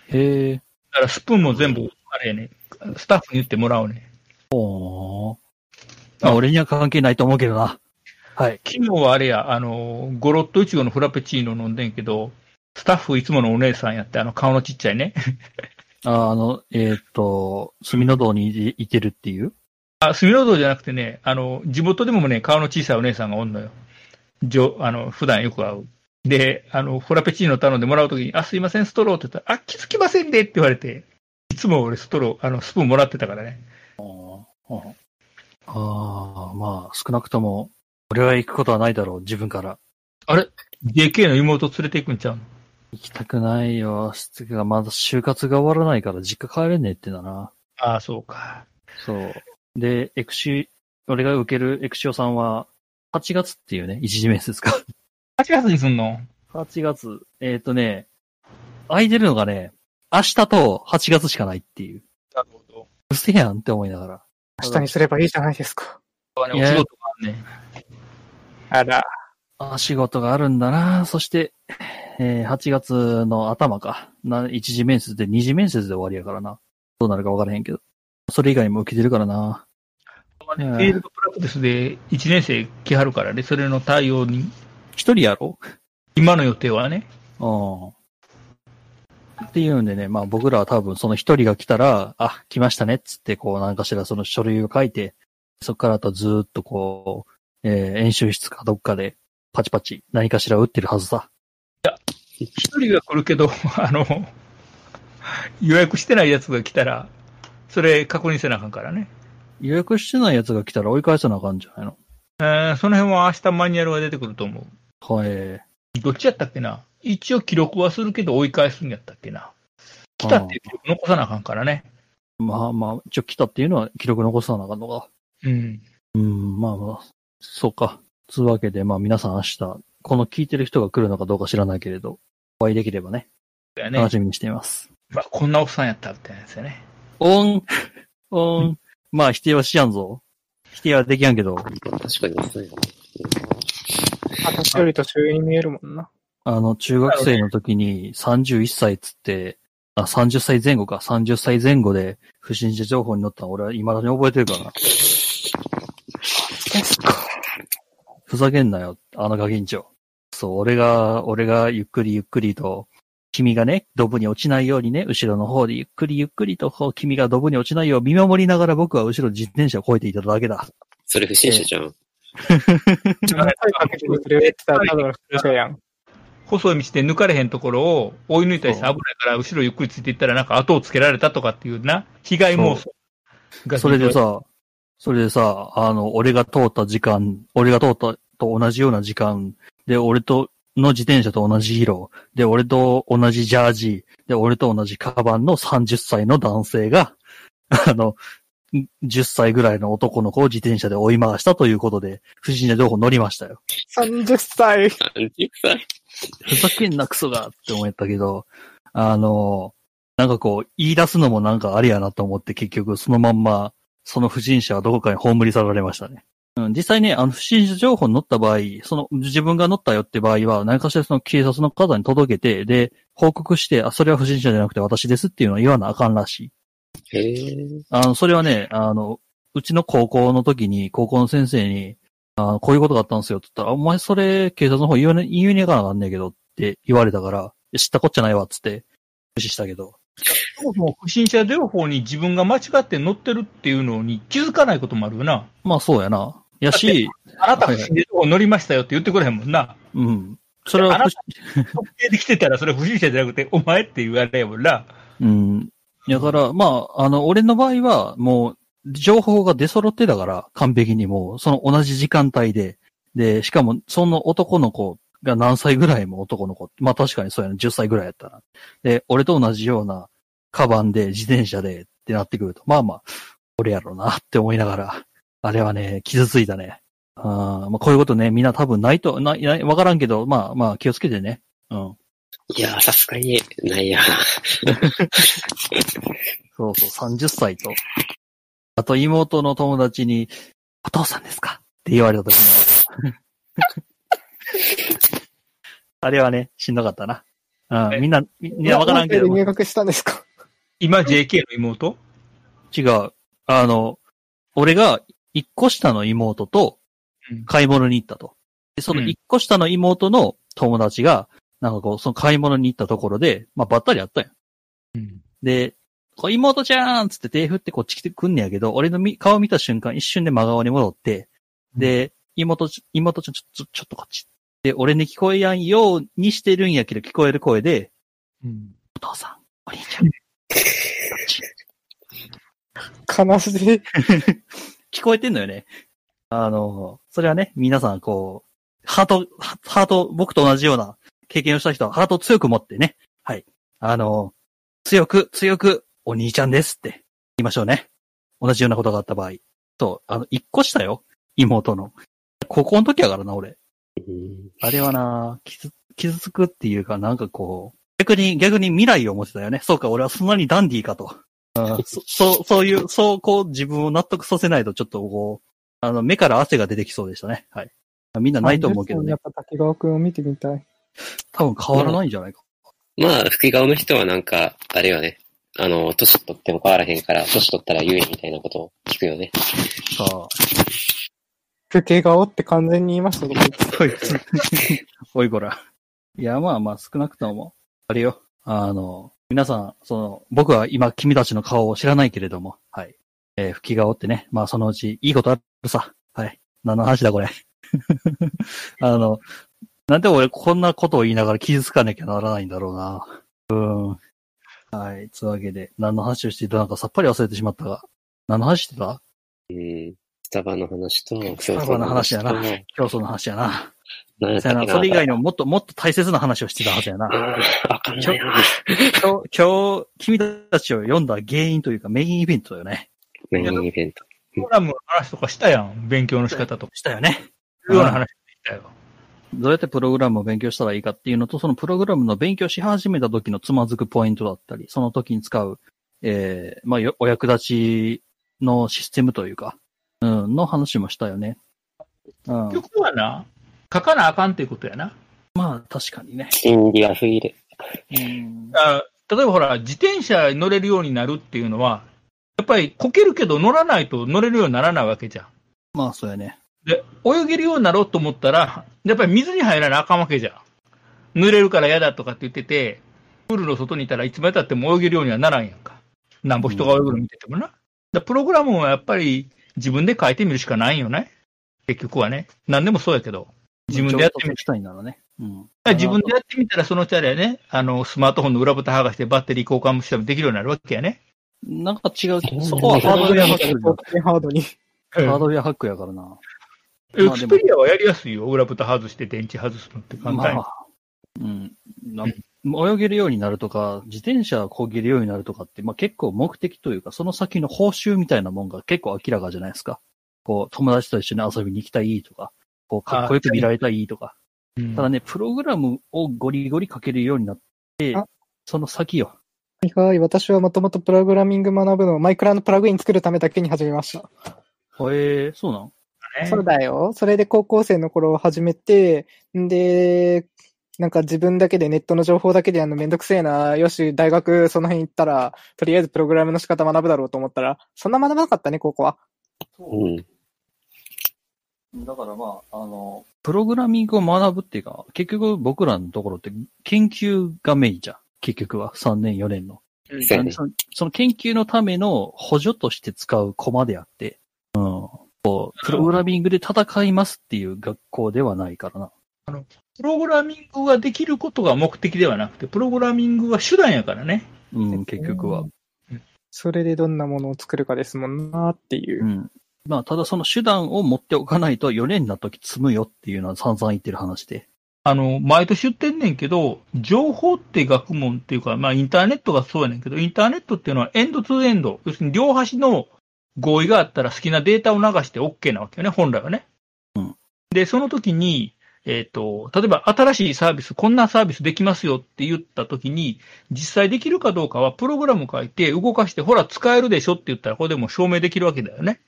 へえ。だからスプーンも全部、あれやね、スタッフに言ってもらうね。おー。まあ、俺には関係ないと思うけどな。はい。昨日はあれや、あの、ゴロッとイチゴのフラペチーノ飲んでんけど、スタッフいつものお姉さんやって、あの、顔のちっちゃいね。ああの、えーっと、墨の道にいいてるっていうあ、住の堂じゃなくてね、あの、地元でもね、顔の小さいお姉さんがおんのよ。じょあの、普段よく会う。で、あの、フラペチーノ頼んでもらうときに、あ、すいません、ストローって言ったら、あ、気づきませんでって言われて、いつも俺ストロー、あの、スプーンもらってたからね。ああ、まあ、少なくとも、俺は行くことはないだろう、自分から。 JK の妹連れて行くんちゃうの行きたくないよ。つうかまだ就活が終わらないから実家帰れねえってだな。ああ、そうか。そう。で、エクシ、俺が受けるエクシオさんは、8月っていうね、一時面接か。 8月にすんの8月、えっ、とね、空いてるのがね、明日と8月しかないっていう。なるほど。うせやんって思いながら。明日にすればいいじゃないですか。はね、いおや仕事があんねん。あら、あ仕事があるんだなそして、えー8月の頭か。な、一次面接で二次面接で終わりやからな。どうなるかわからへんけど。それ以外も受けてるからなまあねうんフィールドプラクティスで1年生来はるからね、それの対応に、一人やろ今の予定はね。うん。っていうんでね、まあ僕らは多分その一人が来たら、あ、来ましたねっつって、こうなんかしらその書類を書いて、そこからあとずーっとこう、えー演習室かどっかでパチパチ何かしら打ってるはずさ。一人が来るけど、 あの、予約してないやつが来たら、それ確認せなあかんからね。予約してないやつが来たら追い返さなあかんじゃないのえーその辺は明日マニュアルが出てくると思う。はい。どっちやったっけな一応記録はするけど追い返すんやったっけな来たっていう記録残さなあかんからね。まあまあ、一応来たっていうのは記録残さなあかんのか。うん。うん、まあまあ、そうか。つうわけで、まあ皆さん明日、この聞いてる人が来るのかどうか知らないけれど、お会いできればね、だよね。楽しみにしています。まあ、こんなおっさんやったみたいなやつやね。オ ン、オン。まあ、否定はしやんぞ。否定はできやんけど、確かにそうよね。私より年上に見えるも んな。あの、中学生の時に31歳っつって、あ、30歳前後か、30歳前後で不審者情報に載ったの俺は未だに覚えてるからな。ですか。ふふざけんなよ、あのガキンチョ。そう、俺が、俺がゆっくりゆっくりと、君がね、ドブに落ちないようにね、後ろの方でゆっくりゆっくりと、こう、君がドブに落ちないよう見守りながら僕は後ろ自転車を越えていただけだ。それ不審者じゃん。自分声かけてくれるって言ったら、ただの不者やん。細い道で抜かれへんところを追い抜いたりして危そないうから、後ろゆっくりついていったら、なんか後をつけられたとかっていうな、被害妄想がそれで、さ、それでさ、あの、俺が通った時間、俺が通ったと同じような時間、で、俺と、の自転車と同じ色、で、俺と同じジャージ、で、俺と同じカバンの30歳の男性が、あの、ん10歳ぐらいの男の子を自転車で追い回したということで、不審者情報乗りましたよ。 30歳。 30歳 ふざけんなクソがって思ったけど、あの、なんかこう、言い出すのもなんかありやなと思って結局そのまんま、その不審者はどこかに葬り去られましたね。うん、実際ね、あの、不審者情報に載った場合、その、自分が載ったよって場合は、何かしらその警察の方に届けて、で、報告して、あ、それは不審者じゃなくて私ですっていうのは言わなあかんらしい。へえ。あの、それはね、あの、うちの高校の時に、高校の先生に、あこういうことがあったんですよって言ったら、あお前それ警察の方言わね、言うにゃかなあかんねんけどって言われたから、いや知ったこっちゃないわっつって、無視したけど。そもそも不審者情報に自分が間違って乗ってるっていうのに気づかないこともあるよな。まあそうやな。やだっし、あなた不審者情報乗りましたよって言ってくれへんもんな。うん。それはあな不た、特定できてたらそれ不審者じゃなくて、お前って言われやもんな。うん。だから、まあ、あの、俺の場合は、もう、情報が出揃ってたから、完璧にもう、その同じ時間帯で、で、しかも、その男の子が何歳ぐらいも男の子、まあ確かにそうやな、10歳ぐらいやったら。で、俺と同じような、カバンで、自転車で、ってなってくると、まあまあ、俺やろうな、って思いながら、あれはね、傷ついたね。あーまあ、こういうことね、みんな多分ないと、ない、ない、わからんけど、まあまあ、気をつけてね。うん。いやー、さすがに、ないや。そうそう、30歳と。あと妹の友達に、お父さんですかって言われた時の。 あれはね、しんどかったな。うん、みんな、みんなわからんけど、何歳で違入学したんですか今 JK の妹う。あの、俺が一個下の妹とうん買い物に行ったと。でその一個下の妹の友達が、なんかこう、その買い物に行ったところで、まあ、ばったり会ったんやうん。で、こう妹ちゃーんっつって手振ってこっち来てくんねやけど、俺のみ顔見た瞬間一瞬で真顔に戻って、で、妹ち、妹ちゃんちょ、ちょ、ちょっとこっち。で、俺に聞こえやんようにしてるんやけど聞こえる声で、うん。お父さん、お兄ちゃん。こっち悲しい。聞こえてんのよね。あの、それはね、皆さんこう、ハート、ハハート、僕と同じような経験をした人はハートを強く持ってね。はい。あの、強く、強く、お兄ちゃんですって言いましょうね。同じようなことがあった場合。と、あの、一個したよ。妹の。高校の時やからな、俺。 うんあれはな、傷、傷つくっていうか、なんかこう、逆に、逆に未来を持ってたよね。そうか、俺はそんなにダンディーかと。うんそそう、そういう、そうこう自分を納得させないと、ちょっとこう、あの、目から汗が出てきそうでしたね。はい。みんなないと思うけどやねっ。ぱ竹川くんを見てみたい。多分変わらないんじゃないか。まあ、吹き顔の人はなんか、あれよね。あの、年取っても変わらへんから、年取ったら言えみたいなことを聞くよね。さあ、老け顔って完全に言いましたけど、こいつ。 おいこら。いや、まあまあ、少なくとも、あれよ。あの、皆さん、その、僕は今君たちの顔を知らないけれども、はい。えー吹き顔ってね、まあそのうちいいことあるさ。はい。何の話だこれ。 あの、なんで俺こんなことを言いながら傷つかなきゃならないんだろうな。うーん。はい。つうわけで、何の話をしていたのかさっぱり忘れてしまったが、何の話してたうん。スタバの話と、スタバの話やな競争の話やな。そやなそれ以外にももっともっと大切な話をしてたはずやな。ああ、わかんないな。今日、今日、君たちを読んだ原因というかメインイベントだよね。メインイベント。コラムの話とかしたやん。勉強の仕方とか。したよね。いうような話したよ。どうやってプログラムを勉強したらいいかっていうのと、そのプログラムの勉強し始めた時のつまずくポイントだったり、その時に使う、えー、まあ、よお役立ちのシステムというか、うん、の話もしたよね。うん。結局はな、書かなあかんっていうことやな。まあ、確かにね。心理が不入れ。うん。あ例えばほら、自転車に乗れるようになるっていうのは、やっぱりこけるけど乗らないと乗れるようにならないわけじゃん。まあ、そうやね。で、泳げるようになろうと思ったら、やっぱり水に入らなあかんわけじゃん。濡れるから嫌だとかって言ってて、プールの外にいたらいつまでたっても泳げるようにはならんやんか。なんぼ人が泳ぐの見ててもな。だからプログラムはやっぱり自分で書いてみるしかないんよね。結局はね。何でもそうやけど。自分でやってみる。したいならね。うん。自分でやってみたら、そのうちあれやね、あの、スマートフォンの裏蓋剥がしてバッテリー交換もしたらできるようになるわけやね。なんか違う。そこはハードウェアハックじハードに。ゃん。ハードウェアハックやからな。エまあクスペリアはやりやすいよ。裏蓋外して電池外すのって簡ま単に。あ、うん。な泳げるようになるとか、自転車こげるようになるとかって、まあ結構目的というか、その先の報酬みたいなもんが結構明らかじゃないですか。こう、友達と一緒に遊びに行きたいとか、こう、かっこよく見られたいとか。うんただね、プログラムをゴリゴリかけるようになってあ、その先よ。はい、私はもともとプログラミング学ぶのをマイクラのプラグイン作るためだけに始めました。へえ、そうなんねそうだよ。それで高校生の頃始めて、んで、なんか自分だけでネットの情報だけでやるのめんどくせえな。よし、大学その辺行ったら、とりあえずプログラムの仕方学ぶだろうと思ったら、そんな学ばなかったね、高校は。そうん。う。だからまあ、あの、プログラミングを学ぶっていうか、結局僕らのところって研究がメインじゃん。結局は3年4年の。せやねそのその研究のための補助として使うコマであって、うん。こう、プログラミングで戦いますっていう学校ではないからな。プログラミングができることが目的ではなくて、プログラミングは手段やからね。うん、結局は。それでどんなものを作るかですもんなっていうう。ん。まあ、ただその手段を持っておかないと4年な時積むよっていうのは散々言ってる話で。あの、毎年言ってんねんけど、情報って学問っていうか、まあインターネットがそうやねんけど、インターネットっていうのはエンドツーエンド。要するに両端の合意があったら好きなデータを流して OK なわけよね、本来はね。うんで、その時に、えっ、と、例えば新しいサービス、こんなサービスできますよって言った時に、実際できるかどうかはプログラム書いて動かして、ほら使えるでしょって言ったら、これでもう証明できるわけだよね。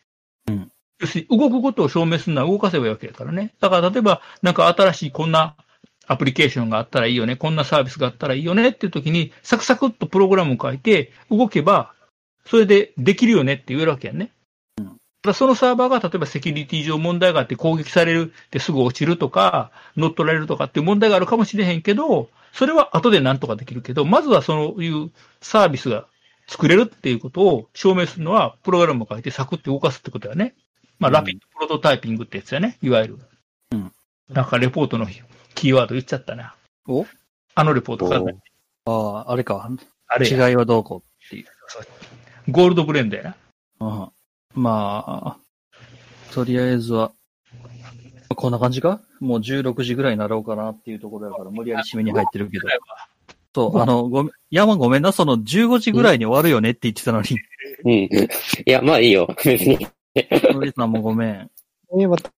うん要するに動くことを証明するのは動かせばいいわけだからね。だから例えば、なんか新しいこんなアプリケーションがあったらいいよね、こんなサービスがあったらいいよねっていう時に、サクサクっとプログラムを書いて、動けば、それでできるよねって言えるわけやんね。ただそのサーバーが例えばセキュリティ上問題があって攻撃されるってすぐ落ちるとか、乗っ取られるとかっていう問題があるかもしれへんけど、それは後でなんとかできるけど、まずはそういうサービスが作れるっていうことを証明するのは、プログラムを書いてサクって動かすってことやね。まあ、うんラピッドプロトタイピングってやつやね、いわゆる。うんなんかレポートのキーワード言っちゃったな。おあのレポートからおーああ、あれか。あれ違いや、はどうこゴールドブレンドやな。う。うん。まあ、とりあえずは、こんな感じかもう16時ぐらいになろうかなっていうところだから、無理やり締めに入ってるけど。そう、あの、ごめん、山ごめんな、その15時ぐらいに終わるよねって言ってたの に。うん。いや、まあいいよ。別に。のりさんもごめん。え、私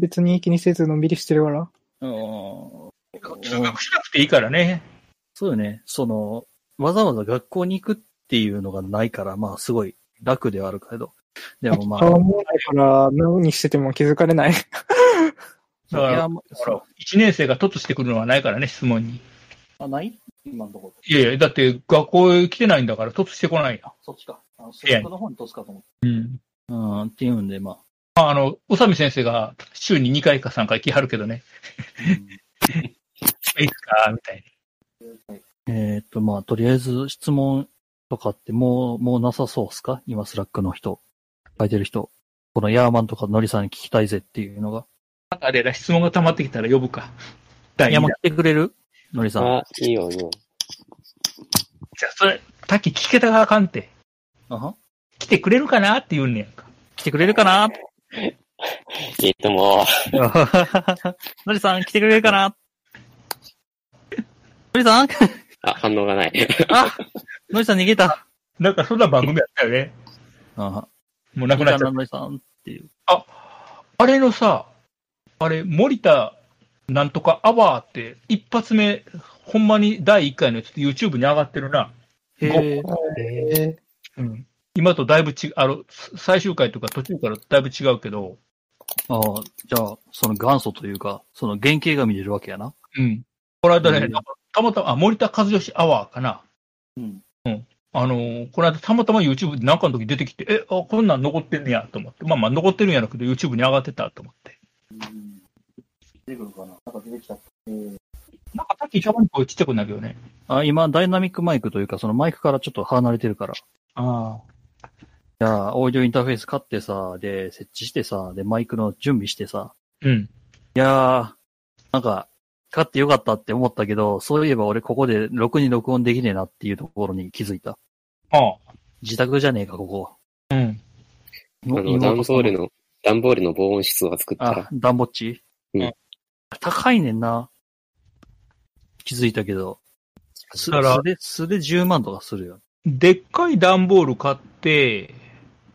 別に気にせずのんびりしてるから。うんそ通学しなくていいからね。うよね。その、わざわざ学校に行くっていうのがないから、まあすごい楽ではあるけど。でもま顔あ、もないから、何してても気づかれない。だからいやまあほら、1年生が突してくるのはないからね、質問に。あ、ない今のところ。いやいや、だって学校へ来てないんだから突してこないやそっちか。あの、スいやラックの方に通すかと思って。ん。うん。うん、っていうんで、まあ。まあ、あの、宇佐美先生が週に2回か3回来はるけどね、 いつか、みたいえーっと、まあ、とりあえず質問とかってもう、もうなさそうっすか今、スラックの人、書いてる人。このヤーマンとかノリさんに聞きたいぜっていうのが。な。あれら、質問が溜まってきたら呼ぶか。第ヤー2マン弾来。てくれるノリさん。あ、いいよ、いいよ。じゃあ、それ、さっき聞けたがあかんって、あは来てくれるかなって言うねやんか。来てくれる かなえっと、もノリさん来てくれるかなノリさんう、あ、反応がない。あノリさん逃げた。なんか、そんな番組やったよね。あはもうなくなっちゃっノリさん。た。あれのさ、あれ、森田なんとかアワーって、一発目、ほんまに第1回のやつ YouTube に上がってるな。へえ。えうん今とだいぶ違う、あの、す最終回とか途中からだいぶ違うけど、ああ、じゃあ、その元祖というか、その原型が見れるわけやな。うん。この間ね、うんたまたま、あ、森田和義アワーかな。うん。うん。あの、この間たまたま YouTube で何かの時出てきて、え、あ、こんなん残ってんねやと思って、まあまあ残ってるんやろうけど YouTube に上がってたと思って。うん出てくるかななんか出てきた。えー、なんかさっきたまに声ちっちゃくなるよね。あ、今、ダイナミックマイクというか、そのマイクからちょっと離れてるから。いあやー、オーディオインターフェース買ってさ、で、設置してさ、で、マイクの準備してさ。あ。うん。いやー、なんか、買ってよかったって思ったけど、そういえば俺ここでろくに録音できねえなっていうところに気づいた。あ自宅じゃねえか、ここ。あ。うん。あの、段ボールの、段ボールの防音室を作ったあら、、ダンボッチうん高いねんな。気づいたけど。す、だからすで、すで10万とかするよ。でっかい段ボール買って、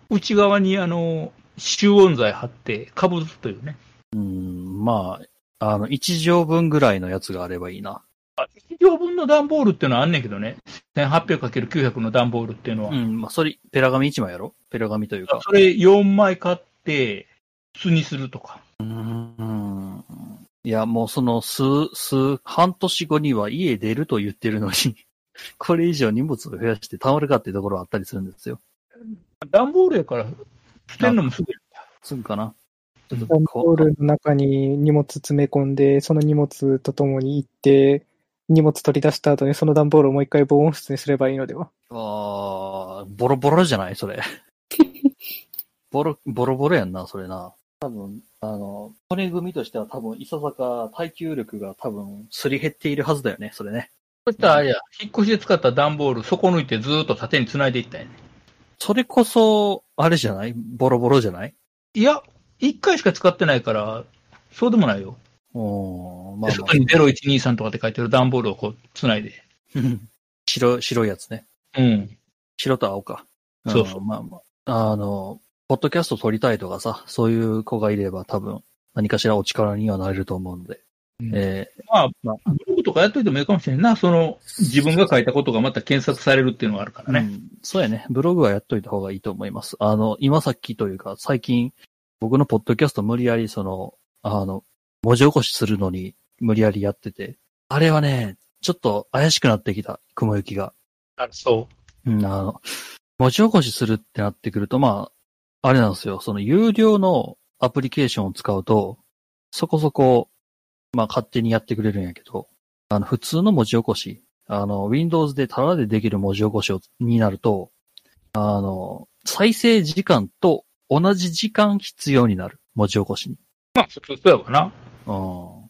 内側にあの、集音材貼って、かぶすというね。うん、まあ、あの、1畳分ぐらいのやつがあればいいな。 1畳分の段ボールっていうのはあんねんけどね。1800×900 の段ボールっていうのは。うん、まあ、それ、ペラ紙1枚やろペラ紙というか。それ4枚買って、巣にするとか。うん。いや、もうその、数、数、半年後には家出ると言ってるのに、 これ以上荷物を増やしてたまるかっていうところはあったりするんですよ。段ボールやから、捨てるのもすぐやすぐかな。ちょっとダンボこールの中に荷物詰め込んで、その荷物とともに行って、荷物取り出した後にその段ボールをもう一回防音室にすればいいのでは。あーボロボロじゃないそ れ。ボロ、ボロボロやんな、それな。多分、あの、骨組みとしては多分、いささか耐久力が多分、すり減っているはずだよね、それね。そしたらあれや、引っ越しで使った段ボール、底抜いてずーっと縦に繋いでいったんやね。それこそ、あれじゃないボロボロじゃないいや、1回しか使ってないから、そうでもないよ。おー、まで 外に0123とかって書いてる段ボールをこう、繋いで。うん 白、白いやつね。うん。白と青か。んそうそうまあまあ。あの、ポッドキャスト撮りたいとかさ、そういう子がいれば多分、何かしらお力にはなれると思うんで。えまあ、まあ、ブログとかやっといてもいいかもしれんな。その、自分が書いたことがまた検索されるっていうのがあるかーらね。うんそうやね。ブログはやっといた方がいいと思います。あの、今さっきというか、最近、僕のポッドキャスト無理やり、その、あの、文字起こしするのに無理やりやってて、あれはね、ちょっと怪しくなってきた、雲行きが。あそうん、あの、文字起こしするってなってくると、まあ、あれなんですよ。その有料のアプリケーションを使うと、そこそこ、まあ勝手にやってくれるんやけど、あの、普通の文字起こし、あの、Windows でタダでできる文字起こしをになると、あの、再生時間と同じ時間必要になる。文字起こしに。う。まあ、そうそうやわな。うん。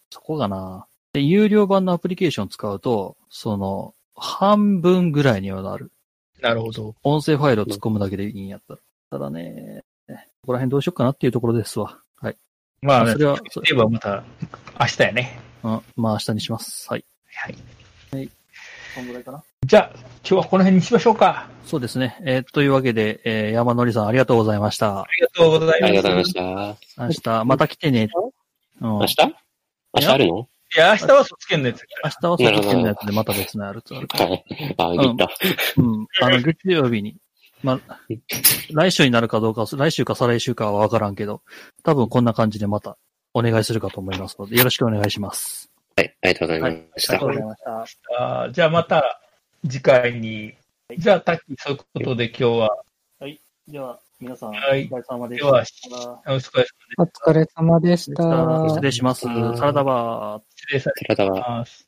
そこがな。で、有料版のアプリケーションを使うと、その、半分ぐらいにはなる。なるほど。音声ファイルを突っ込むだけでいいんやったら。ただね、ここら辺どうしようかなっていうところですわ。はい。まあ、ね、それは、そそういえばまた、明日やね。うん、まあ明日にします。はい。はい。こんぐらいかなじゃあ、今日はこの辺にしましょうか。そうですね。えーというわけで、えー山のりさんありがとうございましたあ。りがとうございあまりす。がとうございました。明日、また来てね。うん。明明日明日あるのいや、明日は卒検のやつ。日は先生のやつでまた別のやるつあるから。はい。あ、ビった。うん。あの、月曜日に。まあ、来週になるかどうか、来週か再来週かはわからんけど、多分こんな感じでまたお願いするかと思いますので、よろしくお願いします。はい、ありがとうございました。はいありがとうございました。あーじゃあまた次回に。じゃあ、タッキー、そういうことで今日は、では、皆さん、はいお疲れ様ででしは、た。お疲れ様でお疲れ様でしじゃあた失。礼します。サラダバー。失礼さ寺田れはます。